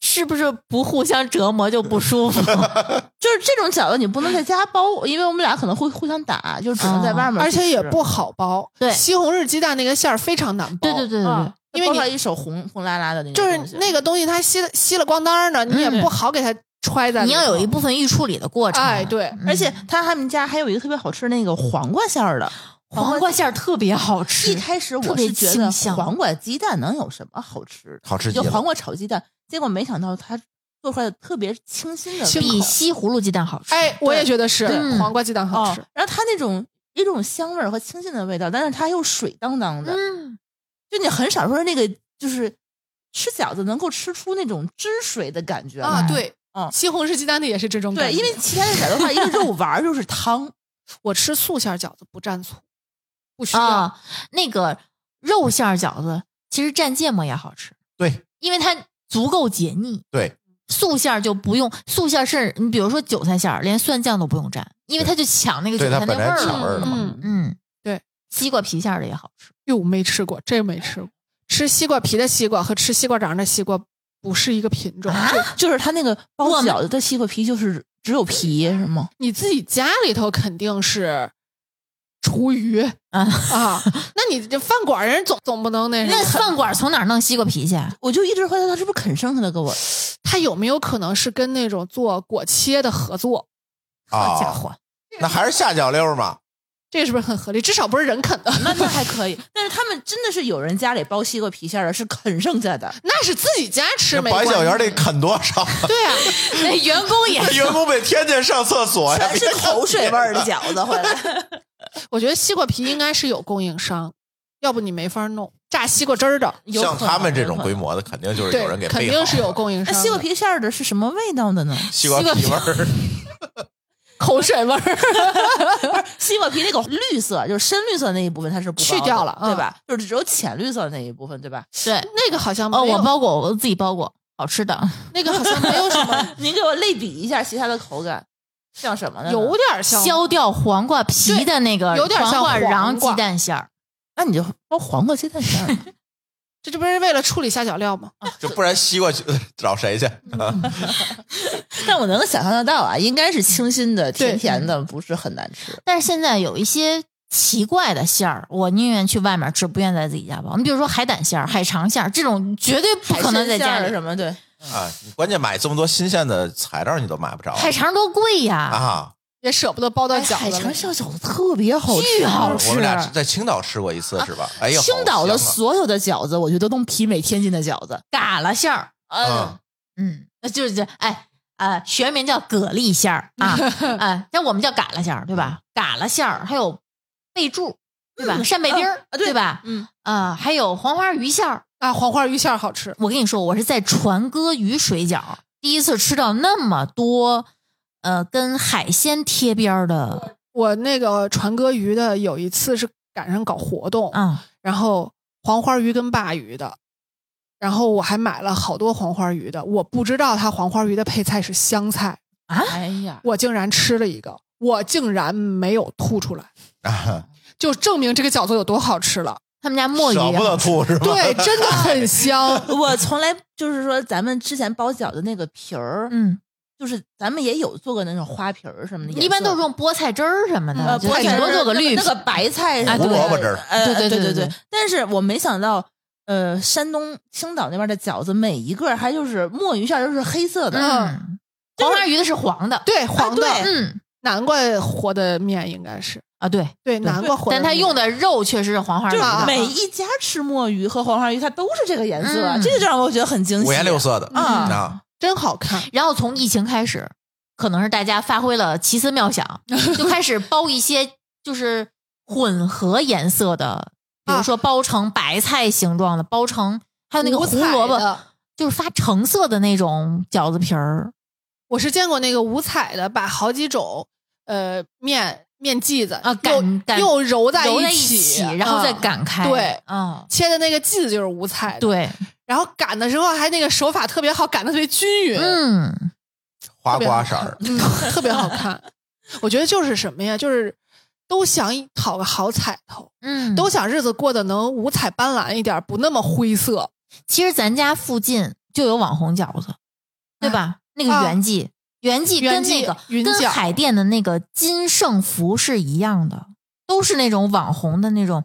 Speaker 4: 是不是不互相折磨就不舒 服？
Speaker 6: 就是这种饺子，你不能在家包，因为我们俩可能会互相打，就只
Speaker 4: 啊
Speaker 6: 能在外面去吃，
Speaker 5: 而且也不好包。
Speaker 4: 对
Speaker 5: 西红柿鸡蛋那个馅儿非常难包。
Speaker 4: 对对对对
Speaker 6: 嗯
Speaker 4: 对，，
Speaker 5: 因为
Speaker 6: 包出来
Speaker 5: 你
Speaker 6: 一手红红拉拉的那种
Speaker 5: 就
Speaker 6: 东西，
Speaker 5: 是那个东西它吸吸了咣当的，你也不好给它揣在
Speaker 4: 嗯
Speaker 5: 里头。
Speaker 4: 你要有一部分预处理的过程。
Speaker 5: 哎对
Speaker 4: 嗯
Speaker 6: 而且他他们家还有一个特别好吃那个黄瓜馅儿的。
Speaker 4: 黄瓜馅儿特别好吃
Speaker 6: 一。开始
Speaker 4: 特
Speaker 6: 我
Speaker 4: 别
Speaker 6: 是觉
Speaker 4: 清
Speaker 6: 得
Speaker 4: 香
Speaker 6: 黄瓜鸡蛋能有什么好吃的？
Speaker 3: 好吃极
Speaker 6: 就
Speaker 3: 了
Speaker 6: 黄。瓜炒鸡蛋，结果没想到它做出来的特别清新的
Speaker 5: 清
Speaker 6: 味
Speaker 4: 比
Speaker 6: 道
Speaker 4: 西葫芦鸡蛋好吃。
Speaker 5: 哎，我也觉得是
Speaker 4: 对
Speaker 5: 黄瓜鸡蛋好
Speaker 6: 哦
Speaker 5: 吃。，
Speaker 6: 然后它那种一种香味儿和清新的味道，但是它又水当当的，
Speaker 4: 嗯，
Speaker 6: 就你很少说那个就是吃饺子能够吃出那种汁水的感觉
Speaker 5: 啊，
Speaker 6: 来
Speaker 5: 对，
Speaker 6: 嗯
Speaker 5: 西红柿鸡蛋的也是这种感
Speaker 6: 对，
Speaker 5: 觉。
Speaker 6: 因为其他的饺子的话，一个肉丸儿就是汤，
Speaker 5: 我吃素馅儿饺子不蘸醋，不需要。
Speaker 4: 啊，那个肉馅儿饺子其实蘸芥末也好吃，
Speaker 3: 对
Speaker 4: 因为它足够解腻。
Speaker 3: 对，
Speaker 4: 素馅儿就不用，素馅儿是你比如说韭菜馅儿，连蒜酱都不用蘸，因为它就抢那个韭
Speaker 3: 对它
Speaker 4: 菜那
Speaker 3: 本
Speaker 4: 味
Speaker 3: 来
Speaker 4: 儿
Speaker 3: 抢味
Speaker 4: 了。
Speaker 3: 儿了嘛。
Speaker 5: 嗯，
Speaker 4: 嗯，
Speaker 5: 对，
Speaker 4: 西瓜皮馅儿的也好吃。
Speaker 5: 哟，没吃过，这没吃过。吃西瓜皮的西瓜和吃西瓜瓤的西瓜不是一个品种。
Speaker 4: 啊
Speaker 5: 就
Speaker 6: 就是它那个包
Speaker 4: 我们
Speaker 6: 饺子的西瓜皮就是只有皮是吗？
Speaker 5: 你自己家里头肯定是厨余
Speaker 4: 啊
Speaker 5: 啊， 那你这饭馆人总总不能那什
Speaker 4: 那
Speaker 5: 么。
Speaker 4: 饭馆从哪儿弄西瓜皮去？啊
Speaker 6: 我就一直怀疑他是不是啃剩下的给我。
Speaker 5: 他有没有可能是跟那种做果切的合作？
Speaker 4: 好
Speaker 3: 啊，
Speaker 4: 家伙，
Speaker 3: 那还是下脚溜儿嘛？
Speaker 5: 这是不是很合理？至少不是人啃的，
Speaker 6: 那那还可以，但是他们真的是有人家里包西瓜皮馅儿的，是啃剩下的。
Speaker 5: 那是自己家吃
Speaker 3: 那
Speaker 5: 没
Speaker 3: 保安
Speaker 5: 关系。
Speaker 3: 小员得啃多少？
Speaker 5: 对啊，
Speaker 4: 那员工也
Speaker 3: 那员工得天天上厕所呀，
Speaker 6: 全 是口水味儿的饺子回 来。
Speaker 5: 我觉得西瓜皮应该是有供应商，要不你没法弄榨西瓜汁儿的。
Speaker 6: 有
Speaker 3: 像
Speaker 6: 可
Speaker 3: 他们
Speaker 6: 能
Speaker 3: 这
Speaker 6: 有
Speaker 3: 种
Speaker 6: 可
Speaker 3: 规
Speaker 6: 能，
Speaker 3: 模的，肯定就是有人
Speaker 5: 对，
Speaker 3: 给
Speaker 5: 肯
Speaker 3: 备
Speaker 5: 定
Speaker 3: 好
Speaker 5: 是有
Speaker 3: 了
Speaker 5: 供应
Speaker 6: 那
Speaker 5: 商的。
Speaker 6: 西瓜皮馅儿的是什么味道的呢？
Speaker 3: 西瓜皮味儿，
Speaker 5: 口水味儿，
Speaker 6: 西瓜皮那个绿色，就是深绿色那一部分，它是不包的
Speaker 5: 去掉了嗯
Speaker 6: 对吧？就是只有浅绿色那一部分，对吧？
Speaker 4: 对。
Speaker 5: 那个好像没
Speaker 4: 哦，
Speaker 5: 有，
Speaker 4: 我包过，我自己包过，好吃的。
Speaker 5: 那个好像没有什 么，
Speaker 6: 您给我类比一下其他的口感，像什么呢？
Speaker 5: 有，点像
Speaker 4: 削掉黄瓜皮的那个，
Speaker 5: 对有点像
Speaker 4: 黄瓜瓤
Speaker 5: 黄瓜
Speaker 4: 鸡蛋馅儿。
Speaker 6: 那你就包黄瓜鸡蛋馅 儿吧。
Speaker 5: 这这不是为了处理下脚料吗？
Speaker 3: 就不然西瓜去 找谁去？
Speaker 6: 但我能想象得到啊，应该是清新的、
Speaker 5: 对
Speaker 6: 甜甜的，不是很难吃。
Speaker 4: 但是现在有一些奇怪的馅儿，我宁愿去外面吃，不愿在自己家包。你比如说海胆馅儿、海肠馅儿这种，绝对不可能在家
Speaker 6: 嗯海鲜馅儿
Speaker 4: 里。
Speaker 6: 什么对。
Speaker 3: 啊，你关键买这么多新鲜的材料，你都买不着
Speaker 4: 海肠多贵呀！
Speaker 3: 啊！
Speaker 5: 也舍不得包到
Speaker 6: 哎
Speaker 5: 饺
Speaker 6: 海
Speaker 5: 子
Speaker 6: 肠
Speaker 5: 里。
Speaker 6: 馅饺子特别好吃，
Speaker 4: 巨好
Speaker 3: 我们俩在青岛吃过一次，是吧？哎呀，
Speaker 6: 啊青岛的
Speaker 3: 好香
Speaker 6: 所有的饺子，我觉得都媲美天津的饺子。
Speaker 4: 嘎啦馅儿，
Speaker 3: 啊
Speaker 4: 嗯
Speaker 3: 啊，
Speaker 4: 嗯，那就是这哎呃，学名叫蛤蜊馅儿 啊，哎，但我们叫嘎啦馅儿，对
Speaker 6: 嗯
Speaker 4: 吧？嘎啦馅儿还有贝柱，对吧？扇贝丁儿，
Speaker 6: 啊对
Speaker 4: 对吧？
Speaker 6: 嗯，
Speaker 4: 啊，还有黄花鱼馅儿。
Speaker 5: 啊，黄花鱼馅儿好吃，
Speaker 4: 我跟你说，我是在船哥鱼水饺第一次吃到那么多呃跟海鲜贴边儿的
Speaker 5: 我那个传哥鱼的有一次是赶上搞活动，
Speaker 4: 啊，
Speaker 5: 然后黄花鱼跟鲅鱼的，然后我还买了好多黄花鱼的，我不知道它黄花鱼的配菜是香菜，
Speaker 6: 哎呀，
Speaker 5: 我竟然吃了一个，我竟然没有吐出来，
Speaker 3: 啊！
Speaker 5: 就证明这个饺子有多好吃了。
Speaker 4: 他们家墨鱼啊
Speaker 3: 舍不得吐是吧？
Speaker 5: 对，真的很 香。
Speaker 6: 我从来就是说，咱们之前包饺子那个皮儿，
Speaker 4: 嗯，
Speaker 6: 就是咱们也有做过那种花皮儿什么的，
Speaker 4: 一般都是
Speaker 6: 用
Speaker 4: 用菠菜汁儿什么的，
Speaker 6: 呃
Speaker 4: 就
Speaker 6: 菠
Speaker 4: 顶
Speaker 6: 菜
Speaker 4: 多
Speaker 6: 汁儿
Speaker 4: 做个
Speaker 6: 那
Speaker 4: 绿
Speaker 6: 那个
Speaker 4: 皮
Speaker 6: 白菜
Speaker 4: 啊
Speaker 6: 什么
Speaker 4: 对
Speaker 6: 的
Speaker 4: 胡萝
Speaker 3: 卜汁儿
Speaker 6: 呃
Speaker 4: 对
Speaker 6: 对
Speaker 4: 对对对
Speaker 6: 对
Speaker 4: 对。
Speaker 6: 但是我没想到。呃，山东青岛那边的饺子，每一个还就是墨鱼馅儿都是黑色的，啊
Speaker 4: 嗯，黄花鱼的是黄的，
Speaker 5: 对，黄的，
Speaker 6: 对
Speaker 4: 嗯
Speaker 5: 南瓜和的面应该是
Speaker 4: 啊对，对
Speaker 5: 对南瓜和的面，
Speaker 4: 但它用的肉确实是黄花
Speaker 6: 就
Speaker 4: 鱼
Speaker 6: 是
Speaker 5: 啊
Speaker 4: 的，
Speaker 6: 每一家吃墨鱼和黄花鱼，它都是这个颜色，
Speaker 4: 嗯
Speaker 6: 这个就让我觉得很惊喜。
Speaker 3: 五颜六色的
Speaker 6: 嗯
Speaker 3: 啊！
Speaker 5: 真好看。
Speaker 4: 然后从疫情开始，可能是大家发挥了奇思妙 想，就开始包一些就是混合颜色的，比如说包成白菜形状的，包成还有那个
Speaker 5: 啊五
Speaker 4: 胡萝
Speaker 5: 彩
Speaker 4: 卜，
Speaker 5: 的，
Speaker 4: 就是发橙色的那种饺子皮儿。
Speaker 5: 我是见过那个五彩的，把好几种呃面面剂子
Speaker 4: 啊
Speaker 5: 又
Speaker 4: 擀擀
Speaker 5: 又揉在
Speaker 4: 揉在
Speaker 5: 一
Speaker 4: 一起，然后再、
Speaker 5: 啊
Speaker 4: 擀开。
Speaker 5: 对
Speaker 4: 嗯，
Speaker 5: 切的那个剂子就是五彩的，。
Speaker 4: 对，
Speaker 5: 然后擀的时候还那个手法特别好，擀的特别均匀，
Speaker 4: 嗯，
Speaker 3: 花瓜色儿，
Speaker 5: 嗯，特别好看。我觉得就是什么呀，就是都想讨个好彩头，
Speaker 4: 嗯，
Speaker 5: 都想日子过得能五彩斑斓一点，不那么灰色。
Speaker 4: 其实咱家附近就有网红饺子，对吧？那个
Speaker 5: 啊
Speaker 4: 袁记，袁记跟
Speaker 5: 袁
Speaker 4: 那
Speaker 5: 记
Speaker 4: 个
Speaker 5: 云
Speaker 4: 跟
Speaker 5: 饺
Speaker 4: 海淀的那个金盛福是一样的，都是那种网红的那种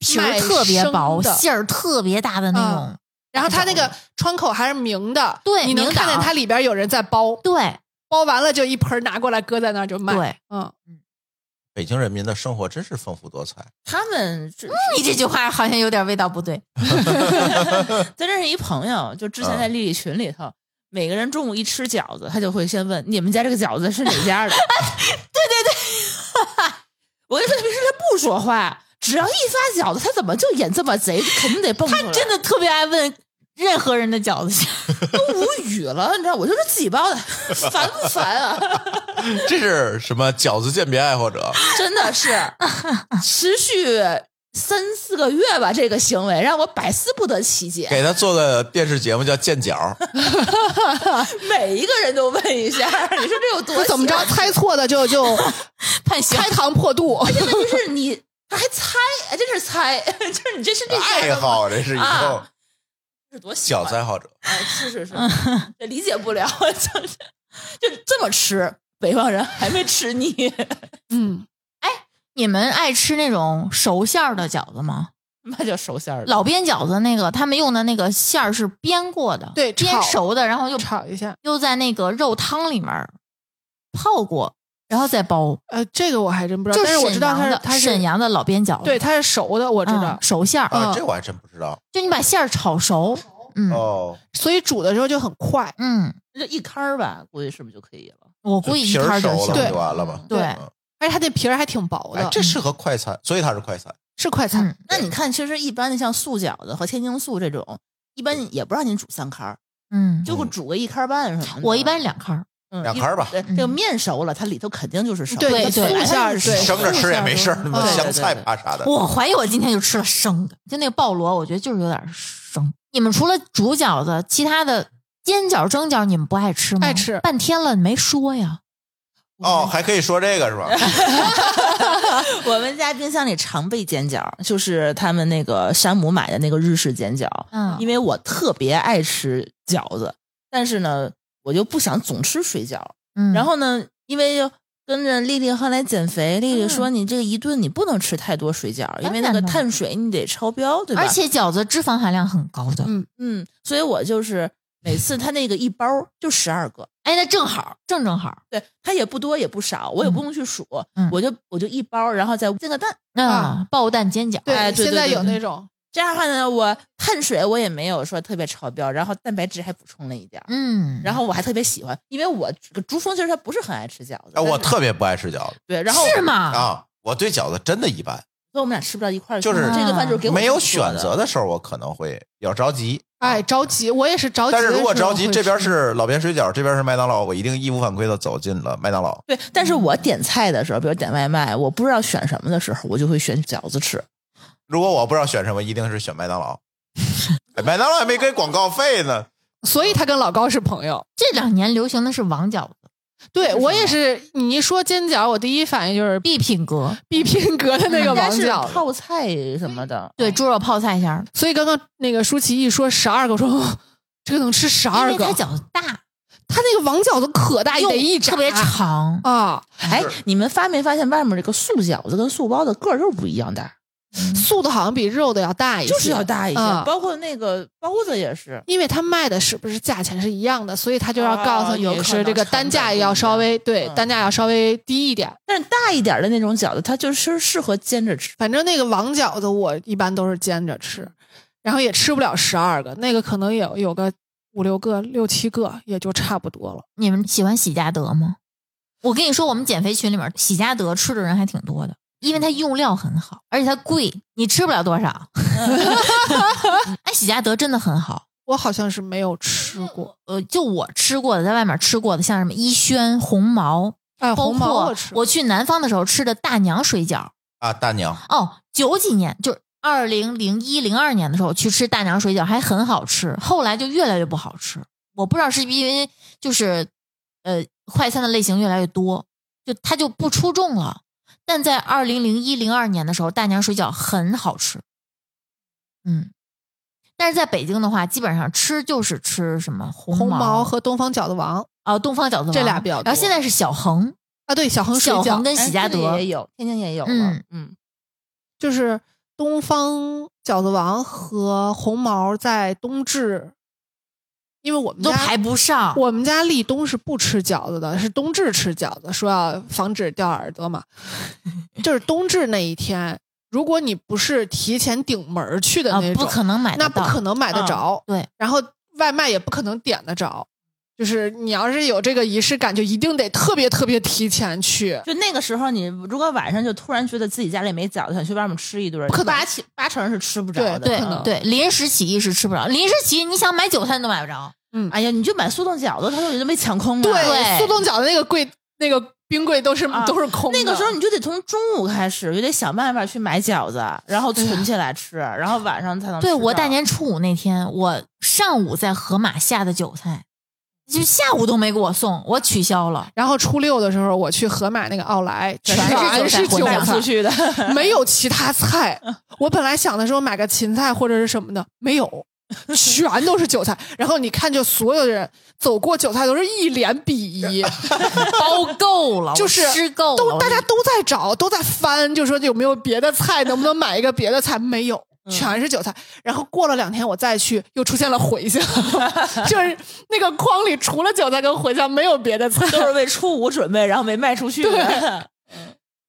Speaker 4: 皮儿
Speaker 5: 卖
Speaker 4: 特别薄、
Speaker 5: 生的
Speaker 4: 馅儿特别大的那种。
Speaker 5: 然后它那
Speaker 3: 嗯
Speaker 5: 个窗口还是明的，
Speaker 4: 对
Speaker 5: 你能
Speaker 4: 明的啊
Speaker 5: 看见它里边有人在包，
Speaker 4: 对
Speaker 5: 包完了就一盆儿拿过来搁在那儿就卖。
Speaker 4: 对，
Speaker 5: 嗯，
Speaker 3: 北京人民的生活真是丰富多彩。
Speaker 6: 他们这
Speaker 4: 你这句话好像有点味道不对。
Speaker 6: 咱认识一朋友，就之前
Speaker 4: 嗯
Speaker 6: 在丽丽群里头，每个人中午一吃饺 子，他就会先问你们家这个饺子是哪家的。对对对，我跟你说，平时他不说话，只要一发饺子，他怎么就演这么贼，肯定得蹦出来。
Speaker 4: 他真的特别爱问任何人的饺子馅儿，
Speaker 6: 都无语了，你知道，我就说自己包的，烦不烦啊？
Speaker 3: 这是什么饺子鉴别爱好者？
Speaker 6: 真的是持续三四个月吧，这个行为让我百思不得其解。
Speaker 3: 给他做的电视节目叫《鉴饺》，
Speaker 6: 每一个人都问一 下，你说这有
Speaker 4: 嗯
Speaker 6: 多
Speaker 5: 就怎么着
Speaker 6: 闲
Speaker 5: 猜错的就 就
Speaker 4: 判刑。
Speaker 5: 开膛破肚，
Speaker 6: 这问题是你他还猜，哎，这是猜， 就是你这是这
Speaker 3: 爱好这是以后
Speaker 6: 啊是多喜欢
Speaker 3: 饺子爱好者。
Speaker 6: 哎，是是是，这理解不了， 就是就这么吃，北方人还没吃腻，
Speaker 5: 嗯，
Speaker 4: 你们爱吃那种熟馅儿的饺子吗？
Speaker 6: 那叫熟馅儿了。
Speaker 4: 老煸饺子那个，他们用的那个馅儿是煸过的，
Speaker 5: 对
Speaker 4: 煸
Speaker 5: 炒
Speaker 4: 熟的，然后又
Speaker 5: 炒一下。
Speaker 4: 又在那个肉汤里面儿泡过，然后再包。
Speaker 5: 呃，这个我还真不知道，
Speaker 4: 就
Speaker 5: 但是我
Speaker 4: 沈
Speaker 5: 知道它
Speaker 4: 阳
Speaker 5: 是
Speaker 4: 的
Speaker 5: 它是
Speaker 4: 沈阳的老煸饺子，
Speaker 5: 对，它是熟的，我知
Speaker 4: 嗯
Speaker 5: 道。
Speaker 4: 熟馅儿，
Speaker 3: 啊，
Speaker 5: 嗯
Speaker 3: 这我还真不知道
Speaker 4: 就你把馅儿炒熟，嗯、
Speaker 3: 哦。
Speaker 5: 所以煮的时候就很快。
Speaker 4: 嗯，
Speaker 6: 就一摊儿吧，估计是不是就可以了？
Speaker 4: 我
Speaker 3: 就
Speaker 4: 估计一
Speaker 3: 皮儿
Speaker 4: 摊儿
Speaker 3: 熟
Speaker 4: 就
Speaker 3: 了
Speaker 4: 行，
Speaker 5: 对
Speaker 3: 就完了嘛。
Speaker 4: 对
Speaker 3: 嗯
Speaker 5: 而且它那皮儿还挺薄
Speaker 3: 哎
Speaker 5: 的，，
Speaker 3: 这适合快餐，所以它是快餐。
Speaker 5: 是快餐。
Speaker 4: 嗯
Speaker 6: 那你看，其实一般的像素饺子和天津素这种，一般也不让你煮三开儿，
Speaker 4: 嗯，
Speaker 6: 就会煮个一开儿半什么的。
Speaker 4: 我一般两开儿，
Speaker 6: 嗯
Speaker 3: 两开儿吧
Speaker 6: 对，这个面熟了，它里头肯定就是熟的。
Speaker 4: 对
Speaker 5: 对
Speaker 4: 对
Speaker 5: 素馅儿对
Speaker 3: 生着吃也没事儿，那么
Speaker 5: 对
Speaker 3: 香
Speaker 6: 对
Speaker 3: 菜
Speaker 6: 对
Speaker 3: 怕啥的。
Speaker 4: 我怀疑我今天就吃了生的，就那个鲍螺，我觉得就是有点生。你们除了煮饺子，其他的煎饺、蒸饺，你们不爱吃吗？
Speaker 5: 爱吃
Speaker 4: 半天了你没说呀。
Speaker 3: 哦，还可以说这个是吧？
Speaker 4: 嗯
Speaker 6: 我们家冰箱里常备煎饺，就是他们那个山姆买的那个日式煎饺。
Speaker 4: 嗯
Speaker 6: 因为我特别爱吃饺子，但是呢，我就不想总吃水饺。
Speaker 4: 嗯，
Speaker 6: 然后呢，因为又跟着丽丽后来减肥，丽丽说你这个一顿你不能吃太多水饺，因为那
Speaker 4: 嗯当
Speaker 6: 个
Speaker 4: 然了
Speaker 6: 碳水你得超标，对吧？
Speaker 4: 而，且饺子脂肪含量很高的，
Speaker 5: 嗯
Speaker 6: 嗯，所以我就是每次他那个一包就十二个，
Speaker 4: 哎，那正好，正正好，
Speaker 6: 对，它也不多也不少，我也不用去数，
Speaker 4: 嗯
Speaker 6: 我就我就一包，然后再煎个蛋。
Speaker 4: 啊，爆蛋煎饺，
Speaker 5: 对，
Speaker 6: 哎对
Speaker 5: 现在
Speaker 6: 对对
Speaker 5: 有那种
Speaker 6: 这样的话呢，我碳水我也没有说特别超标，然后蛋白质还补充了一点儿，
Speaker 4: 嗯，
Speaker 6: 然后我还特别喜欢，因为我这个朱峰其实他不是很爱吃饺子，
Speaker 3: 哎，我
Speaker 6: 但是
Speaker 3: 特别不爱吃饺子
Speaker 6: 对，然后
Speaker 4: 是吗？
Speaker 3: 啊，我对饺子真的一般，
Speaker 6: 所以我们俩吃不到一块儿去，
Speaker 3: 就是
Speaker 6: 这顿饭就是给我
Speaker 3: 没有
Speaker 6: 自己做
Speaker 3: 选
Speaker 6: 的
Speaker 3: 择的时候，我可能会要着急。
Speaker 5: 哎着急，我也是着急。
Speaker 3: 但是如果着急，这边是老边水饺，这边是麦当劳，我一定义无反顾的走进了麦当劳。
Speaker 6: 对，但
Speaker 4: 嗯
Speaker 6: 是我点菜的时候，比如点外卖，我不知道选什么的时候，我就会选饺子吃。
Speaker 3: 如果我不知道选什么，一定是选麦当劳。哎麦当劳还没给广告费呢，
Speaker 5: 所以他跟老高是朋友。
Speaker 4: 这两年流行的是网饺子，
Speaker 5: 对我也是，你一说煎饺，我第一反应 就是
Speaker 4: 必品格，
Speaker 5: 必拼格的那个
Speaker 6: 应该
Speaker 5: 王
Speaker 6: 是
Speaker 5: 饺。
Speaker 6: 泡菜什么的，
Speaker 4: 对，猪肉泡菜馅儿的，
Speaker 5: 所以刚刚那个舒淇一说十二个，我说哦这个能吃十
Speaker 4: 因
Speaker 5: 二
Speaker 4: 为
Speaker 5: 个
Speaker 4: 它。饺子大，
Speaker 5: 他那个王饺子可大，
Speaker 4: 又
Speaker 5: 哎得一扎
Speaker 4: 特别长，
Speaker 5: 啊，
Speaker 6: 哎，你们发没发现外面这个素饺子跟素包的个儿就是不一样大，
Speaker 5: 素的好像比肉的要大一些，
Speaker 6: 就是要大一些，
Speaker 5: 嗯
Speaker 6: 包括那个包子也是。
Speaker 5: 因为他卖的是不是价钱是一样的，所以他就要告诉
Speaker 6: 哦有
Speaker 5: 你
Speaker 6: 可
Speaker 5: 是
Speaker 6: 能
Speaker 5: 这个
Speaker 6: 成本
Speaker 5: 单价
Speaker 6: 不一
Speaker 5: 要
Speaker 6: 样
Speaker 5: 稍微对
Speaker 6: 嗯
Speaker 5: 单价要稍微低一点。
Speaker 6: 但是大一点的那种饺子，它就是适合煎着吃。
Speaker 5: 反正那个王饺子我一般都是煎着吃，然后也吃不了十二个，那个可能有有个五六个、六七个也就差不多了。
Speaker 4: 你们喜欢喜家德吗？我跟你说，我们减肥群里面喜家德吃的人还挺多的，因为它用料很好，而且它贵，你吃不了多少。 哎，喜家德真的很好，
Speaker 5: 我好像是没有吃过，
Speaker 4: 呃，就我吃过的，在外面吃过的，像什么一轩、红毛，
Speaker 5: 哎，
Speaker 4: 包
Speaker 5: 红毛
Speaker 4: 括
Speaker 5: 我吃过，
Speaker 4: 我去南方的时候吃的大娘水饺，
Speaker 3: 啊，大娘，
Speaker 4: 哦，九几年就是二零零一零二年的时候去吃大娘水饺，还很好吃，后来就越来越不好吃。我不知道是因为就是呃快餐的类型越来越多，就它就不出众了。但在二零零一零二年的时候，大娘水饺很好吃，嗯。但是在北京的话，基本上吃就是吃什么红
Speaker 5: 红
Speaker 4: 毛
Speaker 5: 毛和东方饺子王
Speaker 4: 啊、东方饺子
Speaker 5: 这
Speaker 4: 王
Speaker 5: 俩比较多
Speaker 4: 然后现在是小恒，
Speaker 5: 啊，对，小恒水
Speaker 4: 小恒
Speaker 5: 饺
Speaker 4: 跟喜家
Speaker 6: 哎这
Speaker 4: 德、
Speaker 6: 里也有，天津也有了。
Speaker 4: 嗯
Speaker 6: 嗯
Speaker 5: 就是东方饺子王和红毛在冬至，因为我们
Speaker 4: 都
Speaker 5: 家
Speaker 4: 排不上。
Speaker 5: 我们家立冬是不吃饺 子的，是冬至吃饺子，说要防止掉耳朵嘛。就是冬至那一天，如果你不是提前顶门儿去的
Speaker 4: 啊
Speaker 5: 那，种，
Speaker 4: 不可能买
Speaker 5: 那
Speaker 4: 得
Speaker 5: 不
Speaker 4: 到。
Speaker 5: 可能买得着。
Speaker 4: 嗯对，
Speaker 5: 然后外卖也不可能点得着，就是你要是有这个仪式感，就一定得特别特别提前去。
Speaker 6: 就那个时候，你如果晚上就突然觉得自己家里没饺子，想去外面吃一顿，
Speaker 5: 不可能
Speaker 6: 八七八成是吃不着的。
Speaker 4: 对
Speaker 5: 可能
Speaker 4: 对，临时起义是吃不着，临时起义你想买韭菜你都买不着，
Speaker 5: 嗯，
Speaker 6: 哎呀，你就买速冻饺子，他都已经被抢空了。
Speaker 5: 对，速冻饺子那个柜那个冰柜都是
Speaker 6: 啊
Speaker 5: 都是空的。
Speaker 6: 那个时候你就得从中午开始，就得想办法去买饺子，然后存起来吃，然后晚上才能吃
Speaker 4: 哎对
Speaker 6: 到。
Speaker 4: 我大年初五那天，我上午在河马下的韭菜，就下午都没给我送，我取 消了。
Speaker 5: 然后初六的时候，我去河马那个奥莱，全是
Speaker 4: 韭
Speaker 5: 韭
Speaker 4: 菜
Speaker 6: 带
Speaker 4: 混
Speaker 6: 出
Speaker 5: 菜，
Speaker 6: 去的，
Speaker 5: 没有其他菜。我本来想的时候买个芹菜或者是什么的，没有，全都是韭菜。然后你看，就所有的人走过韭菜都是一脸鄙夷，
Speaker 4: 包够了，
Speaker 5: 就
Speaker 4: 我
Speaker 5: 是
Speaker 4: 吃够了，
Speaker 5: 都
Speaker 4: 我
Speaker 5: 大家都在找，都在翻，就说有没有别的菜，能不能买一个别的菜？没有，全是韭菜。然后过了两天，我再去，又出现了茴香， 就是那个筐里除了韭菜跟茴香，没有别的菜。
Speaker 6: 都是为初五准备，然后没卖出去的。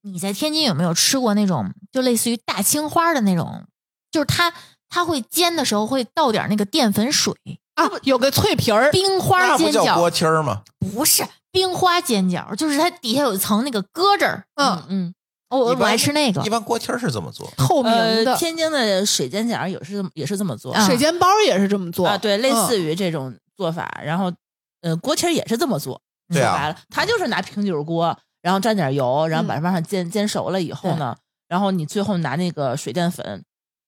Speaker 4: 你在天津有没有吃过那种就类似于大青花的那种？就是它它会煎的时候会倒点那个淀粉水，
Speaker 5: 啊，有个脆皮儿，
Speaker 4: 冰花
Speaker 3: 那不
Speaker 4: 煎
Speaker 3: 叫锅
Speaker 4: 饺
Speaker 3: 贴儿吗？
Speaker 4: 不是冰花煎饺，就是它底下有一层那个搁着儿。
Speaker 5: 嗯，
Speaker 6: 嗯，
Speaker 4: 我我
Speaker 3: 一
Speaker 4: 我
Speaker 3: 般
Speaker 4: 爱吃那个
Speaker 3: 一，般锅贴儿是怎么做？
Speaker 5: 透明的、
Speaker 6: 呃，天津的水煎饺也是这么也是这么做
Speaker 4: 啊
Speaker 5: 水煎包也是这么做
Speaker 6: 嗯啊，对，类
Speaker 5: 嗯
Speaker 6: 似于这种做法。然后，呃，锅贴儿也是这么做。
Speaker 3: 对啊
Speaker 6: 说白了，他就是拿平底儿锅，然后蘸点油，然后
Speaker 5: 嗯
Speaker 6: 把它往上煎、煎熟了以后呢，然后你最后拿那个水淀粉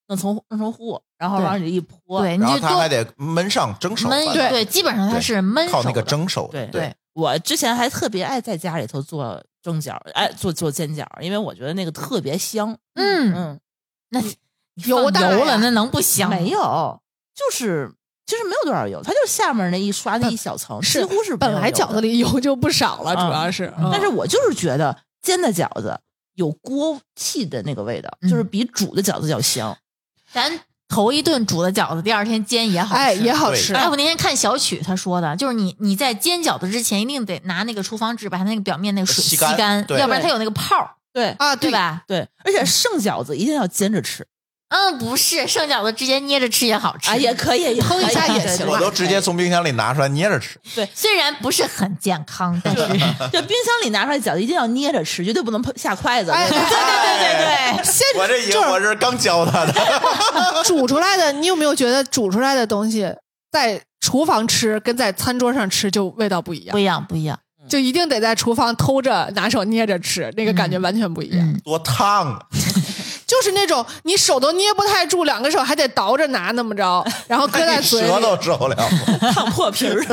Speaker 6: 弄成弄成糊，然后
Speaker 4: 对
Speaker 6: 往里一泼。
Speaker 4: 对，你
Speaker 3: 然
Speaker 4: 就
Speaker 3: 后它还
Speaker 4: 多
Speaker 3: 得焖上蒸熟，反
Speaker 4: 焖
Speaker 5: 对
Speaker 3: 正
Speaker 4: 对，基本上它
Speaker 3: 对
Speaker 4: 是焖
Speaker 3: 靠
Speaker 4: 熟
Speaker 3: 那个
Speaker 4: 的
Speaker 3: 蒸熟。
Speaker 6: 对
Speaker 3: 对，
Speaker 6: 我之前还特别爱在家里头做蒸饺，哎，做做煎饺，因为我觉得那个特别香。
Speaker 4: 嗯，
Speaker 6: 嗯，
Speaker 4: 那
Speaker 5: 油
Speaker 4: 放
Speaker 5: 大
Speaker 4: 油
Speaker 5: 呀
Speaker 4: 了，那能不香吗？
Speaker 6: 没有，就是其实没有多少油，它就是下面那一刷那一小层，几
Speaker 5: 嗯是
Speaker 6: 乎是没有
Speaker 5: 本来
Speaker 6: 油
Speaker 5: 饺
Speaker 6: 的
Speaker 5: 子里油就不少了，主
Speaker 6: 嗯
Speaker 5: 要是，
Speaker 4: 嗯
Speaker 5: 嗯
Speaker 6: 但是我就是觉得煎的饺子有锅气的那个味道，
Speaker 4: 嗯
Speaker 6: 就是比煮的饺子要香。
Speaker 4: 咱头一顿煮的饺子，第二天煎也好吃。
Speaker 5: 哎也好
Speaker 3: 对
Speaker 5: 吃，
Speaker 4: 哎，我那天看小曲他说的，就是你你在煎饺子之前，一定得拿那个厨房纸把它那个表面那个水
Speaker 3: 吸
Speaker 4: 吸
Speaker 3: 干对
Speaker 4: 要不然它有那个泡儿，
Speaker 6: 对
Speaker 5: 啊，
Speaker 4: 对吧？
Speaker 6: 对，而且剩饺子一定要煎着吃
Speaker 4: 嗯，不是，剩饺子直接捏着吃也好吃
Speaker 6: 啊，也可以
Speaker 5: 烹一下也行
Speaker 3: 我都直接。从冰箱里拿出来捏着吃。
Speaker 4: 虽然不是很健康，但是
Speaker 6: 对就冰箱里拿出来饺子一定要捏着吃，绝对不能碰下筷子。
Speaker 5: 哎
Speaker 6: 对对
Speaker 3: 哎
Speaker 4: 对
Speaker 5: 先
Speaker 3: 我这以为
Speaker 5: 就是
Speaker 3: 我这是刚教他的，
Speaker 5: 煮出来的，你有没有觉得煮出来的东西在厨房吃跟在餐桌上吃就味道不一
Speaker 4: 不
Speaker 5: 样？
Speaker 4: 一样，不一样。
Speaker 6: 嗯
Speaker 5: 就一定得在厨房偷着拿手捏着吃，那个感觉完全不一样。
Speaker 4: 嗯，
Speaker 3: 多烫啊！
Speaker 5: 就是那种你手都捏不太住，两个手还得倒着拿那么着，然 后搁在嘴里，
Speaker 3: 舌头受不了。
Speaker 6: 对，烫破皮儿。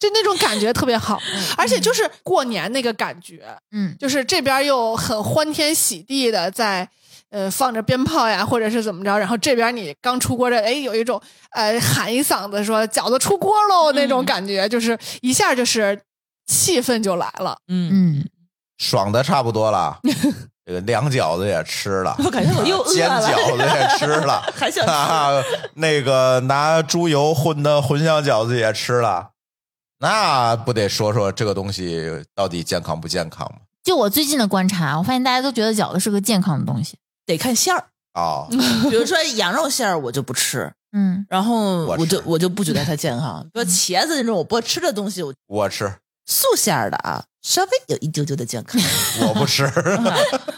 Speaker 5: 就那种感觉特别好。
Speaker 6: 嗯
Speaker 5: 而且就是过年那个感觉，
Speaker 4: 嗯，
Speaker 5: 就是这边又很欢天喜地的在。呃，放着鞭炮呀，或者是怎么着，然后这边你刚出锅的，哎，有一种呃喊一嗓子说饺子出锅喽
Speaker 6: 嗯
Speaker 5: 那种感觉，就是一下就是气氛就来了。
Speaker 6: 嗯，
Speaker 4: 嗯，
Speaker 3: 爽的差不多了，这个凉饺子也吃了，啊
Speaker 6: 我感觉 我又饿
Speaker 3: 煎
Speaker 6: 了，，
Speaker 3: 饺子也吃了
Speaker 6: 还 想吃
Speaker 3: 啊，那个拿猪油混的茴香饺子也吃了，那不得说说这个东西到底健康不健康吗？
Speaker 4: 就我最近的观察，我发现大家都觉得饺子是个健康的东西。
Speaker 6: 得看馅儿。
Speaker 3: 哦，
Speaker 6: 比如说羊肉馅儿，我就不吃，
Speaker 4: 嗯，
Speaker 6: 然后
Speaker 3: 我
Speaker 6: 我就
Speaker 3: 吃
Speaker 6: 我就不觉得它健 康。比如茄子那种我不吃的东西，我
Speaker 3: 我吃，
Speaker 6: 素馅儿的啊，稍微有一丢丢的健 康。
Speaker 3: 我不 吃，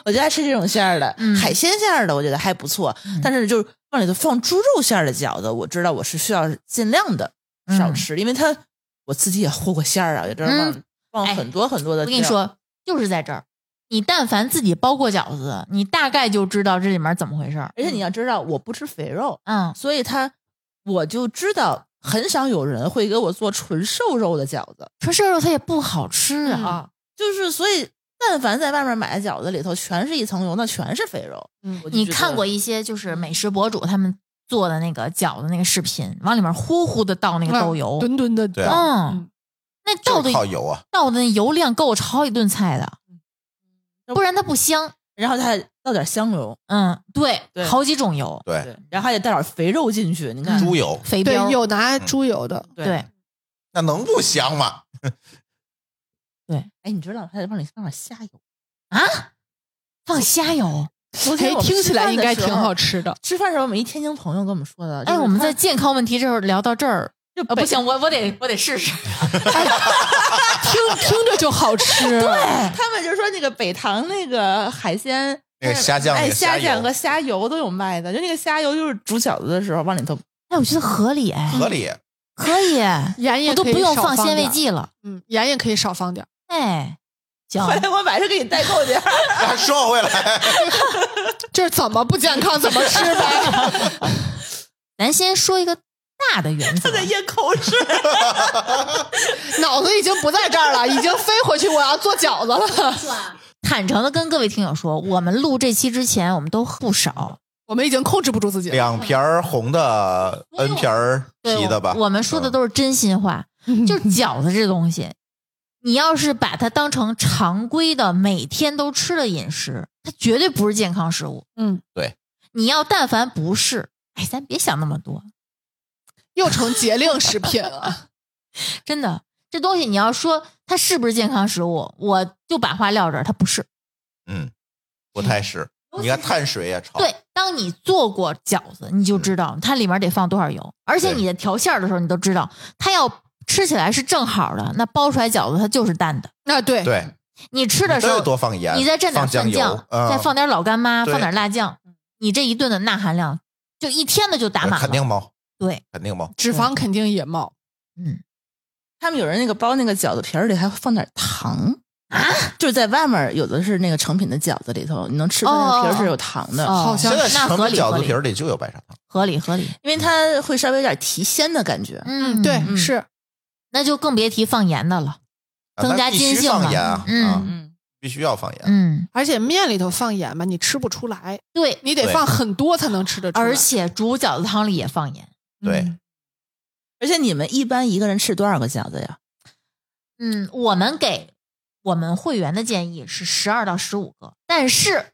Speaker 6: 我就爱吃这种馅儿的，
Speaker 4: 嗯
Speaker 6: 海鲜馅儿的我觉得还不错，但是就是往里头放猪肉馅儿的饺子，我知道我是需要尽量的少吃，因为它我自己也和过馅儿啊，也知道
Speaker 4: 嗯
Speaker 6: 放、放
Speaker 4: 哎
Speaker 6: 很多很多的。
Speaker 4: 我跟你，说，就是在这儿，你但凡自己包过饺子，你大概就知道这里面怎么回事儿。
Speaker 6: 而且你要知道我不吃肥肉，
Speaker 4: 嗯，
Speaker 6: 所以它我就知道很少有人会给我做纯瘦肉的饺子
Speaker 4: 纯瘦肉它也不好吃啊。
Speaker 6: 啊，就是所以但凡在外面买的饺子里头全是一层油，那全是肥肉。
Speaker 5: 嗯
Speaker 6: 我就
Speaker 4: 你
Speaker 6: 觉得
Speaker 4: 看过一些就是美食博主他们做的那个饺子那个视频，往里面呼呼的倒那个豆油，
Speaker 5: 墩墩的，
Speaker 3: 对啊
Speaker 4: 嗯，那
Speaker 3: 就
Speaker 4: 倒的
Speaker 3: 是靠油啊，
Speaker 4: 倒的那油量够炒一顿菜的，
Speaker 6: 嗯
Speaker 4: 不然它不香。
Speaker 6: 然后它还倒点香油，
Speaker 4: 嗯，对，
Speaker 6: 对
Speaker 4: 好几种油，
Speaker 3: 对，
Speaker 6: 对，然后还得带点肥肉进去，你看
Speaker 4: 嗯
Speaker 3: 猪油
Speaker 4: 肥
Speaker 5: 对
Speaker 4: 膘，
Speaker 5: 有拿
Speaker 3: 嗯
Speaker 5: 猪油的，
Speaker 6: 对
Speaker 4: 对
Speaker 3: 那能不香吗？
Speaker 6: 哎，你知道还得往里放点虾油。
Speaker 4: 啊，放虾油。
Speaker 6: 昨
Speaker 5: 哎
Speaker 6: 天，我们
Speaker 5: 听
Speaker 6: 吃
Speaker 5: 起来
Speaker 6: 饭
Speaker 5: 应
Speaker 6: 的
Speaker 5: 该
Speaker 6: 时
Speaker 5: 挺
Speaker 6: 候
Speaker 5: 好。吃的。
Speaker 6: 吃饭时候，我们一天津朋友跟我们说的，就
Speaker 4: 哎，
Speaker 6: 是
Speaker 4: 我们
Speaker 6: 他
Speaker 4: 在健康问题这会儿聊到这儿，
Speaker 6: 就
Speaker 4: 呃，
Speaker 6: 北
Speaker 4: 不行，我我得我得试试。
Speaker 5: 哎听听着就好吃。对，
Speaker 6: 他们就说那个北塘那个海鲜，
Speaker 3: 那个虾酱
Speaker 6: 哎，
Speaker 3: 那个虾
Speaker 6: 虾
Speaker 3: 油
Speaker 6: 酱和虾油都有卖的，就那个虾油就是煮饺子的时候往里头。
Speaker 4: 哎，我觉得合理，哎，
Speaker 3: 合理。
Speaker 4: 可以，
Speaker 5: 盐也
Speaker 4: 我都
Speaker 5: 可以
Speaker 4: 不用
Speaker 5: 少
Speaker 4: 放鲜味
Speaker 5: 点儿，
Speaker 4: 剂了。
Speaker 5: 嗯，盐也可以少 放点儿。
Speaker 4: 哎，行，
Speaker 6: 后 来我晚上给你代购去，
Speaker 3: 说回 来，
Speaker 5: 就是怎么不健康怎么吃呗。
Speaker 4: 咱先说一个大的原则
Speaker 6: 他，在咽口水。
Speaker 5: 脑子已经不在这儿了，已经飞回去，我要做饺子了。
Speaker 4: 坦诚的跟各位听友说，我们录这期之前，我们都不少。
Speaker 5: 我们已经控制不住自己了。
Speaker 3: 两瓶儿红的
Speaker 4: 不用
Speaker 6: 哎
Speaker 3: ，N 瓶儿
Speaker 4: 对
Speaker 3: 啤的吧。嗯
Speaker 4: 我我们说的都是真心话， 就是饺子这东西，你要是把它当成常规的每天都吃的饮食，它绝对不是健康食物。
Speaker 5: 嗯，
Speaker 3: 对。
Speaker 4: 你要但凡不是，哎，咱别想那么多，
Speaker 5: 又成节令食品了。
Speaker 4: 真的，这东西你要说它是不是健康食物，我就把话撂这儿，它不是。
Speaker 3: 嗯，不太是。你看碳水也超，
Speaker 4: 对，当你做过饺子，你就知道它里面得放多少油，而且
Speaker 3: 嗯对
Speaker 4: 你在调馅儿的时候，你都知道它要吃起来是正好的，那包出来饺子它就是淡的。
Speaker 5: 那啊对，
Speaker 3: 对，
Speaker 4: 你吃哎的
Speaker 3: 你
Speaker 4: 时
Speaker 3: 都
Speaker 4: 候
Speaker 3: 得多放盐，
Speaker 4: 你再蘸点
Speaker 3: 放酱
Speaker 4: 蒜酱
Speaker 3: 油，，嗯
Speaker 4: 再放点老干妈，
Speaker 3: 对
Speaker 4: 放点辣酱，你这一顿的钠含量就一天的就打
Speaker 3: 对
Speaker 4: 满
Speaker 3: 呃肯
Speaker 4: 了。
Speaker 3: 定冒，
Speaker 4: 对，
Speaker 3: 肯定冒。
Speaker 5: 脂肪肯定也冒。
Speaker 4: 嗯，
Speaker 6: 他们有人那个包那个饺子皮儿里还会放点糖啊，就是在外面有的是那个成品的饺子里头，你能吃出那个皮儿是有糖的，
Speaker 4: 哦
Speaker 5: 呃好像
Speaker 3: 现在
Speaker 4: 那
Speaker 3: 什
Speaker 4: 合
Speaker 3: 么
Speaker 4: 理
Speaker 3: 饺
Speaker 4: 合
Speaker 3: 子皮
Speaker 4: 理
Speaker 3: 儿里就有白砂糖，
Speaker 4: 合理合理。
Speaker 6: 因为它会稍微有点提鲜的感觉。
Speaker 4: 嗯，
Speaker 5: 对，
Speaker 6: 嗯
Speaker 5: 是
Speaker 4: 那就更别提放盐的了。
Speaker 3: 啊
Speaker 4: 增
Speaker 3: 那
Speaker 4: 加
Speaker 3: 必
Speaker 4: 筋
Speaker 3: 须
Speaker 4: 性嘛
Speaker 3: 放盐啊，
Speaker 4: 嗯
Speaker 3: 啊
Speaker 6: 嗯，
Speaker 3: 必须要放盐。
Speaker 4: 嗯，
Speaker 5: 而且面里头放盐吧，你吃不出来，
Speaker 4: 对，
Speaker 5: 你得
Speaker 3: 对
Speaker 5: 放很多才能吃得出来。
Speaker 4: 而且煮饺子汤里也放盐。
Speaker 3: 对，
Speaker 4: 嗯
Speaker 6: 而且你们一般一个人吃多少个饺子呀？
Speaker 4: 嗯，我们给我们会员的建议是十二到十五个，但是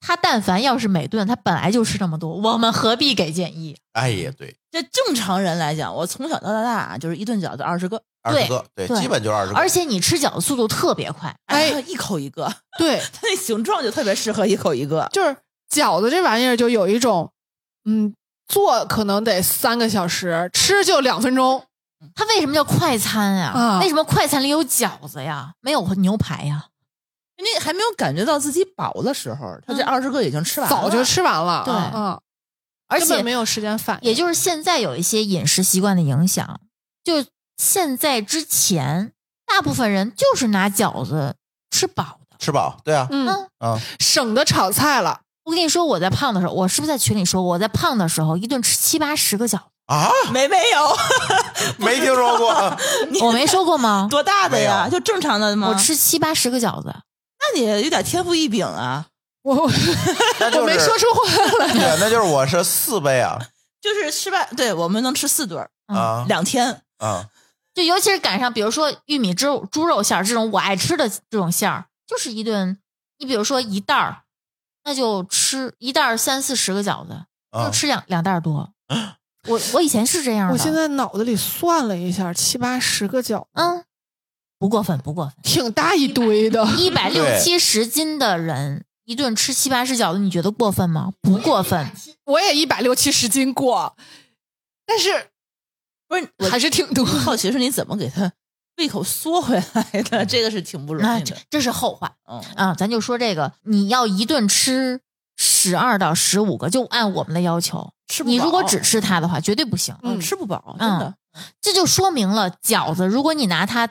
Speaker 4: 他但凡要是每顿他本来就吃这么多，我们何必给建议？
Speaker 3: 哎也对，
Speaker 6: 这正常人来讲，我从小到大啊，就是一顿饺子二十个，
Speaker 3: 二
Speaker 4: 对
Speaker 3: 十个，对，
Speaker 4: 对
Speaker 3: 基本就二十个。
Speaker 4: 而且你吃饺子速度特别快，
Speaker 5: 哎，
Speaker 6: 一口一个，
Speaker 5: 对，
Speaker 6: 它那形状就特别适合一口一个。
Speaker 5: 就是饺子这玩意儿就有一种，嗯，做可能得三个小时，吃就两分钟。
Speaker 4: 它为什么叫快餐呀、
Speaker 5: 嗯啊
Speaker 4: 为什么快餐里有饺子呀？没有牛排呀？
Speaker 6: 那还没有感觉到自己饱的时候，他这
Speaker 4: 嗯
Speaker 6: 二十个已经吃完了，
Speaker 5: 早就吃完了，
Speaker 4: 对
Speaker 5: 嗯，
Speaker 4: 而
Speaker 5: 根本
Speaker 4: 且
Speaker 5: 没有时间反应，
Speaker 4: 也就是现在有一些饮食习惯的影响，就现在之前，大部分人就是拿饺子吃饱的。
Speaker 3: 吃饱，对啊，
Speaker 5: 嗯，
Speaker 4: 嗯
Speaker 3: 啊，
Speaker 5: 省得炒菜了，
Speaker 4: 我跟你说，我在胖的时候，我是不是在群里说过，我在胖的时候一顿吃七八十个饺
Speaker 3: 啊，
Speaker 6: 没没有
Speaker 3: 没听说 过，
Speaker 4: 子？我没说过 吗？
Speaker 6: 多大的
Speaker 3: 没
Speaker 6: 呀，
Speaker 3: 有
Speaker 6: 就正常
Speaker 5: 啊
Speaker 6: 的吗？
Speaker 4: 我吃七八十个饺子，
Speaker 6: 那你有点天赋异禀啊，
Speaker 5: 我我
Speaker 3: 那就是
Speaker 5: 我没说出话来，
Speaker 3: 对，那就是我是四杯啊
Speaker 6: 就是吃吧，对我们能吃四顿儿，
Speaker 4: 嗯
Speaker 3: 啊
Speaker 6: 两天。
Speaker 3: 啊，
Speaker 4: 就尤其是赶上，比如说玉米猪肉猪肉馅儿这种我爱吃的这种馅儿，就是一顿。你比如说一袋儿，那就吃一袋儿三四十个饺子，
Speaker 3: 啊
Speaker 4: 就吃两两袋儿 多。我我以前是这样的，
Speaker 5: 我现在脑子里算了一下，七八十个饺，
Speaker 4: 嗯，不过分不过分，
Speaker 5: 挺大一堆的，
Speaker 4: 一百六
Speaker 3: 对
Speaker 4: 七十斤的人一顿吃七八十饺子，你觉得过分吗？不过分，
Speaker 5: 我也一百六七十斤过，但是
Speaker 6: 不是，我
Speaker 5: 还是挺多。
Speaker 6: 好奇是你怎么给他胃口缩回来的，这个是挺不容
Speaker 4: 那
Speaker 6: 易
Speaker 4: 这
Speaker 6: 的。
Speaker 4: 这是后话
Speaker 6: 嗯，
Speaker 4: 啊。咱就说这个，你要一顿吃十二到十五个，就按我们的要求。
Speaker 6: 吃不
Speaker 4: 你如果
Speaker 6: 饱
Speaker 4: 只吃它的话，绝对不行。
Speaker 6: 嗯
Speaker 5: 嗯
Speaker 6: 吃不饱，真
Speaker 4: 嗯
Speaker 6: 的。
Speaker 4: 这就说明了饺子，如果你拿它，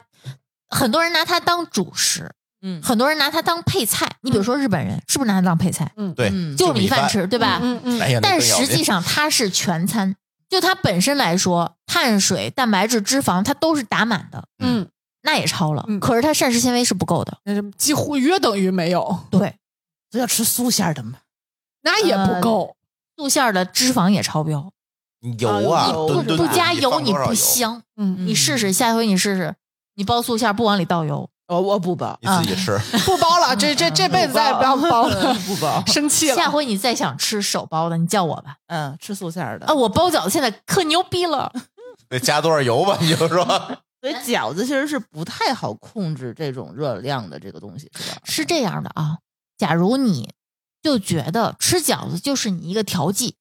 Speaker 4: 很多人拿它当主食，
Speaker 6: 嗯，
Speaker 4: 很多人拿它当配菜。你比如说日本人，是不是拿它当配菜？
Speaker 3: 对，
Speaker 6: 嗯
Speaker 4: 就是
Speaker 3: 米
Speaker 4: 米饭
Speaker 3: 饭
Speaker 4: 吃，对吧？
Speaker 5: 嗯嗯，
Speaker 3: 哎呀，那
Speaker 4: 但
Speaker 3: 更要
Speaker 4: 实
Speaker 3: 命
Speaker 4: 际上它是全餐，就它本身来说，碳水、蛋白质、脂肪它都是打满的，
Speaker 5: 嗯，
Speaker 4: 那也超了。
Speaker 5: 嗯
Speaker 4: 可是它膳食纤维是不够的，
Speaker 5: 那就几乎约等于没有，
Speaker 4: 对，
Speaker 6: 都要吃素馅儿的嘛。
Speaker 5: 那也不够。
Speaker 4: 素馅儿的脂肪也超标，
Speaker 3: 油啊，
Speaker 6: 油
Speaker 3: 顿
Speaker 6: 是
Speaker 3: 顿
Speaker 4: 呃不
Speaker 3: 顿
Speaker 4: 加
Speaker 3: 你
Speaker 4: 油
Speaker 3: 放
Speaker 4: 你
Speaker 3: 多少
Speaker 4: 不
Speaker 3: 油，
Speaker 4: 香。
Speaker 5: 嗯，
Speaker 4: 你试试，下回你试试，你包素馅儿不往里倒油。
Speaker 6: 我哦我不饱，
Speaker 3: 你
Speaker 4: 嗯
Speaker 3: 自己吃，
Speaker 5: 不包了，这这这辈子再也 不要包了，
Speaker 6: 嗯不饱。
Speaker 5: 生气
Speaker 4: 下
Speaker 5: 了。
Speaker 4: 回你再想吃手包的，你叫我吧。
Speaker 6: 嗯，吃素馅儿的
Speaker 4: 啊，。我包饺子现在可牛逼了。
Speaker 3: 得加多少油吧？你就说，
Speaker 6: 所以饺子其实是不太好控制这种热量的这个东西，是吧？
Speaker 4: 是这样的啊，假如你就觉得吃饺子就是你一个调剂，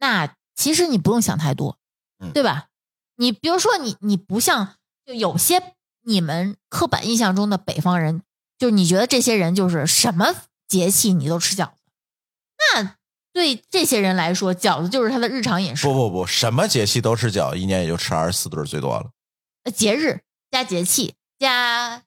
Speaker 4: 那其实你不用想太多，
Speaker 3: 嗯
Speaker 4: 对吧？你比如说你你不像就有些你们刻板印象中的北方人，就是你觉得这些人就是什么节气你都吃饺子，那对这些人来说，饺子就是他的日常饮食
Speaker 3: 不，不不，什么节气都吃饺，一年也就吃二十四顿最多了，
Speaker 4: 呃节日加节气加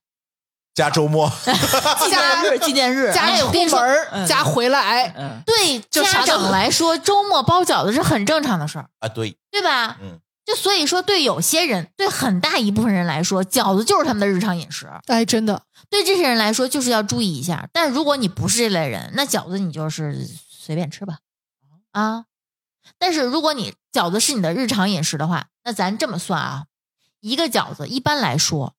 Speaker 3: 加周末。
Speaker 6: 纪念日，纪念日，
Speaker 5: 加
Speaker 4: 哎我跟你
Speaker 5: 出
Speaker 4: 说
Speaker 5: 门儿
Speaker 6: 嗯
Speaker 5: 加回来，哎
Speaker 6: 嗯，
Speaker 4: 对
Speaker 5: 就啥
Speaker 4: 家
Speaker 5: 都
Speaker 4: 长来说，周末包饺子是很正常的事儿。
Speaker 3: 啊，对，
Speaker 4: 对吧？
Speaker 3: 嗯，
Speaker 4: 就所以说，对有些人，对很大一部分人来说，饺子就是他们的日常饮食。
Speaker 5: 哎，真的，
Speaker 4: 对这些人来说，就是要注意一下。但如果你不是这类人，那饺子你就是随便吃吧，
Speaker 3: 哦
Speaker 4: 啊。但是如果你饺子是你的日常饮食的话，那咱这么算啊，一个饺子一般来说，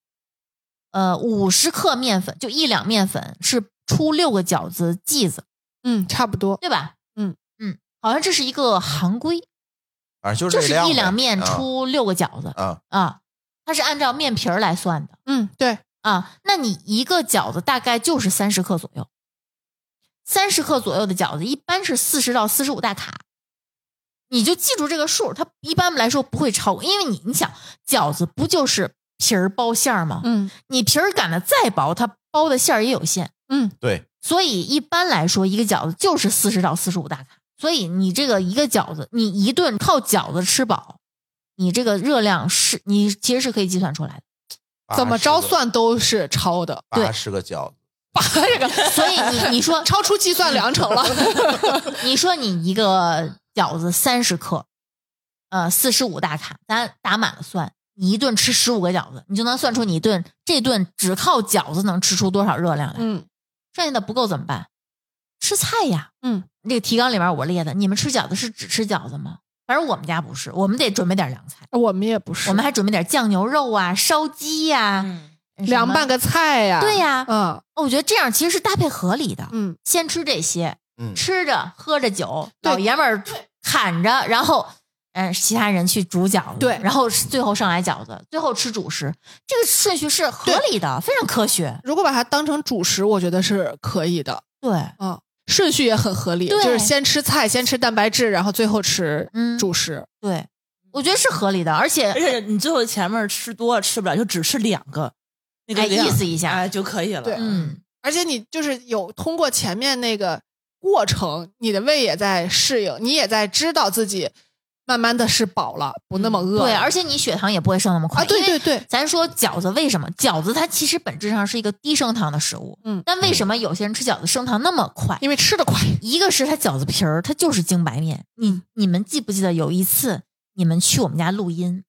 Speaker 4: 呃，五十克面粉就一两面粉是出六个饺子剂子，
Speaker 5: 嗯，差不多。
Speaker 4: 对吧？
Speaker 5: 嗯
Speaker 4: 嗯，好像这是一个行规，
Speaker 3: 反正就
Speaker 4: 就是
Speaker 3: 这
Speaker 4: 是
Speaker 3: 量
Speaker 4: 一
Speaker 3: 呗嗯
Speaker 4: 两面出六个饺子。
Speaker 3: 啊啊，
Speaker 4: 啊，它是按照面皮儿来算的
Speaker 5: 嗯，对，
Speaker 4: 啊。那你一个饺子大概就是三十克左右，三十克左右的饺子一般是四十到四十五大卡，你就记住这个数，它一般来说不会超过，因为你你想饺子不就是皮儿包馅儿吗？
Speaker 5: 嗯
Speaker 4: 你皮儿擀的再薄，它包的馅儿也有限，
Speaker 5: 嗯，
Speaker 3: 对，
Speaker 4: 所以一般来说一个饺子就是四十到四十五大卡。所以你这个一个饺子，你一顿靠饺子吃饱，你这个热量是你其实是可以计算出来的。
Speaker 5: 怎么着
Speaker 3: 80个？
Speaker 5: 算都是超的，
Speaker 4: 对
Speaker 3: 八十个饺子，
Speaker 5: 这个
Speaker 4: 所以你你说
Speaker 5: 超出计算量 程了。
Speaker 4: 你说你一个饺子三十克，呃，四十五大卡，咱打满了算，你一顿吃十五个饺子，你就能算出你一顿这顿只靠饺子能吃出多少热量来。
Speaker 5: 嗯，
Speaker 4: 剩下的不够怎么办？吃菜呀。
Speaker 5: 嗯，
Speaker 4: 这个提纲里面我列的，你们吃饺子是只吃饺子吗？反正我们家不是，我们得准备点凉菜，
Speaker 5: 我们也不是，
Speaker 4: 我们还准备点酱牛肉啊、烧鸡呀、
Speaker 6: 嗯
Speaker 4: 什么
Speaker 5: 凉拌。个菜呀，
Speaker 4: 对呀、
Speaker 5: 嗯
Speaker 4: 我觉得这样其实是搭配合理的。
Speaker 5: 嗯，
Speaker 4: 先吃这些，
Speaker 3: 嗯
Speaker 4: 吃着喝着酒，
Speaker 5: 对
Speaker 4: 老爷们儿喊着，然后嗯，其他人去煮饺子，
Speaker 5: 对
Speaker 4: 然后是最后上来饺子，最后吃主食，这个顺序是合理的，非常科学。
Speaker 5: 如果把它当成主食，我觉得是可以的。
Speaker 4: 对，
Speaker 5: 嗯，顺序也很合理，
Speaker 4: 对
Speaker 5: 就是先吃菜，先吃蛋白质，然后最后吃
Speaker 4: 嗯
Speaker 5: 主食。
Speaker 4: 对，我觉得是合理的，而且
Speaker 5: 哎
Speaker 4: 哎
Speaker 6: 而且你最后前面吃多了吃不了，就只吃两个，那个
Speaker 4: 哎
Speaker 6: 量
Speaker 4: 意思一下
Speaker 6: 哎就可以了。
Speaker 5: 对
Speaker 4: 嗯，
Speaker 5: 而且你就是有通过前面那个过程，你的胃也在适应，你也在知道自己慢慢的是饱了，不那么嗯饿了。
Speaker 4: 对，而且你血糖也不会升那么快
Speaker 5: 啊，对
Speaker 4: 因为
Speaker 5: 对对，
Speaker 4: 咱说饺子为什么？饺子它其实本质上是一个低升糖的食物，
Speaker 5: 嗯
Speaker 4: 但为什么有些人吃饺子升糖那么快？
Speaker 5: 因为吃的快，
Speaker 4: 一个是它饺子皮儿，它就是精白面。
Speaker 5: 嗯
Speaker 4: 你你们记不记得有一次你们去我们家录音，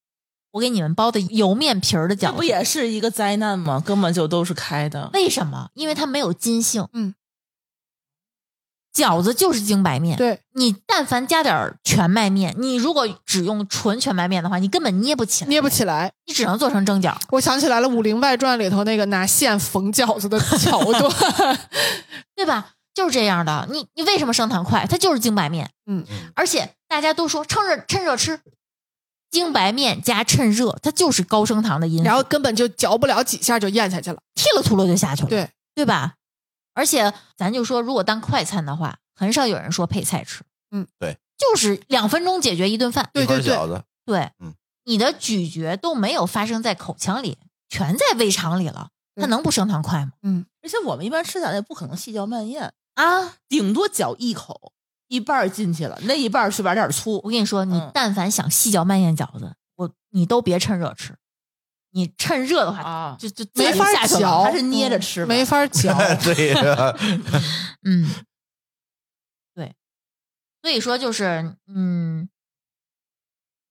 Speaker 4: 我给你们包的油面皮儿的
Speaker 6: 这
Speaker 4: 饺
Speaker 6: 不
Speaker 4: 子？
Speaker 6: 也是一个灾难吗？根本就都是开的。
Speaker 4: 为什么？因为它没有筋性。
Speaker 5: 嗯，
Speaker 4: 饺子就是精白面。
Speaker 5: 对，
Speaker 4: 你但凡加点儿全麦面，你如果只用纯全麦面的话，你根本捏不起来，
Speaker 5: 捏不起来。
Speaker 4: 你只能做成蒸饺。
Speaker 5: 我想起来了，《武林外传》里头那个拿线缝饺子的 桥段。
Speaker 4: 对吧？就是这样的。你你为什么升糖快？它就是精白面。
Speaker 5: 嗯
Speaker 3: 嗯
Speaker 4: 而且大家都说趁热趁热吃，精白面加趁热，它就是高升糖的因素。
Speaker 5: 然后根本就嚼不了几下就咽下去了。
Speaker 4: 剃了秃噜就下去了，
Speaker 5: 对
Speaker 4: 对吧？而且咱就说，如果当快餐的话，很少有人说配菜吃。
Speaker 5: 嗯，
Speaker 3: 对，
Speaker 4: 就是两分钟解决一顿饭。
Speaker 5: 对
Speaker 3: 一份
Speaker 5: 对对
Speaker 3: 饺子，
Speaker 4: 对，
Speaker 3: 嗯
Speaker 4: 你的咀嚼都没有发生在口腔里，全在胃肠里了，它
Speaker 5: 对嗯
Speaker 4: 能不升糖快吗？
Speaker 6: 而且我们一般吃饺子也不可能细嚼慢咽，
Speaker 4: 啊，
Speaker 6: 顶多嚼一口，一半儿进去了，那一半儿去玩点儿
Speaker 4: 我
Speaker 6: 粗。
Speaker 4: 跟你说，你
Speaker 6: 嗯
Speaker 4: 但凡想细嚼慢咽饺子，我你都别趁热吃，你趁热的话，
Speaker 6: 啊，
Speaker 4: 就就
Speaker 5: 没法
Speaker 4: 下去了
Speaker 5: 嚼，嗯
Speaker 6: 它是捏着吃吧
Speaker 5: 没法 嚼。
Speaker 3: 对 呀，
Speaker 4: 嗯，对，所以说就是，嗯，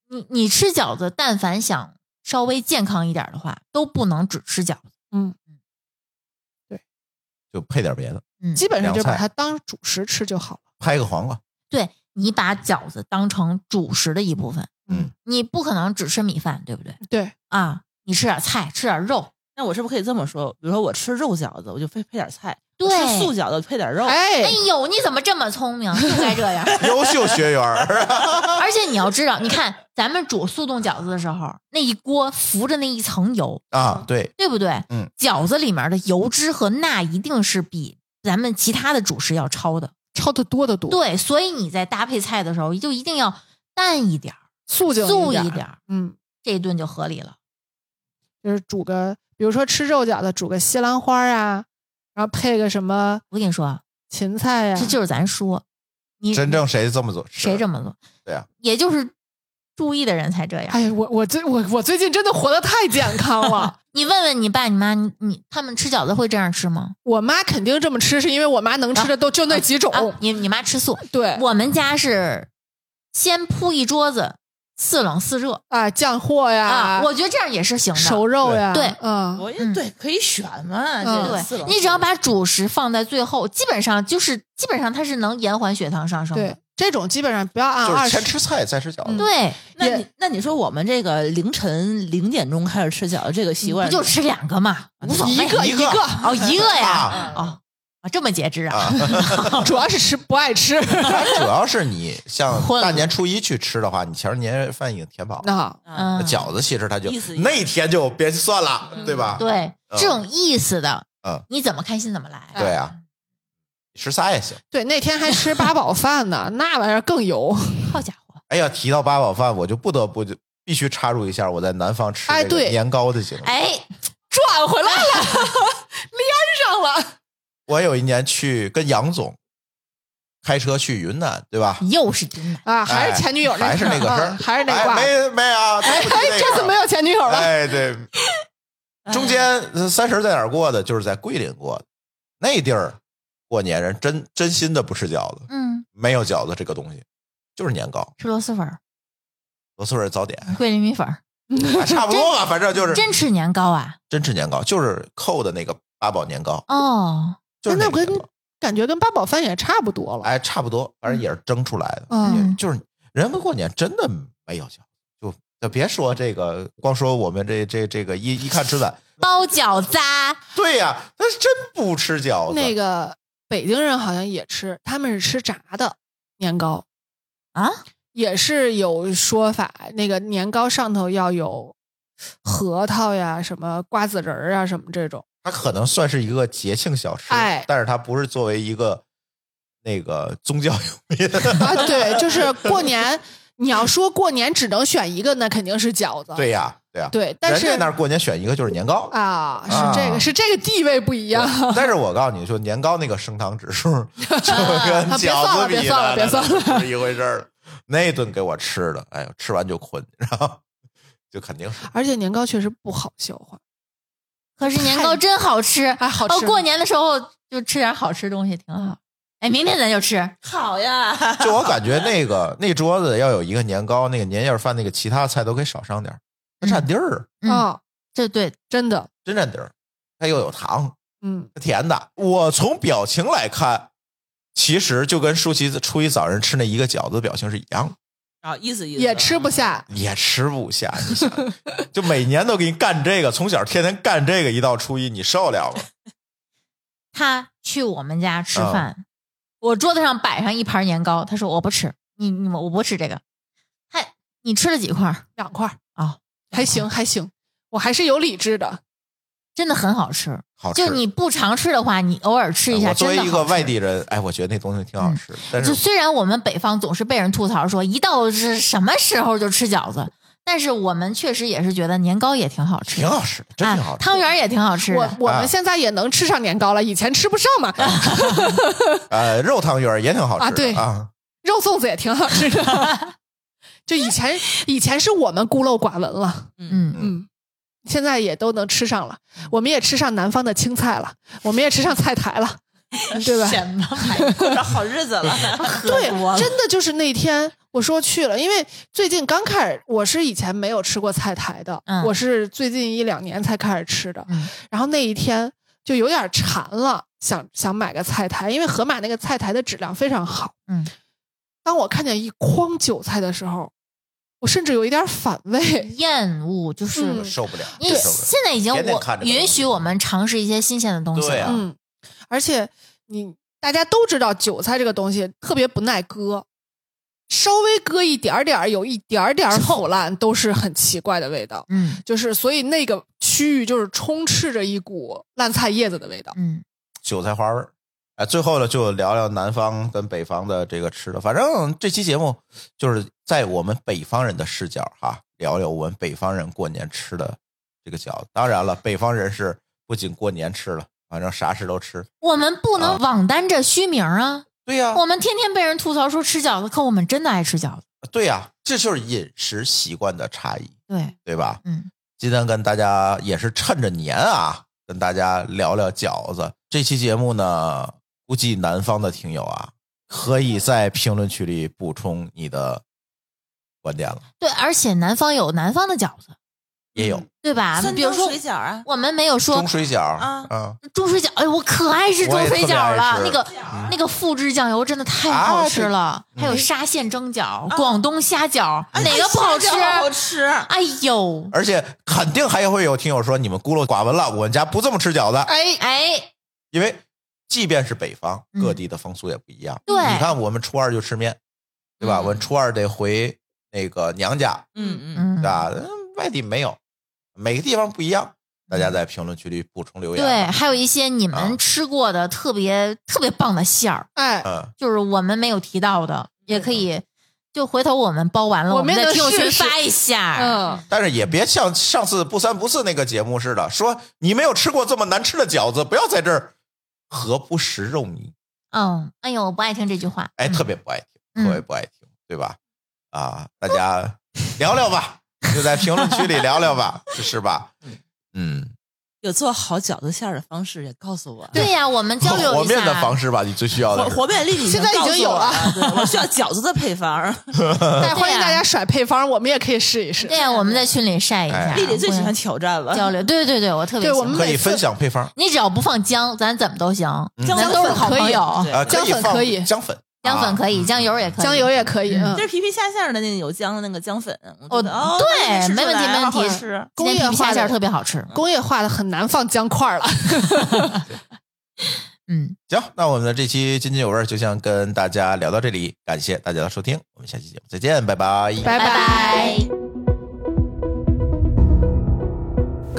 Speaker 4: 你你吃饺子，但凡想稍微健康一点的话，都不能只吃饺子。
Speaker 3: 就配点别的，
Speaker 4: 嗯，
Speaker 5: 基本上就把
Speaker 3: 凉菜
Speaker 5: 它当主食吃就好了。
Speaker 3: 拍个黄瓜，
Speaker 4: 对你把饺子当成主食的一部分，
Speaker 3: 嗯，
Speaker 4: 你不可能只吃米饭，对不对？
Speaker 5: 对，
Speaker 4: 啊，你吃点菜，吃点肉，
Speaker 6: 那我是不是可以这么说？比如说我吃肉饺子，我就配配点菜；
Speaker 4: 对
Speaker 6: 我吃素饺子配点肉。
Speaker 5: 哎
Speaker 4: 哎，呦，你怎么这么聪明？就该这样。
Speaker 3: 优秀学员儿，
Speaker 4: 而且你要知道，你看咱们煮速冻饺子的时候，那一锅浮着那一层油，
Speaker 3: 啊，对，
Speaker 4: 对不对？
Speaker 3: 嗯，
Speaker 4: 饺子里面的油脂和钠一定是比咱们其他的主食要超的。
Speaker 5: 超的多的多，
Speaker 4: 对，所以你在搭配菜的时候，就一定要淡一点儿，
Speaker 5: 素净
Speaker 4: 素
Speaker 5: 一
Speaker 4: 一
Speaker 5: 点
Speaker 4: 点
Speaker 5: 儿。
Speaker 4: 儿。
Speaker 5: 嗯，
Speaker 4: 这一顿就合理了。
Speaker 5: 就是煮个，比如说吃肉饺子，煮个西兰花啊，然后配个什么
Speaker 4: 我跟你说啊，
Speaker 5: 芹菜呀、
Speaker 4: 这就是咱说，你
Speaker 3: 真正谁这么做？
Speaker 4: 谁这
Speaker 3: 么？
Speaker 4: 么做？
Speaker 3: 对啊，
Speaker 4: 也就是注意的人才这样。
Speaker 5: 哎，我我最我我最近真的活得太健康了。
Speaker 4: 你问问你爸你妈，你你他们吃饺子会这样吃吗？
Speaker 5: 我妈肯定这么吃，是因为我妈能吃的都就那几种。
Speaker 4: 啊，你你妈吃素，
Speaker 5: 对，
Speaker 4: 我们家是先铺一桌子，似冷似热
Speaker 5: 啊，酱货呀，
Speaker 4: 啊，我觉得这样也是行的。
Speaker 5: 熟肉呀，
Speaker 4: 对对
Speaker 5: 嗯，
Speaker 6: 我也
Speaker 4: 嗯
Speaker 6: 对，可以选嘛。
Speaker 5: 嗯
Speaker 6: 这个四
Speaker 4: 对
Speaker 6: 冷
Speaker 4: 你只要把主食放在最后，基本上就是基本上它是能延缓血糖上升
Speaker 5: 对
Speaker 4: 的。，
Speaker 5: 这种基本上不要按
Speaker 3: 啊就
Speaker 5: 二
Speaker 3: 是
Speaker 5: 十
Speaker 3: 先，吃菜再吃饺子。啊
Speaker 4: 对，
Speaker 6: 那
Speaker 5: 也
Speaker 6: 你那你说我们这个凌晨零点钟开始吃饺子这个习
Speaker 4: 不
Speaker 6: 惯，
Speaker 4: 就吃两个嘛，无所谓。
Speaker 5: 一个
Speaker 3: 一
Speaker 5: 一
Speaker 3: 个
Speaker 5: 个，
Speaker 4: 哦，一个呀
Speaker 3: 啊，
Speaker 4: 哦啊，这么节制啊，
Speaker 3: 啊，
Speaker 5: 主要是吃不爱吃。
Speaker 3: 它哎主要是你像
Speaker 4: 混了
Speaker 3: 大年初一去吃的话，你前儿年饭已经填饱了，
Speaker 5: 那好，
Speaker 6: 啊
Speaker 4: 嗯，
Speaker 3: 饺子其实它就
Speaker 6: 意思一样
Speaker 3: 那天就别算了，对吧？
Speaker 4: 对
Speaker 3: 嗯
Speaker 4: 这种意思的
Speaker 3: 嗯，
Speaker 4: 你怎么开心怎么来。
Speaker 3: 对啊，十仨也行。
Speaker 5: 对，那天还吃八宝饭呢， 那玩意儿更油。
Speaker 4: 嗯好家伙，
Speaker 3: 哎呀，提到八宝饭，我就不得不就必须插入一下我在南方吃
Speaker 5: 哎
Speaker 3: 这个
Speaker 5: 对
Speaker 3: 年糕的经历。
Speaker 4: 哎，
Speaker 5: 转回来了，连上了。
Speaker 3: 我有一年去跟杨总开车去云南，对吧？
Speaker 4: 又是真的，
Speaker 5: 啊，嗯还
Speaker 3: 哎
Speaker 5: 是前女友那
Speaker 3: 还是那个事
Speaker 5: 嗯
Speaker 3: 儿，
Speaker 5: 还是那
Speaker 3: 哎
Speaker 5: 挂。
Speaker 3: 没没啊？
Speaker 5: 哎
Speaker 3: 对不起那
Speaker 5: 哎，
Speaker 3: 个
Speaker 5: 这次没有前女友了。
Speaker 3: 哎，对，中间呃三十在哪儿过的？就是在桂林过的，那地儿过年人真真心的不吃饺子，
Speaker 4: 嗯，
Speaker 3: 没有饺子这个东西，就是年糕，
Speaker 4: 吃螺蛳粉儿、
Speaker 3: 多数人早点，
Speaker 4: 桂林米粉儿，
Speaker 3: 哎差不 多吧，反正 就是
Speaker 4: 真吃年糕啊？
Speaker 3: 真吃年糕，就是扣的那个八宝年糕，
Speaker 4: 哦，
Speaker 3: 就是
Speaker 5: 哎那
Speaker 3: 那
Speaker 5: 我
Speaker 3: 个
Speaker 5: 跟
Speaker 3: 年糕，
Speaker 5: 感觉跟八宝饭也差不多了。
Speaker 3: 哎，差不多，反正也是蒸出来的，
Speaker 5: 嗯，
Speaker 4: 嗯，
Speaker 3: 就是人们过年真的没有饺子，就就别说这个，光说我们这这这个一一看春晚，
Speaker 4: 包饺子啊，
Speaker 3: 对呀、他是真不吃饺子，
Speaker 5: 那个北京人好像也吃，他们是吃炸的年糕
Speaker 4: 啊，
Speaker 5: 也是有说法，那个年糕上头要有核桃呀、什么瓜子仁儿啊、什么 这种。
Speaker 3: 它可能算是一个节庆小吃，
Speaker 5: 哎
Speaker 3: 但是它不是作为一个那个宗教用品。
Speaker 5: 啊，对，就是过年，你要说过年只能选一个，那肯定是饺子。
Speaker 3: 对呀，对呀，
Speaker 5: 对但是
Speaker 3: 人家那儿过年选一个就是年糕，
Speaker 5: 啊，是这个，
Speaker 3: 啊
Speaker 5: 是这个地位不
Speaker 3: 对
Speaker 5: 一样。
Speaker 3: 但是我告诉你说，年糕那个升糖指数 就跟
Speaker 5: 啊别算
Speaker 3: 饺
Speaker 5: 了
Speaker 3: 子比
Speaker 5: 别算了别算了
Speaker 3: 那是一回事儿了。那顿给我吃的，哎呦，吃完就困，然后就肯定是
Speaker 5: 而且年糕确实不好消化，
Speaker 4: 可是年糕真好吃。
Speaker 5: 哎，好吃
Speaker 4: 哦
Speaker 5: 吗。，
Speaker 4: 过年的时候就吃点好吃东西挺好。哎，明天咱就吃。
Speaker 6: 好呀，
Speaker 3: 就我感觉那个那桌子要有一个年糕，那个年夜饭那个其他菜都可以少上点儿，它占地儿，
Speaker 4: 嗯，
Speaker 5: 啊，
Speaker 4: 这 对，
Speaker 5: 真的，
Speaker 3: 真占地儿，它又有糖，
Speaker 5: 嗯，
Speaker 3: 甜的。我从表情来看，其实就跟舒淇初一早上吃那一个饺子表情是一样的，
Speaker 6: 啊，意思意思
Speaker 5: 也吃不下。
Speaker 3: 也吃不下。你想，就每年都给你干这个，从小天天干这个，一到初一你受了 吗？
Speaker 4: 他去我们家吃
Speaker 3: 哦
Speaker 4: 饭，我桌子上摆上一盘年糕，他说我不吃，你你我不吃这个。嗨，你吃了几块儿？
Speaker 5: 两块儿
Speaker 4: 哦，
Speaker 5: 还行还行，我还是有理智的。
Speaker 4: 真的很好吃。
Speaker 3: 好吃。
Speaker 4: 就你不常吃的话，你偶尔吃一
Speaker 3: 哎
Speaker 4: 下，
Speaker 3: 我作
Speaker 4: 真
Speaker 3: 为
Speaker 4: 的
Speaker 3: 一个
Speaker 4: 好
Speaker 3: 外
Speaker 4: 吃。嗯
Speaker 3: 地人，哎，我觉得那东西挺好吃的，但
Speaker 4: 就是虽然我们北方总是被人吐槽说一到是什么时候就吃饺子，但是我们确实也是觉得年糕也挺好吃
Speaker 3: 挺
Speaker 4: 的，
Speaker 3: 好吃的，真挺好
Speaker 4: 啊、
Speaker 3: 吃
Speaker 4: 汤圆儿也挺好吃
Speaker 5: 我
Speaker 4: 的。
Speaker 5: 我们
Speaker 3: 啊
Speaker 5: 现在也能吃上年糕了，以前吃不上嘛。
Speaker 3: 的。呃，肉汤圆儿也挺好吃的
Speaker 5: 啊对
Speaker 3: 啊，
Speaker 5: 肉粽子也挺好吃的， 就以前以前是我们孤陋寡闻了，
Speaker 4: 嗯，
Speaker 5: 嗯，现在也都能吃上了，我们也吃上南方的青菜了，我们也吃上菜苔了，对吧？
Speaker 4: 什么玩意儿？
Speaker 6: 过上好日子了。
Speaker 5: 对
Speaker 4: 国，了
Speaker 5: 真的就是那天我说去了，因为最近刚开始，我是以前没有吃过菜苔的，
Speaker 4: 嗯
Speaker 5: 我是最近一两年才开始吃的。
Speaker 4: 嗯
Speaker 5: 然后那一天就有点馋了，想想买个菜苔，因为盒马那个菜苔的质量非常好。
Speaker 4: 嗯，
Speaker 5: 当我看见一筐韭菜的时候，我甚至有一点反胃。
Speaker 4: 厌恶就是。
Speaker 5: 嗯
Speaker 3: 受不了，
Speaker 4: 因
Speaker 3: 真
Speaker 4: 为
Speaker 3: 受不了。
Speaker 4: 现在已经
Speaker 3: 天天
Speaker 4: 我
Speaker 3: 看着都
Speaker 4: 允许我们尝试一些新鲜的东西
Speaker 3: 对
Speaker 4: 了，
Speaker 3: 啊
Speaker 5: 嗯，而且你大家都知道，韭菜这个东西特别不耐割，稍微割一点儿点儿，有一点儿点儿腐烂，都是很奇怪的味道。
Speaker 4: 嗯
Speaker 5: 就是所以那个区域就是充斥着一股烂菜叶子的味道。
Speaker 4: 嗯，
Speaker 3: 韭菜花味儿，哎，最后呢，就聊聊南方跟北方的这个吃的。反正这期节目就是在我们北方人的视角哈，聊聊我们北方人过年吃的这个饺子。当然了，北方人是不仅过年吃了，反正啥事都吃。
Speaker 4: 我们不
Speaker 3: 啊
Speaker 4: 能网担着虚名啊！
Speaker 3: 对呀、
Speaker 4: 我们天天被人吐槽说吃饺子，可我们真的爱吃饺子。
Speaker 3: 对呀、这就是饮食习惯的差异，
Speaker 4: 对，
Speaker 3: 对吧？
Speaker 4: 嗯，
Speaker 3: 今天跟大家也是趁着年啊，跟大家聊聊饺子。这期节目呢，估计南方的听友啊，可以在评论区里补充你的观点了，
Speaker 4: 对，而且南方有南方的饺子，
Speaker 3: 也有
Speaker 4: 对吧？
Speaker 7: 三
Speaker 4: 比如
Speaker 7: 蒸
Speaker 4: 说
Speaker 7: 水饺啊，
Speaker 4: 我们没有说
Speaker 3: 中水饺
Speaker 7: 啊
Speaker 3: 啊
Speaker 4: 中水饺，哎，我可爱吃中
Speaker 3: 我也特
Speaker 4: 水
Speaker 3: 别爱
Speaker 4: 饺了。
Speaker 3: 吃
Speaker 4: 那个
Speaker 3: 嗯
Speaker 4: 那个复制酱油真的太
Speaker 3: 啊
Speaker 4: 好
Speaker 3: 对
Speaker 4: 吃了，还有
Speaker 3: 嗯
Speaker 4: 沙县蒸饺、
Speaker 7: 啊
Speaker 4: 广东虾饺，哪个不
Speaker 7: 好
Speaker 4: 哎好吃？
Speaker 7: 好吃。
Speaker 4: 哎呦，
Speaker 3: 而且肯定还会有听友说你们孤陋寡闻了，我们家不这么吃饺子，
Speaker 4: 哎哎，
Speaker 3: 因为即便是北方，
Speaker 4: 嗯
Speaker 3: 各地的风俗也不一样。
Speaker 4: 对
Speaker 3: 你看我们初二就吃面，对吧？
Speaker 4: 嗯
Speaker 3: 我们初二得回那个娘家，
Speaker 7: 嗯嗯，
Speaker 4: 嗯
Speaker 3: 对，吧？嗯外地没有，每个地方不一样。大家在评论区里补充留言。
Speaker 4: 对，，还有一些你
Speaker 3: 啊
Speaker 4: 们吃过的特别特别棒的馅儿，
Speaker 5: 哎，
Speaker 3: 嗯，
Speaker 4: 就是我们没有提到的，也可以。就回头我们包完了，
Speaker 5: 我
Speaker 4: 我们
Speaker 5: 们
Speaker 4: 在
Speaker 5: 也
Speaker 4: 听友
Speaker 5: 试
Speaker 4: 群
Speaker 5: 试
Speaker 4: 发一下。
Speaker 5: 嗯，
Speaker 3: 但是也别像上次不三不四那个节目似的，说你没有吃过这么难吃的饺子，不要在这儿何不食肉糜？
Speaker 4: 嗯，哎呦，我不爱听这句话。
Speaker 3: 哎，
Speaker 4: 嗯
Speaker 3: 特别不爱听，
Speaker 4: 嗯
Speaker 3: 特别不爱听，对吧？啊，大家聊聊吧，就在评论区里聊聊吧，是吧？嗯，
Speaker 7: 有做好饺子馅儿的方式也告诉我。
Speaker 4: 对呀，我们交 流一下。
Speaker 3: 和面的方式吧，你最需要
Speaker 7: 和
Speaker 3: 的是
Speaker 7: 和面粒粒
Speaker 5: 现在已经有了
Speaker 7: 了，对我需要饺子的配方。
Speaker 5: 但是哎欢
Speaker 4: 对
Speaker 5: 迎
Speaker 4: 啊
Speaker 5: 大家甩配方，我们也可以试一试
Speaker 4: 对。呀，我们在群里晒一下。
Speaker 3: 哎
Speaker 7: 丽丽最喜欢
Speaker 4: 互
Speaker 7: 挑战了
Speaker 4: 相，交流，对对对，我特别
Speaker 5: 对
Speaker 4: 喜
Speaker 5: 我
Speaker 4: 欢
Speaker 5: 们。
Speaker 3: 可以
Speaker 5: 每次
Speaker 3: 分享配方
Speaker 4: 你只要不放姜，咱怎么都行。
Speaker 3: 嗯
Speaker 7: 姜
Speaker 4: 咱
Speaker 7: 粉
Speaker 4: 都是好
Speaker 5: 可以
Speaker 4: 朋友，
Speaker 7: 对
Speaker 3: 啊，可以
Speaker 5: 姜粉
Speaker 3: 放
Speaker 5: 可以
Speaker 3: 姜粉，啊
Speaker 4: 姜粉
Speaker 3: 以，
Speaker 4: 可以，酱油也可以，
Speaker 5: 酱油也可以，
Speaker 4: 嗯
Speaker 5: 嗯
Speaker 7: 这，是皮皮虾馅儿的那有姜的那个姜粉，我觉得哦，
Speaker 4: 哦对
Speaker 7: 那你吃
Speaker 4: 没问题
Speaker 7: 出来
Speaker 4: 没问题
Speaker 7: 好好吃。
Speaker 4: 今天
Speaker 5: 工业
Speaker 4: 皮皮虾
Speaker 5: 化
Speaker 4: 馅儿
Speaker 5: 的
Speaker 4: 特别好吃。
Speaker 5: 工业化的很难放姜块儿了。
Speaker 4: 嗯，
Speaker 3: 行，那我们的这期津津有味儿就先跟大家聊到这里，感谢大家的收听，我们下期节目再见，拜拜，
Speaker 5: 拜
Speaker 4: 拜拜。